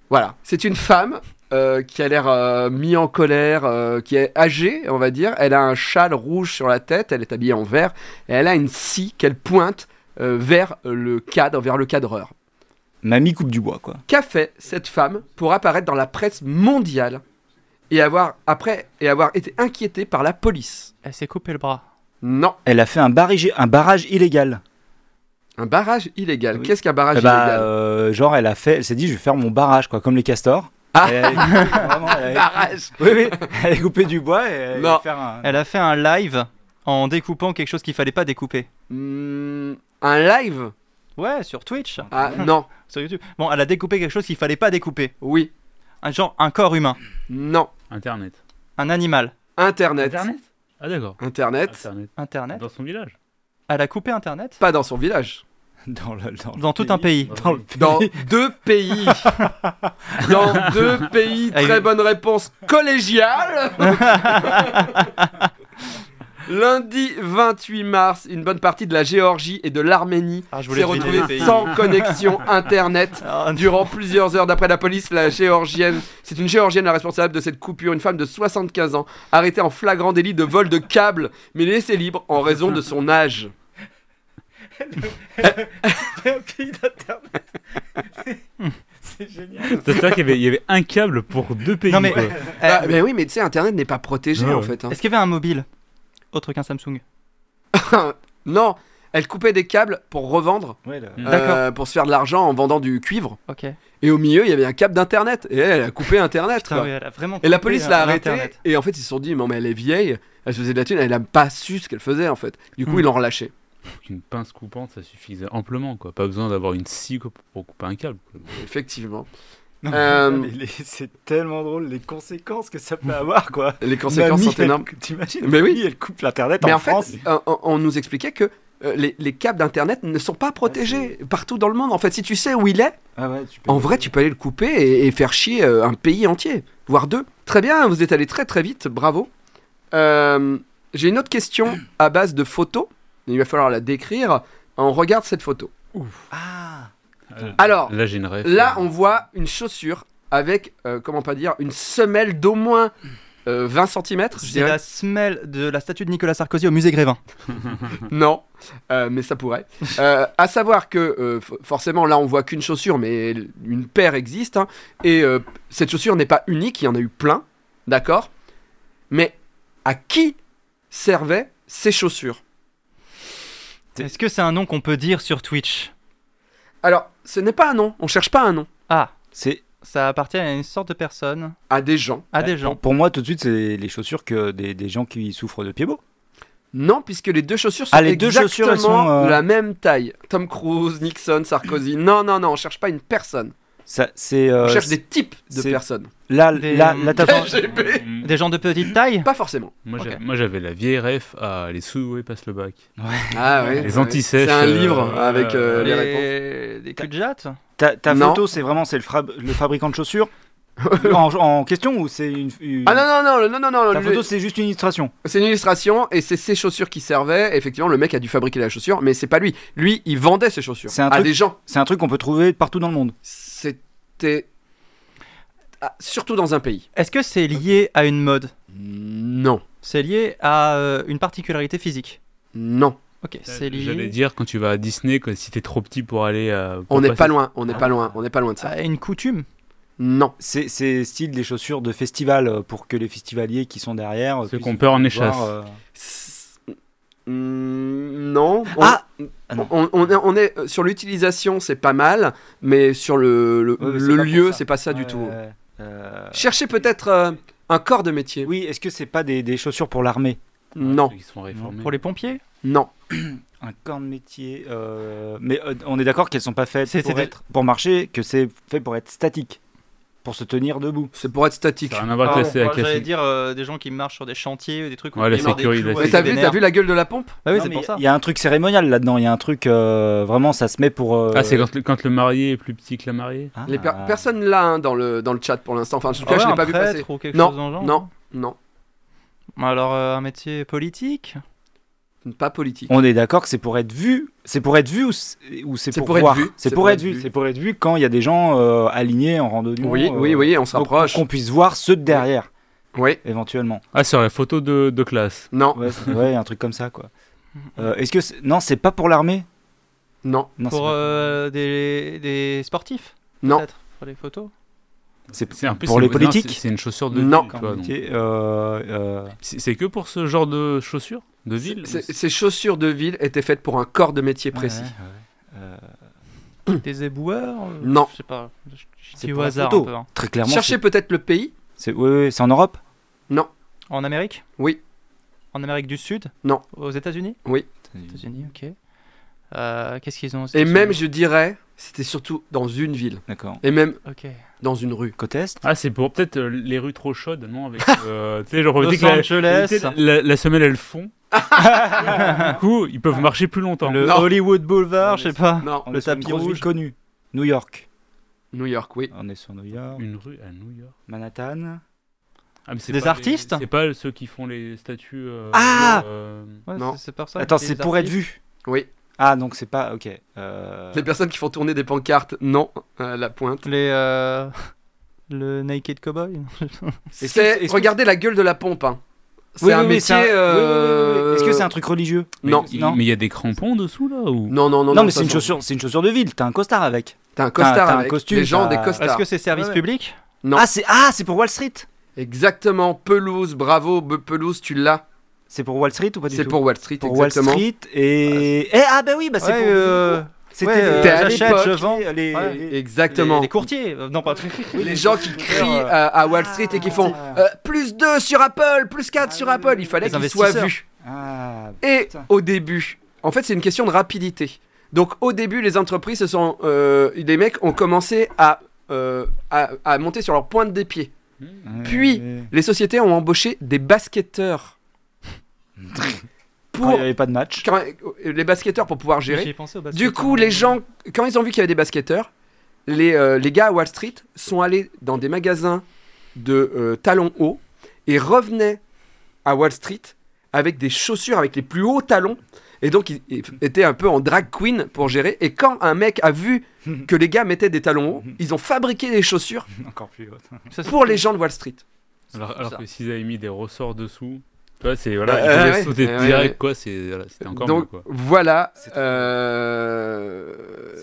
[SPEAKER 1] Voilà, c'est une femme euh, qui a l'air euh, mis en colère, euh, qui est âgée, on va dire. Elle a un châle rouge sur la tête, elle est habillée en vert, et elle a une scie qu'elle pointe euh, vers le cadre, vers le cadreur.
[SPEAKER 4] Mamie coupe du bois, quoi.
[SPEAKER 1] Qu'a fait cette femme pour apparaître dans la presse mondiale et avoir, après, et avoir été inquiétée par la police
[SPEAKER 2] Elle s'est coupée le bras.
[SPEAKER 1] Non,
[SPEAKER 4] Elle a fait un barrage, un barrage illégal.
[SPEAKER 1] un barrage illégal.
[SPEAKER 4] Oui.
[SPEAKER 1] Qu'est-ce qu'un barrage
[SPEAKER 4] Eh bah,
[SPEAKER 1] illégal
[SPEAKER 4] euh, genre, elle a fait, elle s'est dit, je vais faire mon barrage, quoi, comme les castors.
[SPEAKER 1] Ah.
[SPEAKER 4] Elle a- vraiment, elle a-
[SPEAKER 1] Barrage
[SPEAKER 4] oui, oui, elle a coupé du bois et elle
[SPEAKER 1] Non.
[SPEAKER 4] a fait un.
[SPEAKER 2] Elle a fait un live en découpant quelque chose qu'il fallait pas découper.
[SPEAKER 1] Hmm, Un live
[SPEAKER 2] Ouais, sur Twitch,
[SPEAKER 1] Ah non,
[SPEAKER 2] Hum. sur YouTube. Bon, elle a découpé quelque chose qu'il fallait pas découper.
[SPEAKER 1] oui,
[SPEAKER 2] Un genre, un corps humain,
[SPEAKER 1] non.
[SPEAKER 3] Internet.
[SPEAKER 2] un animal.
[SPEAKER 1] Internet.
[SPEAKER 3] Ah d'accord.
[SPEAKER 1] Internet.
[SPEAKER 3] Internet.
[SPEAKER 2] Internet.
[SPEAKER 3] Dans son village.
[SPEAKER 2] Elle a coupé Internet
[SPEAKER 1] Pas dans son village.
[SPEAKER 4] Dans, le- dans le
[SPEAKER 2] dans tout un pays.
[SPEAKER 4] dans le pays.
[SPEAKER 1] Dans deux pays. Dans deux pays.
[SPEAKER 2] Ah,
[SPEAKER 1] Très
[SPEAKER 2] il-
[SPEAKER 1] bonne réponse collégiale. Lundi 28 mars, une bonne partie de la Géorgie et de l'Arménie
[SPEAKER 2] Ah, je
[SPEAKER 1] s'est retrouvée sans connexion internet.
[SPEAKER 2] Ah, du-
[SPEAKER 1] Durant plusieurs heures d'après la police, la géorgienne, c'est une géorgienne la responsable de cette coupure, une femme de 75 ans, arrêtée en flagrant délit de vol de câble, mais laissée libre en raison de son âge.
[SPEAKER 3] C'est vrai qu'il y avait- il y avait un câble pour deux pays.
[SPEAKER 2] Non, mais-
[SPEAKER 3] quoi.
[SPEAKER 1] Ah, mais oui, mais tu sais, internet n'est pas protégé
[SPEAKER 3] Ouais,
[SPEAKER 1] en
[SPEAKER 3] ouais.
[SPEAKER 1] fait. hein.
[SPEAKER 2] Est-ce qu'il y avait un mobile Autre qu'un Samsung.
[SPEAKER 1] Non, elle coupait des câbles pour revendre,
[SPEAKER 4] Ouais, là.
[SPEAKER 3] Mm.
[SPEAKER 1] euh,
[SPEAKER 2] D'accord.
[SPEAKER 1] pour se faire de l'argent en vendant du cuivre.
[SPEAKER 2] Ok.
[SPEAKER 1] Et au milieu, il y avait un câble d'internet. Et elle, elle a coupé internet.
[SPEAKER 2] Putain,
[SPEAKER 1] quoi.
[SPEAKER 2] oui, elle a vraiment
[SPEAKER 1] Et la
[SPEAKER 2] coupé
[SPEAKER 1] police l'a
[SPEAKER 2] un-
[SPEAKER 1] arrêtée.
[SPEAKER 2] l'Internet.
[SPEAKER 1] Et en fait, ils se sont dit, non mais elle est vieille, elle se faisait de la thune, elle a pas su ce qu'elle faisait en fait. Du coup,
[SPEAKER 2] Hmm.
[SPEAKER 1] ils l'ont relâchée.
[SPEAKER 3] Une pince coupante, ça suffisait amplement, quoi. Pas besoin d'avoir une scie quoi, pour couper un câble. quoi.
[SPEAKER 1] Effectivement.
[SPEAKER 4] Non,
[SPEAKER 1] Euh,
[SPEAKER 4] mais Mm. les- c'est tellement drôle les conséquences que ça peut avoir, quoi.
[SPEAKER 1] Les conséquences
[SPEAKER 4] Mamie,
[SPEAKER 1] sont énormes.
[SPEAKER 4] elle- T'imagines
[SPEAKER 1] Mais oui.
[SPEAKER 4] Mamie, elle coupe l'internet
[SPEAKER 1] Mais
[SPEAKER 4] en,
[SPEAKER 1] en fait,
[SPEAKER 4] France.
[SPEAKER 1] euh, on, on nous expliquait que euh, les, les câbles d'internet ne sont pas protégés partout dans le monde. En fait, si tu sais où il est,
[SPEAKER 4] Ah ouais, tu peux-
[SPEAKER 1] en vrai, tu peux aller le couper et, et faire chier euh, un pays entier, voire deux. Très bien, vous êtes allé très très vite, bravo. Euh, J'ai une autre question à base de photos. Il va falloir la décrire. On regarde cette photo.
[SPEAKER 4] Ah.
[SPEAKER 3] Euh,
[SPEAKER 1] Alors,
[SPEAKER 3] là j'ai une euh, rêve.
[SPEAKER 1] Là, on voit une chaussure avec, euh, comment pas dire, une semelle d'au moins euh, 20 cm, je
[SPEAKER 2] C'est
[SPEAKER 1] dirais.
[SPEAKER 2] la semelle de la statue de Nicolas Sarkozy au musée Grévin.
[SPEAKER 1] Non, euh, mais ça pourrait. Euh, à savoir que, euh, f- forcément, là, on voit qu'une chaussure, mais l- une paire existe. hein, et euh, cette chaussure n'est pas unique, il y en a eu plein, d'accord Mais à qui servaient ces chaussures
[SPEAKER 2] Est-ce que c'est un nom qu'on peut dire sur Twitch
[SPEAKER 1] Alors, ce n'est pas un nom, on cherche pas un nom.
[SPEAKER 2] Ah,
[SPEAKER 4] C'est euh,
[SPEAKER 2] ça appartient à une sorte de personne,
[SPEAKER 1] À des gens.
[SPEAKER 2] à des
[SPEAKER 4] pour,
[SPEAKER 2] gens.
[SPEAKER 4] pour moi tout de suite c'est les chaussures que des, des gens qui souffrent de pieds beaux.
[SPEAKER 1] Non, puisque les deux chaussures sont
[SPEAKER 4] Ah, les deux
[SPEAKER 1] exactement
[SPEAKER 4] chaussures, elles sont, euh,
[SPEAKER 1] de la même taille. Tom Cruise, Nixon, Sarkozy. Non, non, non, on cherche pas une personne.
[SPEAKER 4] Ça c'est
[SPEAKER 1] On
[SPEAKER 4] euh,
[SPEAKER 1] cherche des types de
[SPEAKER 4] c'est-
[SPEAKER 1] personnes.
[SPEAKER 4] là
[SPEAKER 2] Des-
[SPEAKER 4] là là t'as pas-
[SPEAKER 1] GB.
[SPEAKER 2] Des gens de petite taille
[SPEAKER 1] Pas forcément.
[SPEAKER 3] Moi,
[SPEAKER 2] Ok.
[SPEAKER 3] j'ai- moi, j'avais la vieille ref à les sous passe le bac.
[SPEAKER 1] Ah oui.
[SPEAKER 3] Les antisèches.
[SPEAKER 1] C'est un
[SPEAKER 3] euh,
[SPEAKER 1] livre avec euh, les
[SPEAKER 3] les-
[SPEAKER 1] réponses.
[SPEAKER 2] Des culs de jatte
[SPEAKER 4] ta, ta
[SPEAKER 1] Non.
[SPEAKER 4] photo c'est vraiment c'est le, fra- le fabricant de chaussures en, en question ou c'est une, une-
[SPEAKER 1] Ah non, non, non, non, non, non.
[SPEAKER 4] ta
[SPEAKER 1] le-
[SPEAKER 4] photo c'est juste une illustration.
[SPEAKER 1] C'est une illustration et c'est ses chaussures qui servaient. Effectivement, le mec a dû fabriquer la chaussure, mais c'est pas lui. Lui, il vendait ses chaussures
[SPEAKER 4] C'est un
[SPEAKER 1] à
[SPEAKER 4] truc-
[SPEAKER 1] des gens.
[SPEAKER 4] C'est un truc qu'on peut trouver partout dans le monde.
[SPEAKER 1] C'était. Ah, surtout dans un pays.
[SPEAKER 2] Est-ce que c'est lié à une mode
[SPEAKER 1] Non.
[SPEAKER 2] C'est lié à euh, une particularité physique
[SPEAKER 1] Non.
[SPEAKER 2] Ok, c'est
[SPEAKER 3] J'allais
[SPEAKER 2] lié
[SPEAKER 3] dire quand tu vas à Disney, quand, si t'es trop petit pour aller. euh, pour
[SPEAKER 1] On n'est
[SPEAKER 3] passer-
[SPEAKER 1] pas loin, on n'est pas loin, on n'est pas loin de ça.
[SPEAKER 2] à une coutume.
[SPEAKER 1] Non.
[SPEAKER 4] C'est c'est style des chaussures de festival euh, pour que les festivaliers qui sont derrière euh,
[SPEAKER 3] Ceux
[SPEAKER 4] puissent
[SPEAKER 3] qu'on peut en
[SPEAKER 4] voir,
[SPEAKER 3] échasse.
[SPEAKER 4] euh,
[SPEAKER 1] S- Mm, Non. On,
[SPEAKER 4] Ah Ah non.
[SPEAKER 1] on, on est, on est- euh, sur l'utilisation, c'est pas mal, mais sur le, le,
[SPEAKER 4] Ouais, mais
[SPEAKER 1] le
[SPEAKER 4] c'est pas pour
[SPEAKER 1] lieu,
[SPEAKER 4] ça.
[SPEAKER 1] c'est pas ça du
[SPEAKER 4] Ouais,
[SPEAKER 1] tout.
[SPEAKER 4] ouais, euh,
[SPEAKER 1] Cherchez peut-être euh, un corps de métier.
[SPEAKER 4] Oui, est-ce que c'est pas des, des chaussures pour l'armée
[SPEAKER 1] Non,
[SPEAKER 3] Ceux qui se font réformer.
[SPEAKER 2] Pour les pompiers
[SPEAKER 1] non.
[SPEAKER 4] Un corps de métier. euh, Mais euh, on est d'accord qu'elles sont pas faites
[SPEAKER 2] C'est-
[SPEAKER 4] pour,
[SPEAKER 2] c'est-
[SPEAKER 4] être- pour marcher, que c'est fait pour être statique, pour se tenir debout.
[SPEAKER 1] C'est pour être statique.
[SPEAKER 3] Ça n'a rien à voir avec la-
[SPEAKER 2] Ah, Moi,
[SPEAKER 3] avec la-
[SPEAKER 2] J'allais dire euh, des gens qui marchent sur des chantiers ou des trucs. où
[SPEAKER 3] Ouais,
[SPEAKER 2] ils
[SPEAKER 3] la
[SPEAKER 2] démarrent des
[SPEAKER 3] sécurité,
[SPEAKER 2] clous
[SPEAKER 3] la
[SPEAKER 2] avec
[SPEAKER 1] Mais t'as
[SPEAKER 2] des
[SPEAKER 1] vu, t'as
[SPEAKER 2] nerfs.
[SPEAKER 1] vu la gueule de la pompe
[SPEAKER 2] Bah oui,
[SPEAKER 4] Non,
[SPEAKER 2] c'est
[SPEAKER 4] mais
[SPEAKER 2] pour
[SPEAKER 4] il y a-
[SPEAKER 2] ça.
[SPEAKER 4] Il y a un truc cérémonial là-dedans. Il y a un truc euh, vraiment, ça se met pour. euh,
[SPEAKER 3] Ah, c'est quand, le- quand le marié est plus petit que la mariée
[SPEAKER 4] Ah.
[SPEAKER 1] Les per- Personne là hein, dans, le, dans le chat pour l'instant. Enfin, en tout cas,
[SPEAKER 2] Ah ouais,
[SPEAKER 1] je l'ai
[SPEAKER 2] un
[SPEAKER 1] pas vu
[SPEAKER 2] prêtre
[SPEAKER 1] passer.
[SPEAKER 2] ou quelque
[SPEAKER 1] Non,
[SPEAKER 2] chose dans le genre.
[SPEAKER 1] non. Non,
[SPEAKER 2] Alors, euh, un métier politique
[SPEAKER 1] pas politique.
[SPEAKER 4] On est d'accord que c'est pour être vu, c'est pour être vu ou c'est ou c'est pour, voir. C'est pour, être vu, c'est pour être vu quand il y a des gens euh, alignés en randonnée.
[SPEAKER 1] Oui, oui, oui, on se rapproche.
[SPEAKER 4] Qu'on puisse voir ceux de derrière,
[SPEAKER 1] Oui,
[SPEAKER 4] éventuellement.
[SPEAKER 3] Ah, sur la photo de, de classe.
[SPEAKER 1] non,
[SPEAKER 4] Ouais, c'est- ouais, un truc comme ça, quoi. Euh, Est-ce que c'est- non, c'est pas pour l'armée
[SPEAKER 1] non,
[SPEAKER 4] Non, c'est
[SPEAKER 2] Pour
[SPEAKER 4] pas-
[SPEAKER 2] euh, des, des sportifs
[SPEAKER 1] non,
[SPEAKER 2] Peut-être Pour les photos
[SPEAKER 4] c'est
[SPEAKER 3] C'est- en plus,
[SPEAKER 4] pour
[SPEAKER 3] c'est-
[SPEAKER 4] les
[SPEAKER 3] non,
[SPEAKER 4] politiques.
[SPEAKER 3] c'est- C'est une chaussure de
[SPEAKER 1] Non.
[SPEAKER 3] ville. tu vois, donc.
[SPEAKER 4] Ok, euh, euh,
[SPEAKER 3] C'est c'est que pour ce genre de chaussures de ville
[SPEAKER 1] Ces ces chaussures de ville étaient faites pour un corps de métier précis.
[SPEAKER 4] ouais, ouais, ouais. Euh,
[SPEAKER 2] Des éboueurs euh,
[SPEAKER 1] Hum. Non.
[SPEAKER 2] Je sais pas. Je- je
[SPEAKER 4] C'est
[SPEAKER 2] dis au
[SPEAKER 4] pour la
[SPEAKER 2] hasard
[SPEAKER 4] photo.
[SPEAKER 2] un peu, hein.
[SPEAKER 4] Très clairement.
[SPEAKER 1] Cherchez peut-être le pays.
[SPEAKER 4] C'est ouais, ouais, c'est en Europe
[SPEAKER 2] En Amérique
[SPEAKER 1] Oui.
[SPEAKER 2] En Amérique du Sud
[SPEAKER 1] Non.
[SPEAKER 2] Aux États-Unis
[SPEAKER 1] Oui.
[SPEAKER 2] États-Unis, ok. Euh, Qu'est-ce qu'ils ont aux
[SPEAKER 1] Et
[SPEAKER 2] États-Unis
[SPEAKER 1] même, je dirais, c'était surtout dans une ville.
[SPEAKER 4] D'accord.
[SPEAKER 1] Et même
[SPEAKER 2] Ok.
[SPEAKER 1] dans une rue.
[SPEAKER 4] Côte est.
[SPEAKER 3] Ah, c'est pour peut-être euh, les rues trop chaudes, non Avec. euh, tu sais, genre, dès
[SPEAKER 2] Los
[SPEAKER 3] que la-
[SPEAKER 2] Angeles,
[SPEAKER 3] dès que la, la semelle, elle fond. du coup, ils peuvent marcher plus longtemps.
[SPEAKER 2] le
[SPEAKER 1] Non.
[SPEAKER 2] Hollywood Boulevard, je sais pas.
[SPEAKER 1] Non,
[SPEAKER 4] Ah, On
[SPEAKER 2] Le
[SPEAKER 4] est sur une
[SPEAKER 2] tapis
[SPEAKER 4] grosse ville
[SPEAKER 2] rouge.
[SPEAKER 4] connue. New York.
[SPEAKER 1] New York, oui.
[SPEAKER 4] On est sur New York.
[SPEAKER 3] Une rue à New York.
[SPEAKER 4] Manhattan.
[SPEAKER 3] Ah, mais c'est
[SPEAKER 2] Des
[SPEAKER 3] pas les-
[SPEAKER 2] artistes
[SPEAKER 3] C'est pas ceux qui font les statues. euh,
[SPEAKER 4] Ah
[SPEAKER 3] euh,
[SPEAKER 2] Ouais,
[SPEAKER 1] Non.
[SPEAKER 2] c'est- C'est pour ça.
[SPEAKER 4] Attends,
[SPEAKER 2] que
[SPEAKER 4] c'est
[SPEAKER 2] les
[SPEAKER 4] pour être
[SPEAKER 2] artistes-
[SPEAKER 4] vu.
[SPEAKER 1] Oui.
[SPEAKER 4] Ah, donc c'est pas. Ok. euh,
[SPEAKER 1] Les personnes qui font tourner des pancartes, non, euh, la pointe.
[SPEAKER 2] Les. euh, Le Naked Cowboy
[SPEAKER 4] que-
[SPEAKER 1] C'est
[SPEAKER 4] est-ce que-
[SPEAKER 1] regardez la gueule de la pompe. hein. C'est
[SPEAKER 4] Oui,
[SPEAKER 1] un
[SPEAKER 4] oui, oui,
[SPEAKER 1] métier.
[SPEAKER 4] c'est un- oui, oui, oui, oui, oui.
[SPEAKER 1] euh,
[SPEAKER 4] Est-ce que c'est un truc religieux
[SPEAKER 3] mais-
[SPEAKER 1] Non.
[SPEAKER 3] il-
[SPEAKER 4] Non.
[SPEAKER 3] Mais il y a des crampons dessous, là ou...
[SPEAKER 1] Non, non, non.
[SPEAKER 4] Non, mais
[SPEAKER 1] ça,
[SPEAKER 4] c'est une
[SPEAKER 1] ça-
[SPEAKER 4] chaussure, c'est une chaussure de ville. T'as un costard avec.
[SPEAKER 1] T'as un costard
[SPEAKER 4] t'as un
[SPEAKER 1] avec.
[SPEAKER 4] costume,
[SPEAKER 1] Les gens ont des
[SPEAKER 4] t'as-
[SPEAKER 2] Est-ce
[SPEAKER 1] costards.
[SPEAKER 2] que c'est service
[SPEAKER 4] Ouais, ouais.
[SPEAKER 2] public
[SPEAKER 1] Non.
[SPEAKER 4] Ah, c'est ah, c'est pour Wall Street.
[SPEAKER 1] Exactement. Pelouse, bravo, be- pelouse, tu l'as.
[SPEAKER 4] C'est pour Wall Street ou pas du tout
[SPEAKER 1] C'est pour Wall Street,
[SPEAKER 4] Pour Wall
[SPEAKER 1] exactement.
[SPEAKER 4] Street et eh, ah bah oui, bah c'est
[SPEAKER 2] Ouais,
[SPEAKER 4] pour.
[SPEAKER 2] euh,
[SPEAKER 4] C'était
[SPEAKER 2] ouais, euh,
[SPEAKER 1] T'es à
[SPEAKER 2] j'achète,
[SPEAKER 1] l'époque.
[SPEAKER 2] je vends.
[SPEAKER 4] les- les-
[SPEAKER 2] Ouais.
[SPEAKER 4] les-
[SPEAKER 1] Exactement.
[SPEAKER 2] Les, les courtiers euh, Non, pas.
[SPEAKER 1] Les, gens qui crient
[SPEAKER 4] euh,
[SPEAKER 1] à, à Wall Street et qui font
[SPEAKER 4] ah.
[SPEAKER 1] euh, plus 2 sur Apple, plus 4 sur Apple. Il fallait
[SPEAKER 2] Les
[SPEAKER 1] qu'ils soient
[SPEAKER 2] investisseurs.
[SPEAKER 1] vus.
[SPEAKER 4] Ah,
[SPEAKER 1] Et
[SPEAKER 4] Putain.
[SPEAKER 1] au début, en fait, c'est une question de rapidité. Donc, au début, les entreprises se sont. euh, les mecs ont commencé à, euh, à, à monter sur leur pointe des pieds. Puis,
[SPEAKER 4] ouais.
[SPEAKER 1] Les sociétés ont embauché des basketteurs.
[SPEAKER 4] Quand il
[SPEAKER 1] pour.
[SPEAKER 4] n'y avait pas de match.
[SPEAKER 1] quand- euh, les basketteurs pour pouvoir gérer.
[SPEAKER 2] J'ai pensé au euh,
[SPEAKER 1] Du coup, les gens, quand ils ont vu qu'il y avait des basketteurs, les, euh, les gars à Wall Street sont allés dans des magasins de euh, talons hauts et revenaient à Wall Street avec des chaussures avec les plus hauts talons. Et donc, ils, ils étaient un peu en drag queen pour gérer. Et quand un mec a vu que les gars mettaient des talons hauts, ils ont fabriqué des chaussures
[SPEAKER 4] Encore plus. haute.
[SPEAKER 1] pour les gens de Wall Street.
[SPEAKER 3] Alors,
[SPEAKER 1] ça.
[SPEAKER 3] alors que s'ils avaient mis des ressorts dessous, tu vois, c'est voilà,
[SPEAKER 1] Euh,
[SPEAKER 3] ils pouvaient
[SPEAKER 1] ouais,
[SPEAKER 3] sauter
[SPEAKER 1] ouais,
[SPEAKER 3] direct
[SPEAKER 1] ouais.
[SPEAKER 3] quoi. C'est voilà, c'était encore mieux,
[SPEAKER 1] donc,
[SPEAKER 3] quoi.
[SPEAKER 1] voilà.
[SPEAKER 4] C'est très-
[SPEAKER 1] euh,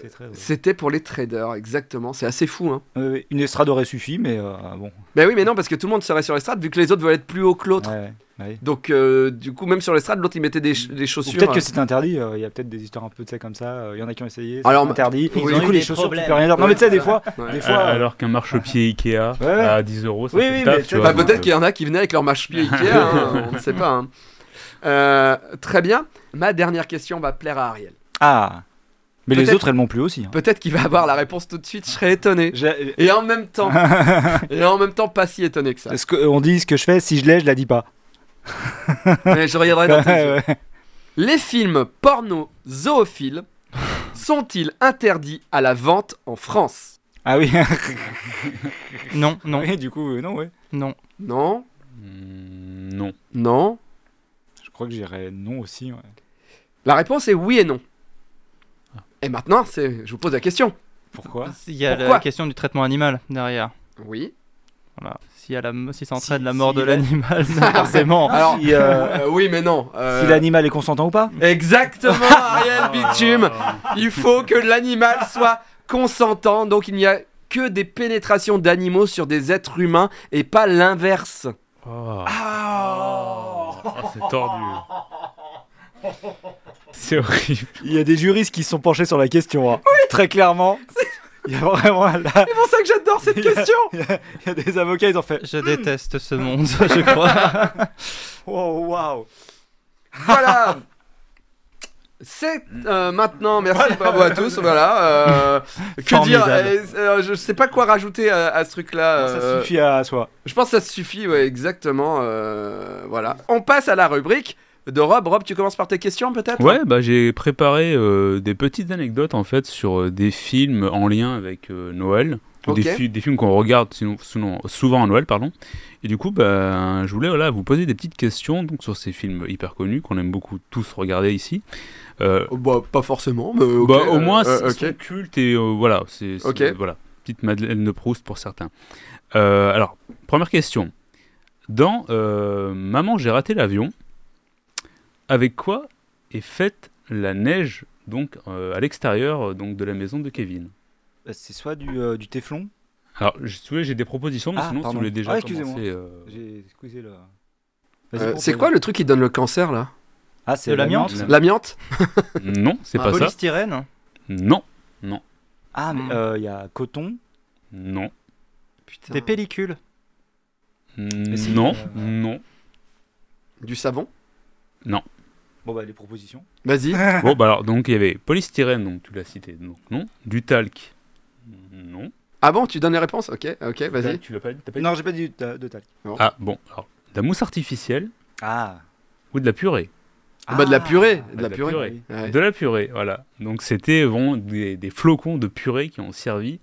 [SPEAKER 4] C'est très. drôle.
[SPEAKER 1] C'était pour les traders, exactement. C'est assez fou, hein.
[SPEAKER 4] Ouais, ouais, Une estrade aurait suffi, mais euh, bon.
[SPEAKER 1] Ben oui, mais non, parce que tout le monde serait sur l'estrade vu que les autres veulent être plus haut que l'autre.
[SPEAKER 4] Ouais, ouais, ouais.
[SPEAKER 1] Donc, euh, du coup, même sur l'estrade, l'autre il mettait des, ch- des
[SPEAKER 4] Ou
[SPEAKER 1] chaussures.
[SPEAKER 4] peut-être que
[SPEAKER 1] euh,
[SPEAKER 4] c'est interdit, il y a peut-être des histoires un peu tu sais, comme ça, euh, il y en a qui ont essayé, c'est
[SPEAKER 1] Alors, ma-
[SPEAKER 4] interdit,
[SPEAKER 1] Ils
[SPEAKER 4] du
[SPEAKER 1] ont
[SPEAKER 4] coup
[SPEAKER 1] eu
[SPEAKER 4] les
[SPEAKER 2] des
[SPEAKER 4] chaussures tu peux
[SPEAKER 2] problèmes.
[SPEAKER 4] rien dire. Non mais tu sais des fois,
[SPEAKER 1] hein. Ouais.
[SPEAKER 4] des fois
[SPEAKER 3] Ah,
[SPEAKER 4] euh,
[SPEAKER 3] alors qu'un marche-pied Ikea
[SPEAKER 4] ouais.
[SPEAKER 3] à 10 euros, ça
[SPEAKER 4] Oui,
[SPEAKER 3] fait
[SPEAKER 4] oui,
[SPEAKER 3] le
[SPEAKER 4] mais
[SPEAKER 3] taf,
[SPEAKER 4] tu
[SPEAKER 3] tu
[SPEAKER 4] vois,
[SPEAKER 3] vois.
[SPEAKER 1] bah,
[SPEAKER 3] donc,
[SPEAKER 1] peut-être qu'il y en a qui venaient avec leur marche-pied Ikea, hein, on ne sait pas. hein. Euh, très bien. Ma dernière question va plaire à Ariel.
[SPEAKER 4] Ah Mais les
[SPEAKER 1] Peut-être-
[SPEAKER 4] autres elles m'ont plus aussi. hein.
[SPEAKER 1] Peut-être qu'il va avoir la réponse tout de suite, je serais étonné.
[SPEAKER 4] J'ai-
[SPEAKER 1] Et en même temps, et en même temps, pas si étonné que ça.
[SPEAKER 4] Est-ce qu'on dit ce que je fais Si je l'ai, je la dis pas.
[SPEAKER 1] Mais je regarderai dans tes yeux.
[SPEAKER 4] Ouais, ouais.
[SPEAKER 1] Les films porno zoophiles sont-ils interdits à la vente en France
[SPEAKER 4] Ah oui.
[SPEAKER 2] Non, non,
[SPEAKER 4] Oui, du coup, euh, non, ouais.
[SPEAKER 2] non.
[SPEAKER 1] Non,
[SPEAKER 3] euh, hmm, Non.
[SPEAKER 1] non.
[SPEAKER 4] Je crois que j'irais non aussi. ouais.
[SPEAKER 1] La réponse est oui et non. Et maintenant, c'est, je vous pose la question.
[SPEAKER 4] Pourquoi
[SPEAKER 2] Il y a
[SPEAKER 1] Pourquoi
[SPEAKER 2] la question du traitement animal derrière.
[SPEAKER 1] Oui.
[SPEAKER 2] Voilà. Si, à la, si ça
[SPEAKER 4] Si-
[SPEAKER 2] entraîne la mort
[SPEAKER 4] si
[SPEAKER 2] de
[SPEAKER 4] il est-
[SPEAKER 2] l'animal, forcément.
[SPEAKER 1] Alors,
[SPEAKER 4] si, euh,
[SPEAKER 1] euh, oui, mais non. euh,
[SPEAKER 4] si Oh. l'animal est consentant ou pas
[SPEAKER 1] Exactement, Ariel Bitume.
[SPEAKER 3] Ah.
[SPEAKER 1] Il faut que l'animal soit consentant, donc il n'y a que des pénétrations d'animaux sur des êtres humains et pas l'inverse.
[SPEAKER 3] Oh. Oh, c'est tordu. C'est horrible.
[SPEAKER 4] Il y a des juristes qui se sont penchés sur la question. hein. Très clairement. Il y a vraiment là,
[SPEAKER 1] C'est pour ça que j'adore cette question.
[SPEAKER 4] il y a des avocats, ils ont fait
[SPEAKER 2] Je déteste ce monde, je crois.
[SPEAKER 4] Wow, wow.
[SPEAKER 1] Voilà. C'est euh, maintenant, merci, bravo à tous. Voilà. euh, que dire
[SPEAKER 2] Formidable.
[SPEAKER 1] euh, euh, Je sais pas quoi rajouter à, à ce truc-là.
[SPEAKER 4] Ça
[SPEAKER 1] euh,
[SPEAKER 4] suffit à soi.
[SPEAKER 1] Je pense que ça suffit, ouais, exactement. euh, voilà. On passe à la rubrique de Rob. Rob, tu commences par tes questions peut-être
[SPEAKER 3] Ouais, bah j'ai préparé euh, des petites anecdotes en fait sur euh, des films en lien avec euh, Noël.
[SPEAKER 1] Ok.
[SPEAKER 3] des, fi- des films qu'on regarde sinon- sinon- souvent à Noël, pardon. Et du coup, ben, je voulais voilà, vous poser des petites questions donc, sur ces films hyper connus qu'on aime beaucoup tous regarder ici. Euh,
[SPEAKER 1] Oh, Bah, pas forcément, mais ok,
[SPEAKER 3] bah, au
[SPEAKER 1] euh,
[SPEAKER 3] moins,
[SPEAKER 1] euh,
[SPEAKER 3] c'est
[SPEAKER 1] ok.
[SPEAKER 3] c'est culte et euh, voilà, c'est c'est-
[SPEAKER 1] Ok.
[SPEAKER 3] voilà, petite Madeleine de Proust pour certains. Euh, alors, première question. Dans euh, Maman, j'ai raté l'avion, avec quoi est faite la neige donc euh, à l'extérieur euh, donc de la maison de Kevin
[SPEAKER 4] Bah, C'est soit du, euh, du téflon.
[SPEAKER 3] Alors, je- si vous voulez, j'ai des propositions, mais
[SPEAKER 4] Ah,
[SPEAKER 3] sinon, si
[SPEAKER 4] pardon.
[SPEAKER 3] vous voulez déjà
[SPEAKER 4] Ah, excusez-moi.
[SPEAKER 3] commencer. euh,
[SPEAKER 4] J'ai squeezé le. Vas-y,
[SPEAKER 1] Euh,
[SPEAKER 4] propose.
[SPEAKER 1] c'est quoi le truc qui donne le cancer là
[SPEAKER 4] Ah, c'est
[SPEAKER 2] De
[SPEAKER 4] de
[SPEAKER 2] l'amiante
[SPEAKER 4] l'amiante.
[SPEAKER 3] la-
[SPEAKER 1] L'amiante
[SPEAKER 3] Non, c'est
[SPEAKER 1] Un
[SPEAKER 3] pas ça.
[SPEAKER 2] Polystyrène
[SPEAKER 3] Non,
[SPEAKER 4] Ah, mais euh, il y a coton.
[SPEAKER 3] non,
[SPEAKER 1] Putain.
[SPEAKER 2] Des pellicules
[SPEAKER 4] c'est-
[SPEAKER 3] non,
[SPEAKER 4] euh,
[SPEAKER 3] non.
[SPEAKER 1] Du savon
[SPEAKER 4] Bon, bah, les propositions.
[SPEAKER 1] Vas-y.
[SPEAKER 3] Bon, bah alors, donc il y avait polystyrène, donc tu l'as cité, donc non. Du talc, non.
[SPEAKER 1] Ah bon, tu donnes les réponses Ok, ok, Eh, vas-y.
[SPEAKER 3] Talc, Tu l'as pas dit, t'as pas dit
[SPEAKER 4] Non, j'ai pas dit de, de talc.
[SPEAKER 3] Ah, bon, alors, de la mousse artificielle
[SPEAKER 4] Ah.
[SPEAKER 3] ou de la purée
[SPEAKER 1] Ah bah de la purée, de
[SPEAKER 3] bah,
[SPEAKER 1] la
[SPEAKER 3] de la
[SPEAKER 1] purée.
[SPEAKER 3] purée.
[SPEAKER 1] Ouais.
[SPEAKER 3] De la purée, voilà. Donc c'était bon, des, des flocons de purée qui ont servi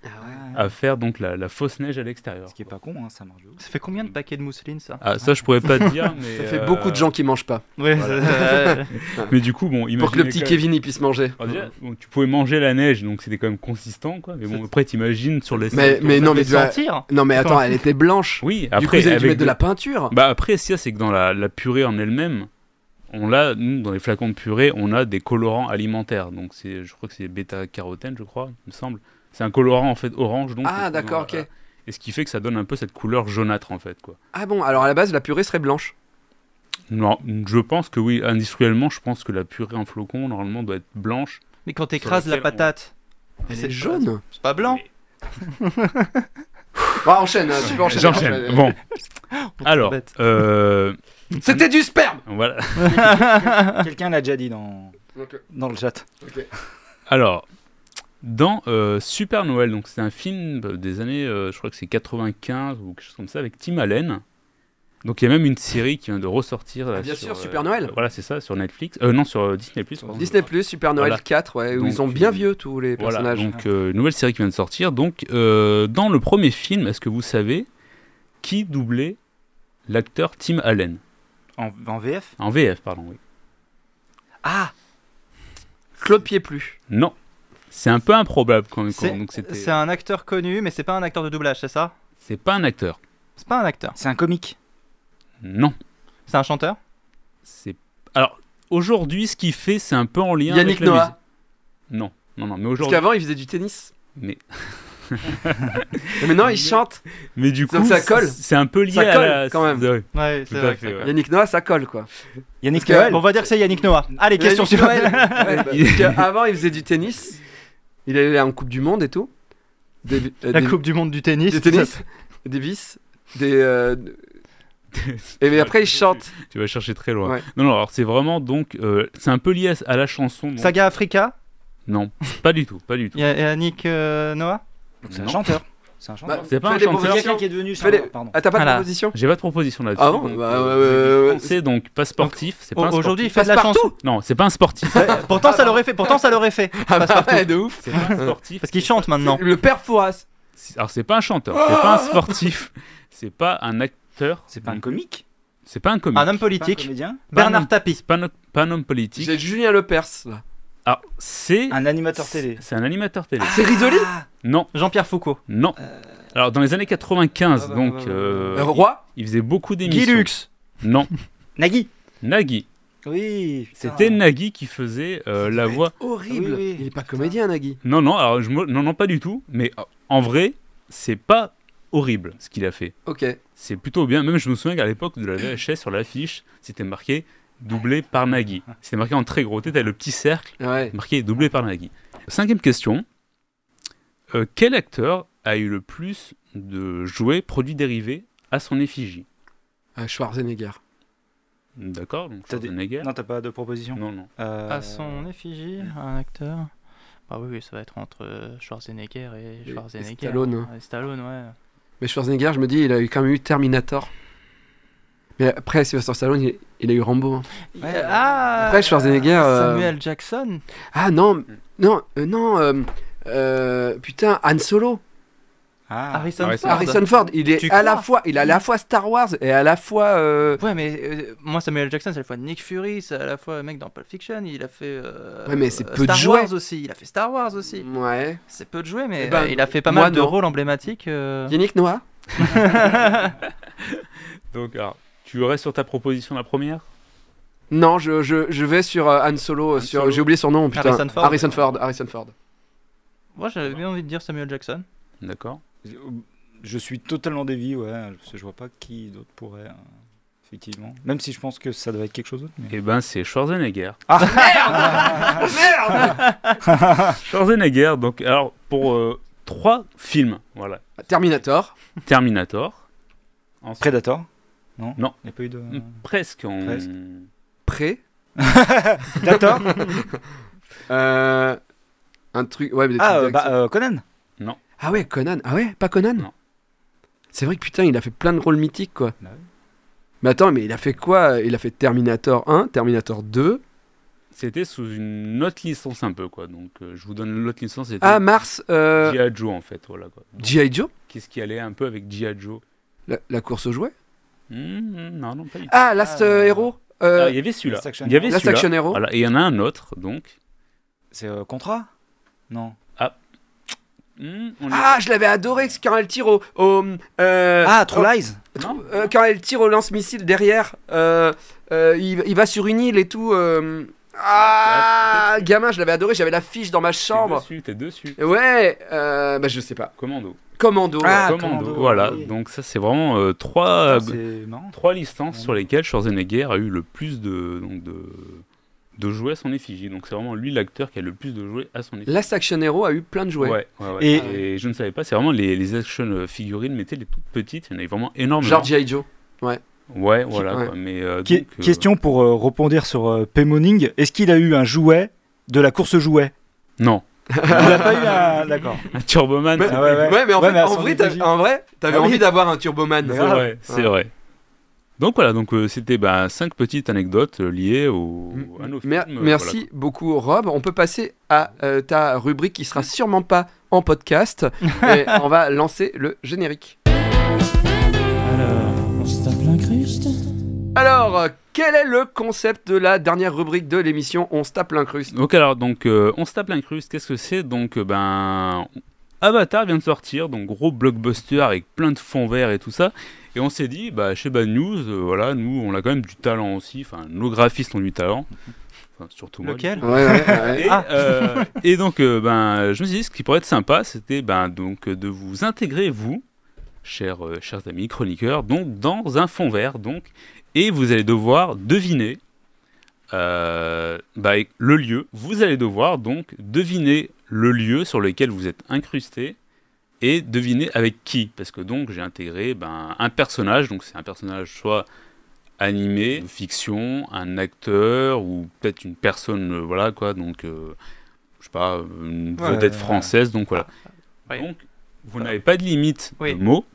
[SPEAKER 4] Ah,
[SPEAKER 3] à faire donc la, la fausse neige à l'extérieur.
[SPEAKER 4] Ce qui est pas con, hein, ça marche de ouf.
[SPEAKER 2] Ça fait combien de paquets de mousseline ça
[SPEAKER 3] Ah, ça je pourrais pas te dire, mais.
[SPEAKER 1] Ça fait
[SPEAKER 3] euh,
[SPEAKER 1] beaucoup de gens qui mangent pas.
[SPEAKER 2] Oui, euh,
[SPEAKER 3] Mais du coup, bon, imaginez.
[SPEAKER 1] Pour que le petit
[SPEAKER 3] quand-
[SPEAKER 1] Kevin il puisse manger.
[SPEAKER 3] Alors déjà, bon, tu pouvais manger la neige, donc c'était quand même consistant, quoi. Mais bon, après, t'imagines sur les.
[SPEAKER 1] Mais, mais non, mais tu as-
[SPEAKER 2] sentir.
[SPEAKER 1] non, mais attends, elle était blanche.
[SPEAKER 3] Oui,
[SPEAKER 1] du
[SPEAKER 3] après,
[SPEAKER 1] coup, ils avaient dû
[SPEAKER 3] avec
[SPEAKER 1] mettre de la peinture.
[SPEAKER 3] Bah après, si c'est que dans la, la purée en elle-même, on l'a, nous, dans les flacons de purée, on a des colorants alimentaires. Donc c'est, je crois que c'est bêta-carotène, je crois, il me semble. C'est un colorant en fait orange, donc.
[SPEAKER 1] Ah,
[SPEAKER 3] euh,
[SPEAKER 1] d'accord,
[SPEAKER 3] euh,
[SPEAKER 1] ok.
[SPEAKER 3] Et ce qui fait que ça donne un peu cette couleur jaunâtre en fait, quoi.
[SPEAKER 1] Ah bon, alors à la base, la purée serait blanche.
[SPEAKER 3] Non, je pense que oui, industriellement, je pense que la purée en flocon normalement doit être blanche.
[SPEAKER 2] Mais quand t'écrases
[SPEAKER 3] Sur
[SPEAKER 2] la
[SPEAKER 3] lequel on-
[SPEAKER 2] patate,
[SPEAKER 1] Elle
[SPEAKER 2] C'est
[SPEAKER 1] est jaune.
[SPEAKER 2] c'est pas blanc
[SPEAKER 1] Bah, enchaîne, hein, tu peux enchaîner.
[SPEAKER 3] J'enchaîne.
[SPEAKER 1] enchaîne.
[SPEAKER 3] Bon,
[SPEAKER 2] Pour
[SPEAKER 3] alors,
[SPEAKER 2] être bête.
[SPEAKER 3] euh,
[SPEAKER 1] C'était du sperme
[SPEAKER 3] voilà.
[SPEAKER 4] Quelqu'un l'a déjà dit dans, dans le chat.
[SPEAKER 3] Alors, dans euh, Super Noël, donc c'est un film des années, euh, je crois que c'est 95 ou quelque chose comme ça, avec Tim Allen. Donc il y a même une série qui vient de ressortir. là,
[SPEAKER 1] Ah, bien
[SPEAKER 3] sur,
[SPEAKER 1] sûr,
[SPEAKER 3] euh,
[SPEAKER 1] Super Noël.
[SPEAKER 3] Voilà, c'est ça, sur Netflix. Euh, non, sur euh, Disney Plus.
[SPEAKER 1] Disney+, Super Noël
[SPEAKER 3] Voilà.
[SPEAKER 1] 4, ouais, où
[SPEAKER 3] Donc,
[SPEAKER 1] ils ont bien
[SPEAKER 3] euh,
[SPEAKER 1] vieux tous les
[SPEAKER 3] Voilà,
[SPEAKER 1] personnages.
[SPEAKER 3] donc euh, une nouvelle série qui vient de sortir. Donc euh, dans le premier film, est-ce que vous savez qui doublait l'acteur Tim Allen
[SPEAKER 4] En, en VF
[SPEAKER 3] En VF, pardon, oui.
[SPEAKER 4] Ah
[SPEAKER 3] euh,
[SPEAKER 1] Claude Pieplu.
[SPEAKER 3] Non, c'est un peu improbable quand même. quand-
[SPEAKER 2] C'est-
[SPEAKER 3] donc c'était-
[SPEAKER 2] C'est un acteur connu, mais c'est pas un acteur de doublage, c'est ça
[SPEAKER 3] C'est pas un acteur.
[SPEAKER 2] C'est pas un acteur.
[SPEAKER 4] C'est un comique.
[SPEAKER 3] Non.
[SPEAKER 2] C'est un chanteur
[SPEAKER 3] C'est alors aujourd'hui ce qu'il fait c'est un peu en lien
[SPEAKER 1] Yannick
[SPEAKER 3] avec la
[SPEAKER 1] Noah.
[SPEAKER 3] musique. Non, non non, mais
[SPEAKER 1] Parce
[SPEAKER 3] aujourd'hui
[SPEAKER 1] qu'avant, il faisait du tennis.
[SPEAKER 3] mais
[SPEAKER 1] Mais maintenant, il chante.
[SPEAKER 3] mais du
[SPEAKER 1] Donc
[SPEAKER 3] coup
[SPEAKER 1] ça colle.
[SPEAKER 3] c'est- C'est un peu lié
[SPEAKER 1] Ça
[SPEAKER 3] à
[SPEAKER 1] colle,
[SPEAKER 3] la
[SPEAKER 1] quand même.
[SPEAKER 3] ouais.
[SPEAKER 2] Ouais,
[SPEAKER 3] Tout
[SPEAKER 2] c'est
[SPEAKER 3] à
[SPEAKER 2] vrai.
[SPEAKER 3] fait,
[SPEAKER 2] que ça-
[SPEAKER 3] ouais.
[SPEAKER 1] Yannick Noah, ça colle, quoi.
[SPEAKER 4] Yannick
[SPEAKER 1] que-
[SPEAKER 4] Noël
[SPEAKER 2] Bon, on va dire que c'est Yannick Noah. Allez, question
[SPEAKER 1] Yannick
[SPEAKER 2] suivante.
[SPEAKER 1] Noël. Ouais, bah, parce qu'avant, il faisait du tennis. Il allait en Coupe du Monde et tout. Des- euh,
[SPEAKER 2] La
[SPEAKER 1] des-
[SPEAKER 2] Coupe du Monde du tennis.
[SPEAKER 1] Du tennis Davis des euh, et mais après il chante
[SPEAKER 3] tu vas chercher très loin.
[SPEAKER 1] Ouais.
[SPEAKER 3] Non non, alors c'est vraiment donc euh, c'est un peu lié à, à la chanson donc-
[SPEAKER 2] Saga Africa,
[SPEAKER 3] Non, pas du tout, pas du tout.
[SPEAKER 2] il y a Yannick euh, Noah.
[SPEAKER 4] Donc, C'est un
[SPEAKER 3] Non.
[SPEAKER 4] chanteur. C'est un chanteur.
[SPEAKER 3] C'est pas
[SPEAKER 1] Bah, Fais
[SPEAKER 3] un
[SPEAKER 1] des
[SPEAKER 4] C'est
[SPEAKER 3] chanteur.
[SPEAKER 1] propositions.
[SPEAKER 4] quelqu'un qui est devenu
[SPEAKER 1] Fais les-
[SPEAKER 4] chanteur. Pardon.
[SPEAKER 1] ah t'as pas
[SPEAKER 2] Voilà.
[SPEAKER 1] de proposition
[SPEAKER 3] J'ai pas de proposition là-dessus.
[SPEAKER 1] Ah bon
[SPEAKER 3] donc,
[SPEAKER 1] Bah,
[SPEAKER 3] euh,
[SPEAKER 1] ouais, ouais, ouais, ouais.
[SPEAKER 3] français, donc pas sportif, c'est pas un
[SPEAKER 2] Au- Aujourd'hui, il fait de la chanson.
[SPEAKER 1] Passe-partout
[SPEAKER 3] Non, c'est pas un sportif.
[SPEAKER 2] Pourtant, ça l'aurait fait. Pourtant, ça l'aurait fait.
[SPEAKER 1] ah bah ouais, de ouf
[SPEAKER 3] C'est pas un sportif.
[SPEAKER 2] Parce qu'il chante maintenant.
[SPEAKER 1] le père Fouras
[SPEAKER 3] C'est- Alors c'est pas un chanteur, c'est pas un sportif, c'est pas un acteur,
[SPEAKER 4] C'est pas un comique
[SPEAKER 3] c'est pas un comique.
[SPEAKER 1] Ah
[SPEAKER 2] Un homme
[SPEAKER 4] Pas un
[SPEAKER 2] politique.
[SPEAKER 4] comédien
[SPEAKER 2] Bernard Tapie.
[SPEAKER 3] C'est pas un- pas un homme politique.
[SPEAKER 1] j'ai Julien Lepers là.
[SPEAKER 3] Alors, c'est.
[SPEAKER 4] Un animateur télé.
[SPEAKER 3] C'est un animateur
[SPEAKER 4] Ah,
[SPEAKER 3] télé.
[SPEAKER 1] c'est Risoli
[SPEAKER 3] Non,
[SPEAKER 2] Jean-Pierre Foucault.
[SPEAKER 3] non. Alors, dans les années 95,
[SPEAKER 4] Euh. Ah bah,
[SPEAKER 3] donc.
[SPEAKER 4] bah, bah, bah.
[SPEAKER 3] euh,
[SPEAKER 1] Euh, Roi
[SPEAKER 3] Il faisait beaucoup
[SPEAKER 2] Guy
[SPEAKER 3] d'émissions.
[SPEAKER 2] Lux.
[SPEAKER 4] Ah
[SPEAKER 3] Non.
[SPEAKER 4] Nagui
[SPEAKER 3] Nagui.
[SPEAKER 4] Oui. putain.
[SPEAKER 3] C'était Nagui qui faisait euh, la voix.
[SPEAKER 1] horrible
[SPEAKER 4] Oui, oui.
[SPEAKER 1] il est pas comédien Nagui
[SPEAKER 3] Non, non, alors, je me- non, non, pas du tout. Mais euh, en vrai, c'est pas horrible ce qu'il a fait.
[SPEAKER 1] ok
[SPEAKER 3] C'est plutôt bien. Même, je me souviens qu'à l'époque de la VHS, sur l'affiche, c'était marqué doublé par Nagui. C'était marqué en très gros tête, avec le petit cercle.
[SPEAKER 1] ouais
[SPEAKER 3] marqué et doublé par Nagui. Cinquième question. Euh, quel acteur a eu le plus de jouets produits dérivés à son effigie
[SPEAKER 1] Euh, Schwarzenegger
[SPEAKER 3] D'accord donc
[SPEAKER 4] T'as des-
[SPEAKER 3] Schwarzenegger
[SPEAKER 4] Non, t'as pas de proposition.
[SPEAKER 3] Non, non.
[SPEAKER 4] Euh,
[SPEAKER 2] À son effigie, un acteur. Bah oui, oui, ça va être entre euh, Schwarzenegger et
[SPEAKER 1] Et- et
[SPEAKER 2] Schwarzenegger.
[SPEAKER 1] Stallone,
[SPEAKER 2] hein. Et Stallone, ouais.
[SPEAKER 1] mais Schwarzenegger je me dis il a eu quand même eu Terminator mais après Sylvester Stallone il, il a eu Rambo hein.
[SPEAKER 4] Ouais.
[SPEAKER 2] Ah
[SPEAKER 1] Après, Schwarzenegger, euh,
[SPEAKER 2] Samuel Jackson.
[SPEAKER 4] Mm.
[SPEAKER 1] ah non non euh, non euh, euh, putain Han Solo
[SPEAKER 4] Ah.
[SPEAKER 2] Harrison
[SPEAKER 3] Harrison
[SPEAKER 2] Ford.
[SPEAKER 1] Harrison Ford, il est
[SPEAKER 2] Tu
[SPEAKER 1] à la
[SPEAKER 2] crois
[SPEAKER 1] fois, il a à la fois Star Wars et à la fois. euh,
[SPEAKER 2] Ouais, mais euh, moi Samuel L. Jackson, c'est à la fois Nick Fury, c'est à la fois un mec dans Pulp Fiction, il a fait. euh,
[SPEAKER 1] Ouais, mais c'est
[SPEAKER 2] euh,
[SPEAKER 1] peu de
[SPEAKER 2] Star
[SPEAKER 1] jouets.
[SPEAKER 2] Wars aussi, il a fait Star Wars aussi.
[SPEAKER 1] Ouais.
[SPEAKER 2] C'est peu de jouets, mais
[SPEAKER 1] Eh ben,
[SPEAKER 2] euh, il a fait pas
[SPEAKER 1] moi,
[SPEAKER 2] mal de
[SPEAKER 1] non.
[SPEAKER 2] rôles emblématiques. euh.
[SPEAKER 1] Yannick Noah.
[SPEAKER 3] Donc, alors, tu restes sur ta proposition, la première
[SPEAKER 1] Non, je, je, je vais sur euh, Han Solo.
[SPEAKER 3] Han
[SPEAKER 1] sur,
[SPEAKER 3] Solo.
[SPEAKER 1] J'ai oublié son nom, putain.
[SPEAKER 2] Harrison Ford.
[SPEAKER 1] Harrison Ford. Harrison Ford.
[SPEAKER 2] Moi, j'avais bien envie de dire Samuel Jackson.
[SPEAKER 3] D'accord.
[SPEAKER 4] Je suis totalement dévié, ouais, parce que je vois pas qui d'autre pourrait, euh, effectivement. Même si je pense que ça devait être quelque chose d'autre. mais-
[SPEAKER 3] Eh ben, c'est Schwarzenegger.
[SPEAKER 4] Ah.
[SPEAKER 1] Merde
[SPEAKER 3] Schwarzenegger, donc, alors, pour euh, trois films, voilà.
[SPEAKER 1] Terminator.
[SPEAKER 3] Terminator, ensuite,
[SPEAKER 4] Predator Non
[SPEAKER 3] Non.
[SPEAKER 4] Il n'y a pas eu de.
[SPEAKER 3] Mm, presque en...
[SPEAKER 4] Presque.
[SPEAKER 1] Prêt.
[SPEAKER 4] Dator
[SPEAKER 1] Euh, un truc. Ouais, mais des
[SPEAKER 4] Ah,
[SPEAKER 1] trucs
[SPEAKER 4] euh, bah,
[SPEAKER 1] d'action.
[SPEAKER 4] euh, Conan
[SPEAKER 1] ah ouais, Conan. Ah ouais, pas Conan
[SPEAKER 3] Non.
[SPEAKER 1] C'est vrai que putain, il a fait plein de rôles mythiques, quoi.
[SPEAKER 4] Bah ouais.
[SPEAKER 1] Mais attends, mais il a fait quoi Il a fait Terminator 1, Terminator 2.
[SPEAKER 3] C'était sous une autre licence un peu, quoi. Donc, euh, je vous donne l'autre licence, c'était
[SPEAKER 1] Ah, Mars. euh,
[SPEAKER 3] G.I. Joe, en fait, voilà, quoi. Donc,
[SPEAKER 1] G.I. Joe
[SPEAKER 3] Qu'est-ce qui allait un peu avec G.I. Joe
[SPEAKER 1] la, la course aux jouets
[SPEAKER 3] Hmm, Non, non, pas du tout.
[SPEAKER 1] Ah, Last
[SPEAKER 4] Ah,
[SPEAKER 1] euh,
[SPEAKER 4] euh,
[SPEAKER 1] Hero
[SPEAKER 3] Alors,
[SPEAKER 1] euh,
[SPEAKER 3] ah, il y avait celui-là.
[SPEAKER 4] Last Action
[SPEAKER 3] Il y avait
[SPEAKER 1] Last
[SPEAKER 3] celui-là.
[SPEAKER 1] Action Hero
[SPEAKER 3] Voilà, et il y en a un autre, donc.
[SPEAKER 4] C'est euh, Contra Non.
[SPEAKER 3] Hmm, on est-
[SPEAKER 1] Ah, je l'avais adoré c'est quand elle tire au. au, euh,
[SPEAKER 4] ah, True
[SPEAKER 1] au-
[SPEAKER 4] Lies
[SPEAKER 3] non
[SPEAKER 1] euh, quand elle tire au lance-missile derrière, euh, euh, il, il va sur une île et tout. euh, Ah, gamin, je l'avais adoré, j'avais l'affiche dans ma
[SPEAKER 3] T'es
[SPEAKER 1] chambre.
[SPEAKER 3] dessus, t'es dessus.
[SPEAKER 1] Ouais, euh, bah je sais pas.
[SPEAKER 3] Commando.
[SPEAKER 1] Commando.
[SPEAKER 4] Ah,
[SPEAKER 3] commando.
[SPEAKER 4] Commando,
[SPEAKER 3] Voilà,
[SPEAKER 4] oui.
[SPEAKER 3] donc ça, c'est vraiment euh, trois,
[SPEAKER 4] Ah, C'est marrant.
[SPEAKER 3] trois licences sur lesquelles Schwarzenegger a eu le plus de, donc de, de jouets à son effigie. Donc, c'est vraiment lui l'acteur qui a le plus de jouets à son effigie.
[SPEAKER 1] Last Action Hero a eu plein de jouets.
[SPEAKER 3] Ouais, ouais, ouais. Et,
[SPEAKER 4] Et-
[SPEAKER 3] je ne savais pas, c'est vraiment les, les action euh, figurines, mais tu sais, les toutes petites, il y en avait vraiment énormément.
[SPEAKER 1] Genre G.I. Joe.
[SPEAKER 3] Ouais, voilà.
[SPEAKER 1] ouais.
[SPEAKER 3] quoi, mais, euh,
[SPEAKER 4] Que-
[SPEAKER 3] donc, euh,
[SPEAKER 4] Question pour euh, rebondir sur euh, P. Moning. Est-ce qu'il a eu un jouet de la course jouet
[SPEAKER 3] Non,
[SPEAKER 4] Il n'a pas eu un. D'accord.
[SPEAKER 3] un Turboman,
[SPEAKER 1] Mais-
[SPEAKER 3] c'est
[SPEAKER 4] Ah ouais, ouais.
[SPEAKER 1] mais en
[SPEAKER 4] Ouais,
[SPEAKER 1] fait,
[SPEAKER 4] mais à
[SPEAKER 1] en
[SPEAKER 4] son
[SPEAKER 1] vrai, t'avais-
[SPEAKER 4] effigie.
[SPEAKER 1] en vrai, t'avais
[SPEAKER 4] Ah oui.
[SPEAKER 1] envie d'avoir un Turboman.
[SPEAKER 3] c'est
[SPEAKER 4] grave.
[SPEAKER 3] vrai. C'est
[SPEAKER 1] Ouais.
[SPEAKER 3] vrai. Donc voilà, donc euh, c'était bah, cinq petites anecdotes euh, liées au, à nos
[SPEAKER 1] Mm, Mer-
[SPEAKER 3] films, euh,
[SPEAKER 1] merci beaucoup Rob. On peut passer à euh, ta rubrique qui sera sûrement pas en podcast. et on va lancer le générique. Alors, euh, quel est le concept de la dernière rubrique de l'émission On se tape l'incruste
[SPEAKER 3] voilà. Donc alors, donc, euh, on se tape l'incruste, qu'est-ce que c'est Donc euh, ben, Avatar vient de sortir, donc gros blockbuster avec plein de fonds verts et tout ça. Et on s'est dit, bah, chez Bad News, euh, voilà, nous, on a quand même du talent aussi. Enfin, nos graphistes ont du talent.
[SPEAKER 1] Mm,
[SPEAKER 3] Enfin, surtout moi.
[SPEAKER 2] Lequel
[SPEAKER 1] Ouais, ouais, ouais.
[SPEAKER 3] Et, euh, et donc, euh, ben, je me suis dit, ce qui pourrait être sympa, c'était ben, donc, euh, de vous intégrer, vous, chers, euh, chers amis chroniqueurs, donc, dans un fond vert. Donc, et vous allez devoir deviner euh, bah, le lieu. Vous allez devoir donc deviner le lieu sur lequel vous êtes incrusté et deviner avec qui. Parce que donc, j'ai intégré ben, un personnage. Donc, c'est un personnage soit animé, de fiction, un acteur ou peut-être une personne, euh, voilà quoi, donc euh, je sais pas, une
[SPEAKER 4] Ouais,
[SPEAKER 3] vedette
[SPEAKER 4] ouais, ouais.
[SPEAKER 3] française, donc voilà.
[SPEAKER 2] Ah, ouais.
[SPEAKER 3] Donc vous n'avez pas de limite
[SPEAKER 2] Oui.
[SPEAKER 3] de mots,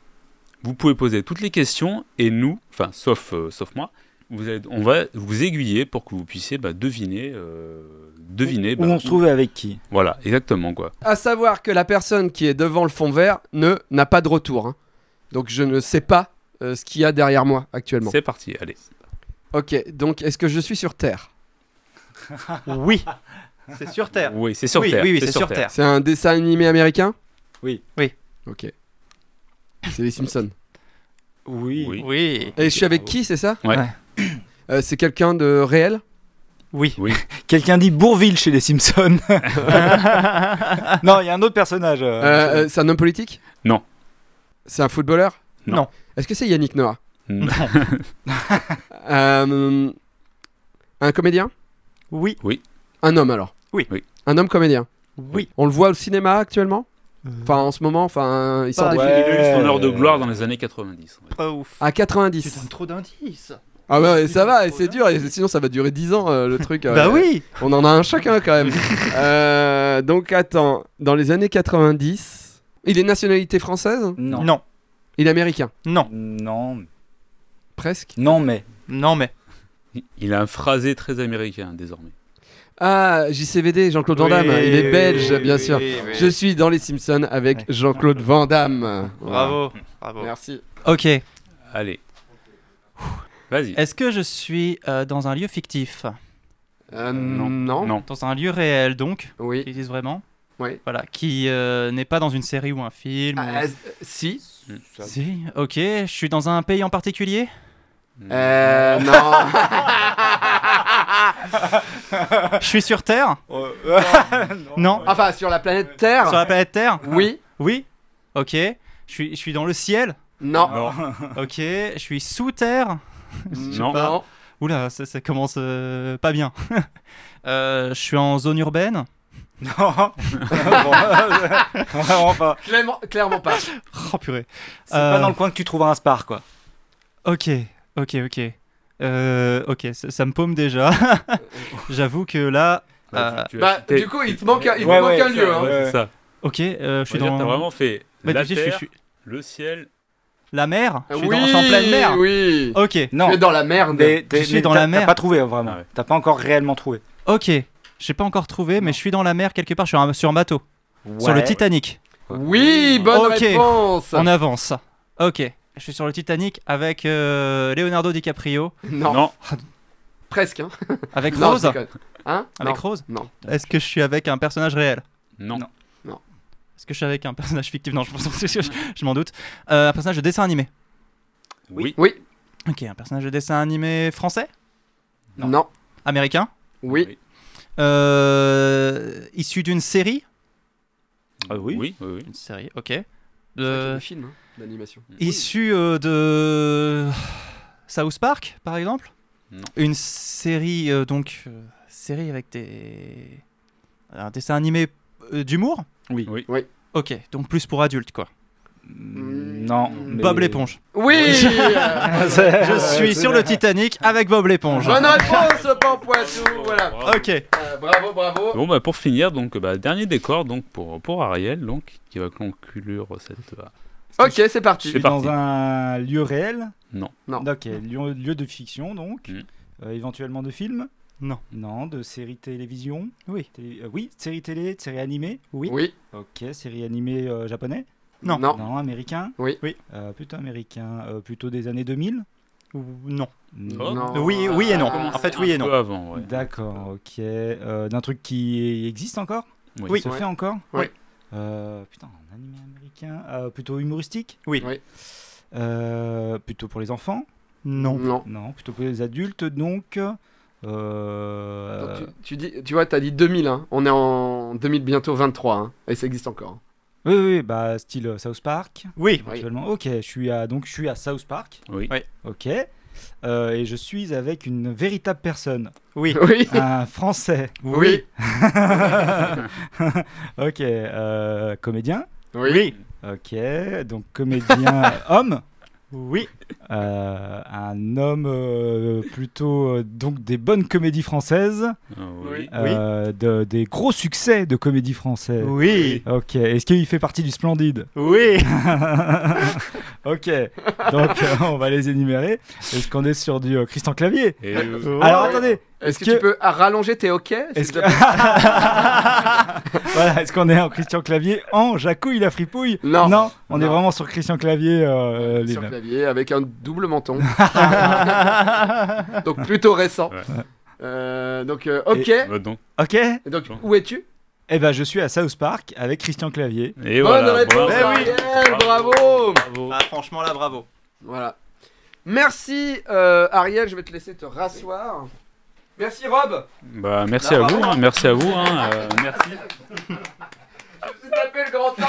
[SPEAKER 3] vous pouvez poser toutes les questions et nous, enfin sauf, euh, sauf moi, vous êtes- on va vous aiguiller pour que vous puissiez bah, deviner, euh, deviner
[SPEAKER 4] Où
[SPEAKER 3] bah,
[SPEAKER 4] on se trouvait avec qui
[SPEAKER 3] Voilà, exactement quoi.
[SPEAKER 1] À savoir que la personne qui est devant le fond vert ne n'a pas de retour. hein. Donc je ne sais pas euh, ce qu'il y a derrière moi actuellement.
[SPEAKER 3] C'est parti, allez.
[SPEAKER 1] Ok, donc est-ce que je suis sur Terre
[SPEAKER 2] Oui C'est sur Terre.
[SPEAKER 3] Oui, c'est sur
[SPEAKER 2] oui,
[SPEAKER 3] Terre.
[SPEAKER 2] oui, oui, c'est sur Terre.
[SPEAKER 1] C'est un dessin animé américain
[SPEAKER 4] Oui.
[SPEAKER 2] Oui.
[SPEAKER 1] Ok. C'est les Simpsons.
[SPEAKER 4] Oui.
[SPEAKER 3] Oui.
[SPEAKER 2] Oui.
[SPEAKER 1] Et je suis avec qui, c'est ça
[SPEAKER 3] Ouais.
[SPEAKER 2] Ouais.
[SPEAKER 1] Euh, c'est quelqu'un de réel
[SPEAKER 2] Oui.
[SPEAKER 4] Quelqu'un dit Bourville chez les Simpsons. non, il y a un autre personnage. euh,
[SPEAKER 1] Euh, euh, C'est un homme politique
[SPEAKER 3] Non.
[SPEAKER 1] C'est un footballeur
[SPEAKER 3] Non.
[SPEAKER 2] Non.
[SPEAKER 1] Est-ce que c'est Yannick Noah
[SPEAKER 3] Non.
[SPEAKER 1] Euh, Un comédien
[SPEAKER 2] Oui.
[SPEAKER 1] Un homme alors
[SPEAKER 2] Oui.
[SPEAKER 3] Oui.
[SPEAKER 1] Un homme comédien
[SPEAKER 2] Oui. Euh,
[SPEAKER 1] On le voit au cinéma actuellement Enfin en ce moment, enfin il sort
[SPEAKER 2] Pas
[SPEAKER 1] des
[SPEAKER 3] Il
[SPEAKER 1] films.
[SPEAKER 4] Ouais.
[SPEAKER 3] a eu son heure de gloire dans les années 90. on va dire.
[SPEAKER 2] Pas ouf.
[SPEAKER 1] À
[SPEAKER 2] Tu
[SPEAKER 1] 90.
[SPEAKER 2] donnes trop d'indices.
[SPEAKER 1] Ah ouais, ça va, et
[SPEAKER 2] trop
[SPEAKER 1] c'est
[SPEAKER 2] bien.
[SPEAKER 1] dur, et sinon ça va durer 10 ans euh, le truc. euh,
[SPEAKER 2] Bah oui
[SPEAKER 1] On en a un chacun quand même. Euh, donc attends, dans les années 90, il est nationalité française
[SPEAKER 4] Non.
[SPEAKER 2] Non.
[SPEAKER 1] Il est américain,
[SPEAKER 2] Non.
[SPEAKER 4] Non.
[SPEAKER 1] presque.
[SPEAKER 4] Non, mais.
[SPEAKER 2] Non, mais.
[SPEAKER 3] Il a un phrasé très américain désormais.
[SPEAKER 1] Ah, JCVD, Jean-Claude Van Damme,
[SPEAKER 2] Oui,
[SPEAKER 1] il est
[SPEAKER 2] oui,
[SPEAKER 1] belge,
[SPEAKER 2] oui,
[SPEAKER 1] bien
[SPEAKER 2] oui,
[SPEAKER 1] sûr.
[SPEAKER 2] oui, oui.
[SPEAKER 1] Je suis dans Les Simpsons avec Jean-Claude Van Damme.
[SPEAKER 2] Bravo, bravo.
[SPEAKER 1] Merci.
[SPEAKER 2] Ok, est-ce
[SPEAKER 3] Allez. Vas-y.
[SPEAKER 1] Eh,
[SPEAKER 2] que je suis euh, dans un lieu fictif
[SPEAKER 1] Euh,
[SPEAKER 3] Non.
[SPEAKER 1] non.
[SPEAKER 3] Non.
[SPEAKER 2] Dans un lieu réel, donc, qui
[SPEAKER 1] Oui.
[SPEAKER 2] existe vraiment
[SPEAKER 1] Oui.
[SPEAKER 2] Voilà, qui euh, n'est pas dans une série ou un film ou-
[SPEAKER 1] Ah, euh, si.
[SPEAKER 2] Si, ok, je suis dans un pays en particulier
[SPEAKER 1] Euh, non.
[SPEAKER 2] Je suis sur Terre Non
[SPEAKER 1] Enfin, sur la planète Terre.
[SPEAKER 2] Sur la planète Terre
[SPEAKER 1] Oui.
[SPEAKER 2] Oui Ok, je suis, je suis dans le ciel
[SPEAKER 1] Non.
[SPEAKER 2] Ok, je suis sous Terre
[SPEAKER 3] Non.
[SPEAKER 1] Non.
[SPEAKER 2] Oula, ça, ça commence euh, pas bien. Euh, je suis en zone urbaine
[SPEAKER 4] Non. Vraiment pas.
[SPEAKER 1] Clairement, clairement pas.
[SPEAKER 2] Oh purée.
[SPEAKER 4] C'est
[SPEAKER 2] Euh,
[SPEAKER 4] pas dans le coin que tu trouveras un spar, quoi.
[SPEAKER 2] Ok, ok, ok. Euh, ok, ça, ça me paume déjà.
[SPEAKER 4] Euh,
[SPEAKER 2] J'avoue que là...
[SPEAKER 3] Bah, tu- tu as
[SPEAKER 1] Bah,
[SPEAKER 3] cité-
[SPEAKER 1] du coup, il te manque un, il te
[SPEAKER 4] Ouais,
[SPEAKER 1] manque
[SPEAKER 4] ouais,
[SPEAKER 1] un
[SPEAKER 4] ça,
[SPEAKER 1] lieu. hein.
[SPEAKER 3] Ouais,
[SPEAKER 4] Ouais.
[SPEAKER 3] c'est ça.
[SPEAKER 2] Ok, euh, je
[SPEAKER 3] Je veux
[SPEAKER 2] suis
[SPEAKER 3] dire,
[SPEAKER 2] dans...
[SPEAKER 3] t'as vraiment fait
[SPEAKER 2] Bah,
[SPEAKER 3] la
[SPEAKER 2] tu sais, je
[SPEAKER 3] terre,
[SPEAKER 2] suis- je suis-
[SPEAKER 3] le ciel.
[SPEAKER 2] La mer Je suis, dans-
[SPEAKER 1] Ah Oui,
[SPEAKER 2] je suis en pleine mer
[SPEAKER 1] Oui.
[SPEAKER 2] Ok,
[SPEAKER 4] Non.
[SPEAKER 1] Tu es dans la merde.
[SPEAKER 4] Mais t'es-
[SPEAKER 2] Je suis
[SPEAKER 4] mais
[SPEAKER 2] dans
[SPEAKER 4] t'as-
[SPEAKER 2] la mer.
[SPEAKER 4] T'as pas trouvé, hein, vraiment.
[SPEAKER 3] Ah ouais.
[SPEAKER 4] T'as pas encore réellement trouvé.
[SPEAKER 2] ok. J'ai pas encore trouvé, mais je suis dans la mer quelque part, je suis un- sur un bateau. Sur le
[SPEAKER 4] Ouais.
[SPEAKER 2] Titanic.
[SPEAKER 1] Oui, bonne
[SPEAKER 2] Ok.
[SPEAKER 1] réponse.
[SPEAKER 2] On avance. Ok. Je suis sur le Titanic avec euh, Leonardo DiCaprio,
[SPEAKER 1] Non.
[SPEAKER 3] Non.
[SPEAKER 1] Presque. Hein.
[SPEAKER 2] avec
[SPEAKER 1] Non,
[SPEAKER 2] Rose.
[SPEAKER 1] je déconne. Hein
[SPEAKER 2] Avec
[SPEAKER 1] Non.
[SPEAKER 2] Rose
[SPEAKER 1] Non.
[SPEAKER 2] Est-ce que je suis avec un personnage réel
[SPEAKER 3] Non.
[SPEAKER 4] Non.
[SPEAKER 2] Est-ce que je suis avec un personnage fictif Non, je pense que je, je m'en doute. Euh, un personnage de dessin animé.
[SPEAKER 3] Oui.
[SPEAKER 1] Oui.
[SPEAKER 2] Ok, un personnage de dessin animé français
[SPEAKER 1] Non.
[SPEAKER 2] Non. Américain
[SPEAKER 1] Oui.
[SPEAKER 2] euh, Issu d'une série
[SPEAKER 4] Ah
[SPEAKER 3] Oui. Oui. oui.
[SPEAKER 2] Une série, ok.
[SPEAKER 1] C'est vrai qu'il y a
[SPEAKER 2] Euh,
[SPEAKER 1] des films hein, d'animation.
[SPEAKER 2] Issu euh, de South Park, par exemple
[SPEAKER 3] Non.
[SPEAKER 2] Une série, euh, donc, euh, série avec des... Un dessin animé euh, d'humour
[SPEAKER 3] Oui.
[SPEAKER 2] Ok, donc plus pour adultes, quoi.
[SPEAKER 4] Mm, Non. mais- Ah,
[SPEAKER 2] Bob l'éponge.
[SPEAKER 1] Oui. Euh,
[SPEAKER 4] C'est-
[SPEAKER 2] Je suis sur le Titanic avec Bob l'éponge.
[SPEAKER 1] Bonne réponse, Pampoitou. Voilà.
[SPEAKER 3] Bravo.
[SPEAKER 2] Ok.
[SPEAKER 1] Euh, bravo, bravo.
[SPEAKER 3] Bon bah pour finir donc bah, dernier décor donc pour pour Ariel donc qui va conclure cette euh,
[SPEAKER 1] Ok, c'est parti.
[SPEAKER 3] C'est
[SPEAKER 4] Je suis
[SPEAKER 3] parti.
[SPEAKER 4] dans un lieu réel
[SPEAKER 3] Non.
[SPEAKER 1] Non.
[SPEAKER 4] Ok, lieu, lieu de fiction donc.
[SPEAKER 3] Mm.
[SPEAKER 4] Euh, éventuellement de film
[SPEAKER 2] Non.
[SPEAKER 4] Non, de série télévision
[SPEAKER 2] Oui.
[SPEAKER 4] Télé- euh, oui, série télé, série animée Oui.
[SPEAKER 1] Oui.
[SPEAKER 4] Ok, série animée euh, japonais
[SPEAKER 2] Non.
[SPEAKER 1] Non.
[SPEAKER 4] Non, américain
[SPEAKER 1] Oui.
[SPEAKER 2] Oui.
[SPEAKER 4] Euh, plutôt américain, euh, plutôt des années 2000
[SPEAKER 2] Ou Non. Euh,
[SPEAKER 3] Oh.
[SPEAKER 2] Oui, oui et non.
[SPEAKER 1] Ah,
[SPEAKER 2] En fait,
[SPEAKER 1] c'est-
[SPEAKER 2] oui et
[SPEAKER 3] un
[SPEAKER 2] non.
[SPEAKER 3] peu avant ouais.
[SPEAKER 4] D'accord, ok. Euh, D'un truc qui existe encore
[SPEAKER 3] Oui.
[SPEAKER 4] Qui se
[SPEAKER 1] Ouais.
[SPEAKER 4] fait encore
[SPEAKER 1] Oui.
[SPEAKER 4] Euh, putain, un animé américain, euh, plutôt humoristique
[SPEAKER 2] Oui.
[SPEAKER 1] Oui.
[SPEAKER 4] Euh, plutôt pour les enfants
[SPEAKER 2] Non.
[SPEAKER 1] Non.
[SPEAKER 4] Non, plutôt pour les adultes, donc. euh,
[SPEAKER 1] Donc, tu, tu dis, tu vois, t'as dit 2000. hein. On est en 2000 bientôt 23 hein. et ça existe encore.
[SPEAKER 4] Oui, oui, bah style euh, South Park.
[SPEAKER 2] Oui.
[SPEAKER 1] Oui.
[SPEAKER 4] éventuellement. Ok, je suis à donc je suis à South Park.
[SPEAKER 3] Oui.
[SPEAKER 2] Ouais.
[SPEAKER 4] Ok. Euh, et je suis avec une véritable personne,
[SPEAKER 2] Oui.
[SPEAKER 1] Oui.
[SPEAKER 4] un Français.
[SPEAKER 1] Oui.
[SPEAKER 4] ok, euh, comédien.
[SPEAKER 1] Oui.
[SPEAKER 4] Ok, donc comédien homme.
[SPEAKER 2] Oui.
[SPEAKER 4] Euh, un homme euh, plutôt euh, donc des bonnes comédies françaises,
[SPEAKER 3] Ah, oui.
[SPEAKER 4] euh, de- des gros succès de comédie française.
[SPEAKER 2] Oui.
[SPEAKER 4] Ok, est-ce qu'il fait partie du Splendide
[SPEAKER 2] Oui.
[SPEAKER 4] Ok, donc euh, on va les énumérer. Est-ce qu'on est sur du euh, Christian Clavier
[SPEAKER 3] Et, euh,
[SPEAKER 4] Alors attendez,
[SPEAKER 1] Est-ce que,
[SPEAKER 4] que-
[SPEAKER 1] tu peux ah, rallonger tes ok
[SPEAKER 4] est-ce que- voilà, est-ce qu'on est en Christian Clavier en Jacouille la fripouille
[SPEAKER 1] Non.
[SPEAKER 4] on
[SPEAKER 1] Non.
[SPEAKER 4] est vraiment sur Christian Clavier. euh, les
[SPEAKER 1] sur
[SPEAKER 4] mêmes.
[SPEAKER 1] clavier avec un double menton. donc plutôt récent.
[SPEAKER 3] Ouais.
[SPEAKER 1] Euh, donc euh, ok.
[SPEAKER 3] bah, donc
[SPEAKER 4] Ok,
[SPEAKER 1] Et donc où es-tu
[SPEAKER 4] eh ben je suis à South Park avec Christian Clavier.
[SPEAKER 3] et
[SPEAKER 1] Bonne
[SPEAKER 3] voilà.
[SPEAKER 1] réponse,
[SPEAKER 3] bravo.
[SPEAKER 1] Ariel, bravo.
[SPEAKER 3] Bravo.
[SPEAKER 2] Ah, franchement, là, bravo.
[SPEAKER 1] Voilà. Merci euh, Ariel, je vais te laisser te rasseoir. Merci Rob.
[SPEAKER 3] Bah merci à vous hein, merci à vous hein, euh, merci
[SPEAKER 1] Je me suis tapé le grand temps.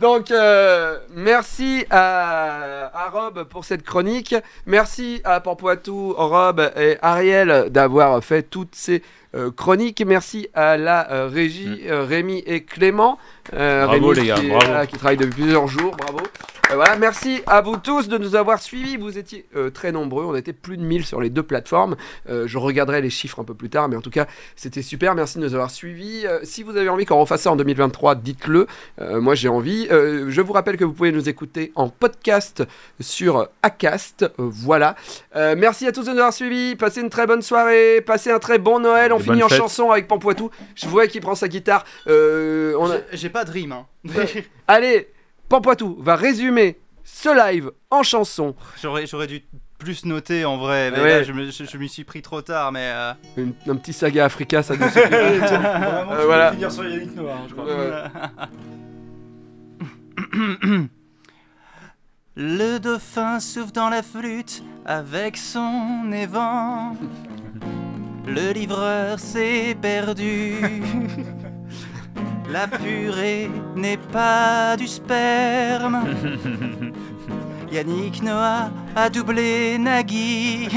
[SPEAKER 1] Donc, euh, merci à, à Rob pour cette chronique. Merci à Pampoitou, Rob et Ariel d'avoir fait toutes ces euh, chroniques. Merci à la euh, régie, euh, Rémi et Clément. Euh,
[SPEAKER 3] Bravo,
[SPEAKER 1] Rémi
[SPEAKER 3] les gars,
[SPEAKER 1] qui, est
[SPEAKER 3] Mm. bravo.
[SPEAKER 1] là, qui travaille depuis plusieurs jours, bravo. Et voilà, merci à vous tous de nous avoir suivis. Vous étiez euh, très nombreux. On était plus de 1000 sur les deux plateformes. Euh, je regarderai les chiffres un peu plus tard, mais en tout cas, c'était super. Merci de nous avoir suivis. Euh, si vous avez envie qu'on refasse ça en 2023, dites-le. Euh, moi, j'ai envie. Euh, je vous rappelle que vous pouvez nous écouter en podcast sur Acast. Euh, voilà. Euh, merci à tous de nous avoir suivis. Passez une très bonne soirée. Passez un très bon Noël. On
[SPEAKER 3] Des
[SPEAKER 1] finit
[SPEAKER 3] bonnes
[SPEAKER 1] en
[SPEAKER 3] fêtes.
[SPEAKER 1] chanson avec Pampoitou. Je vois qu'il prend sa guitare. Euh, on a-
[SPEAKER 2] J'ai- J'ai pas de rime. hein.
[SPEAKER 1] Allez, Pampoitou va résumer ce live en chanson.
[SPEAKER 2] J'aurais j'aurais dû plus noter en vrai. Mais
[SPEAKER 1] Ouais.
[SPEAKER 2] là, je me je- je m'y suis pris trop tard, mais. euh,
[SPEAKER 1] Une- un petit saga Africa, ça nous suffit.
[SPEAKER 7] Vraiment,
[SPEAKER 1] Euh, voilà.
[SPEAKER 7] finir sur Yannick Noah, hein, je crois.
[SPEAKER 1] Euh,
[SPEAKER 2] Le dauphin souffle dans la flûte avec son évent. Le livreur s'est perdu. La purée n'est pas du sperme. Yannick Noah a doublé Nagui.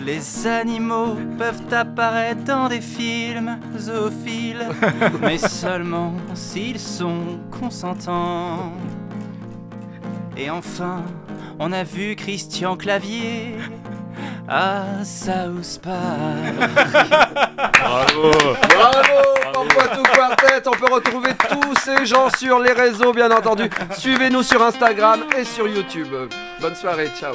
[SPEAKER 2] Les animaux peuvent apparaître dans des films zoophiles, mais seulement s'ils sont consentants. Et enfin, on a vu Christian Clavier à South Park.
[SPEAKER 3] Bravo
[SPEAKER 1] Bravo, Pampoitou Quartet. On peut retrouver tous ces gens sur les réseaux, bien entendu. Suivez-nous sur Instagram et sur YouTube. Bonne soirée, ciao.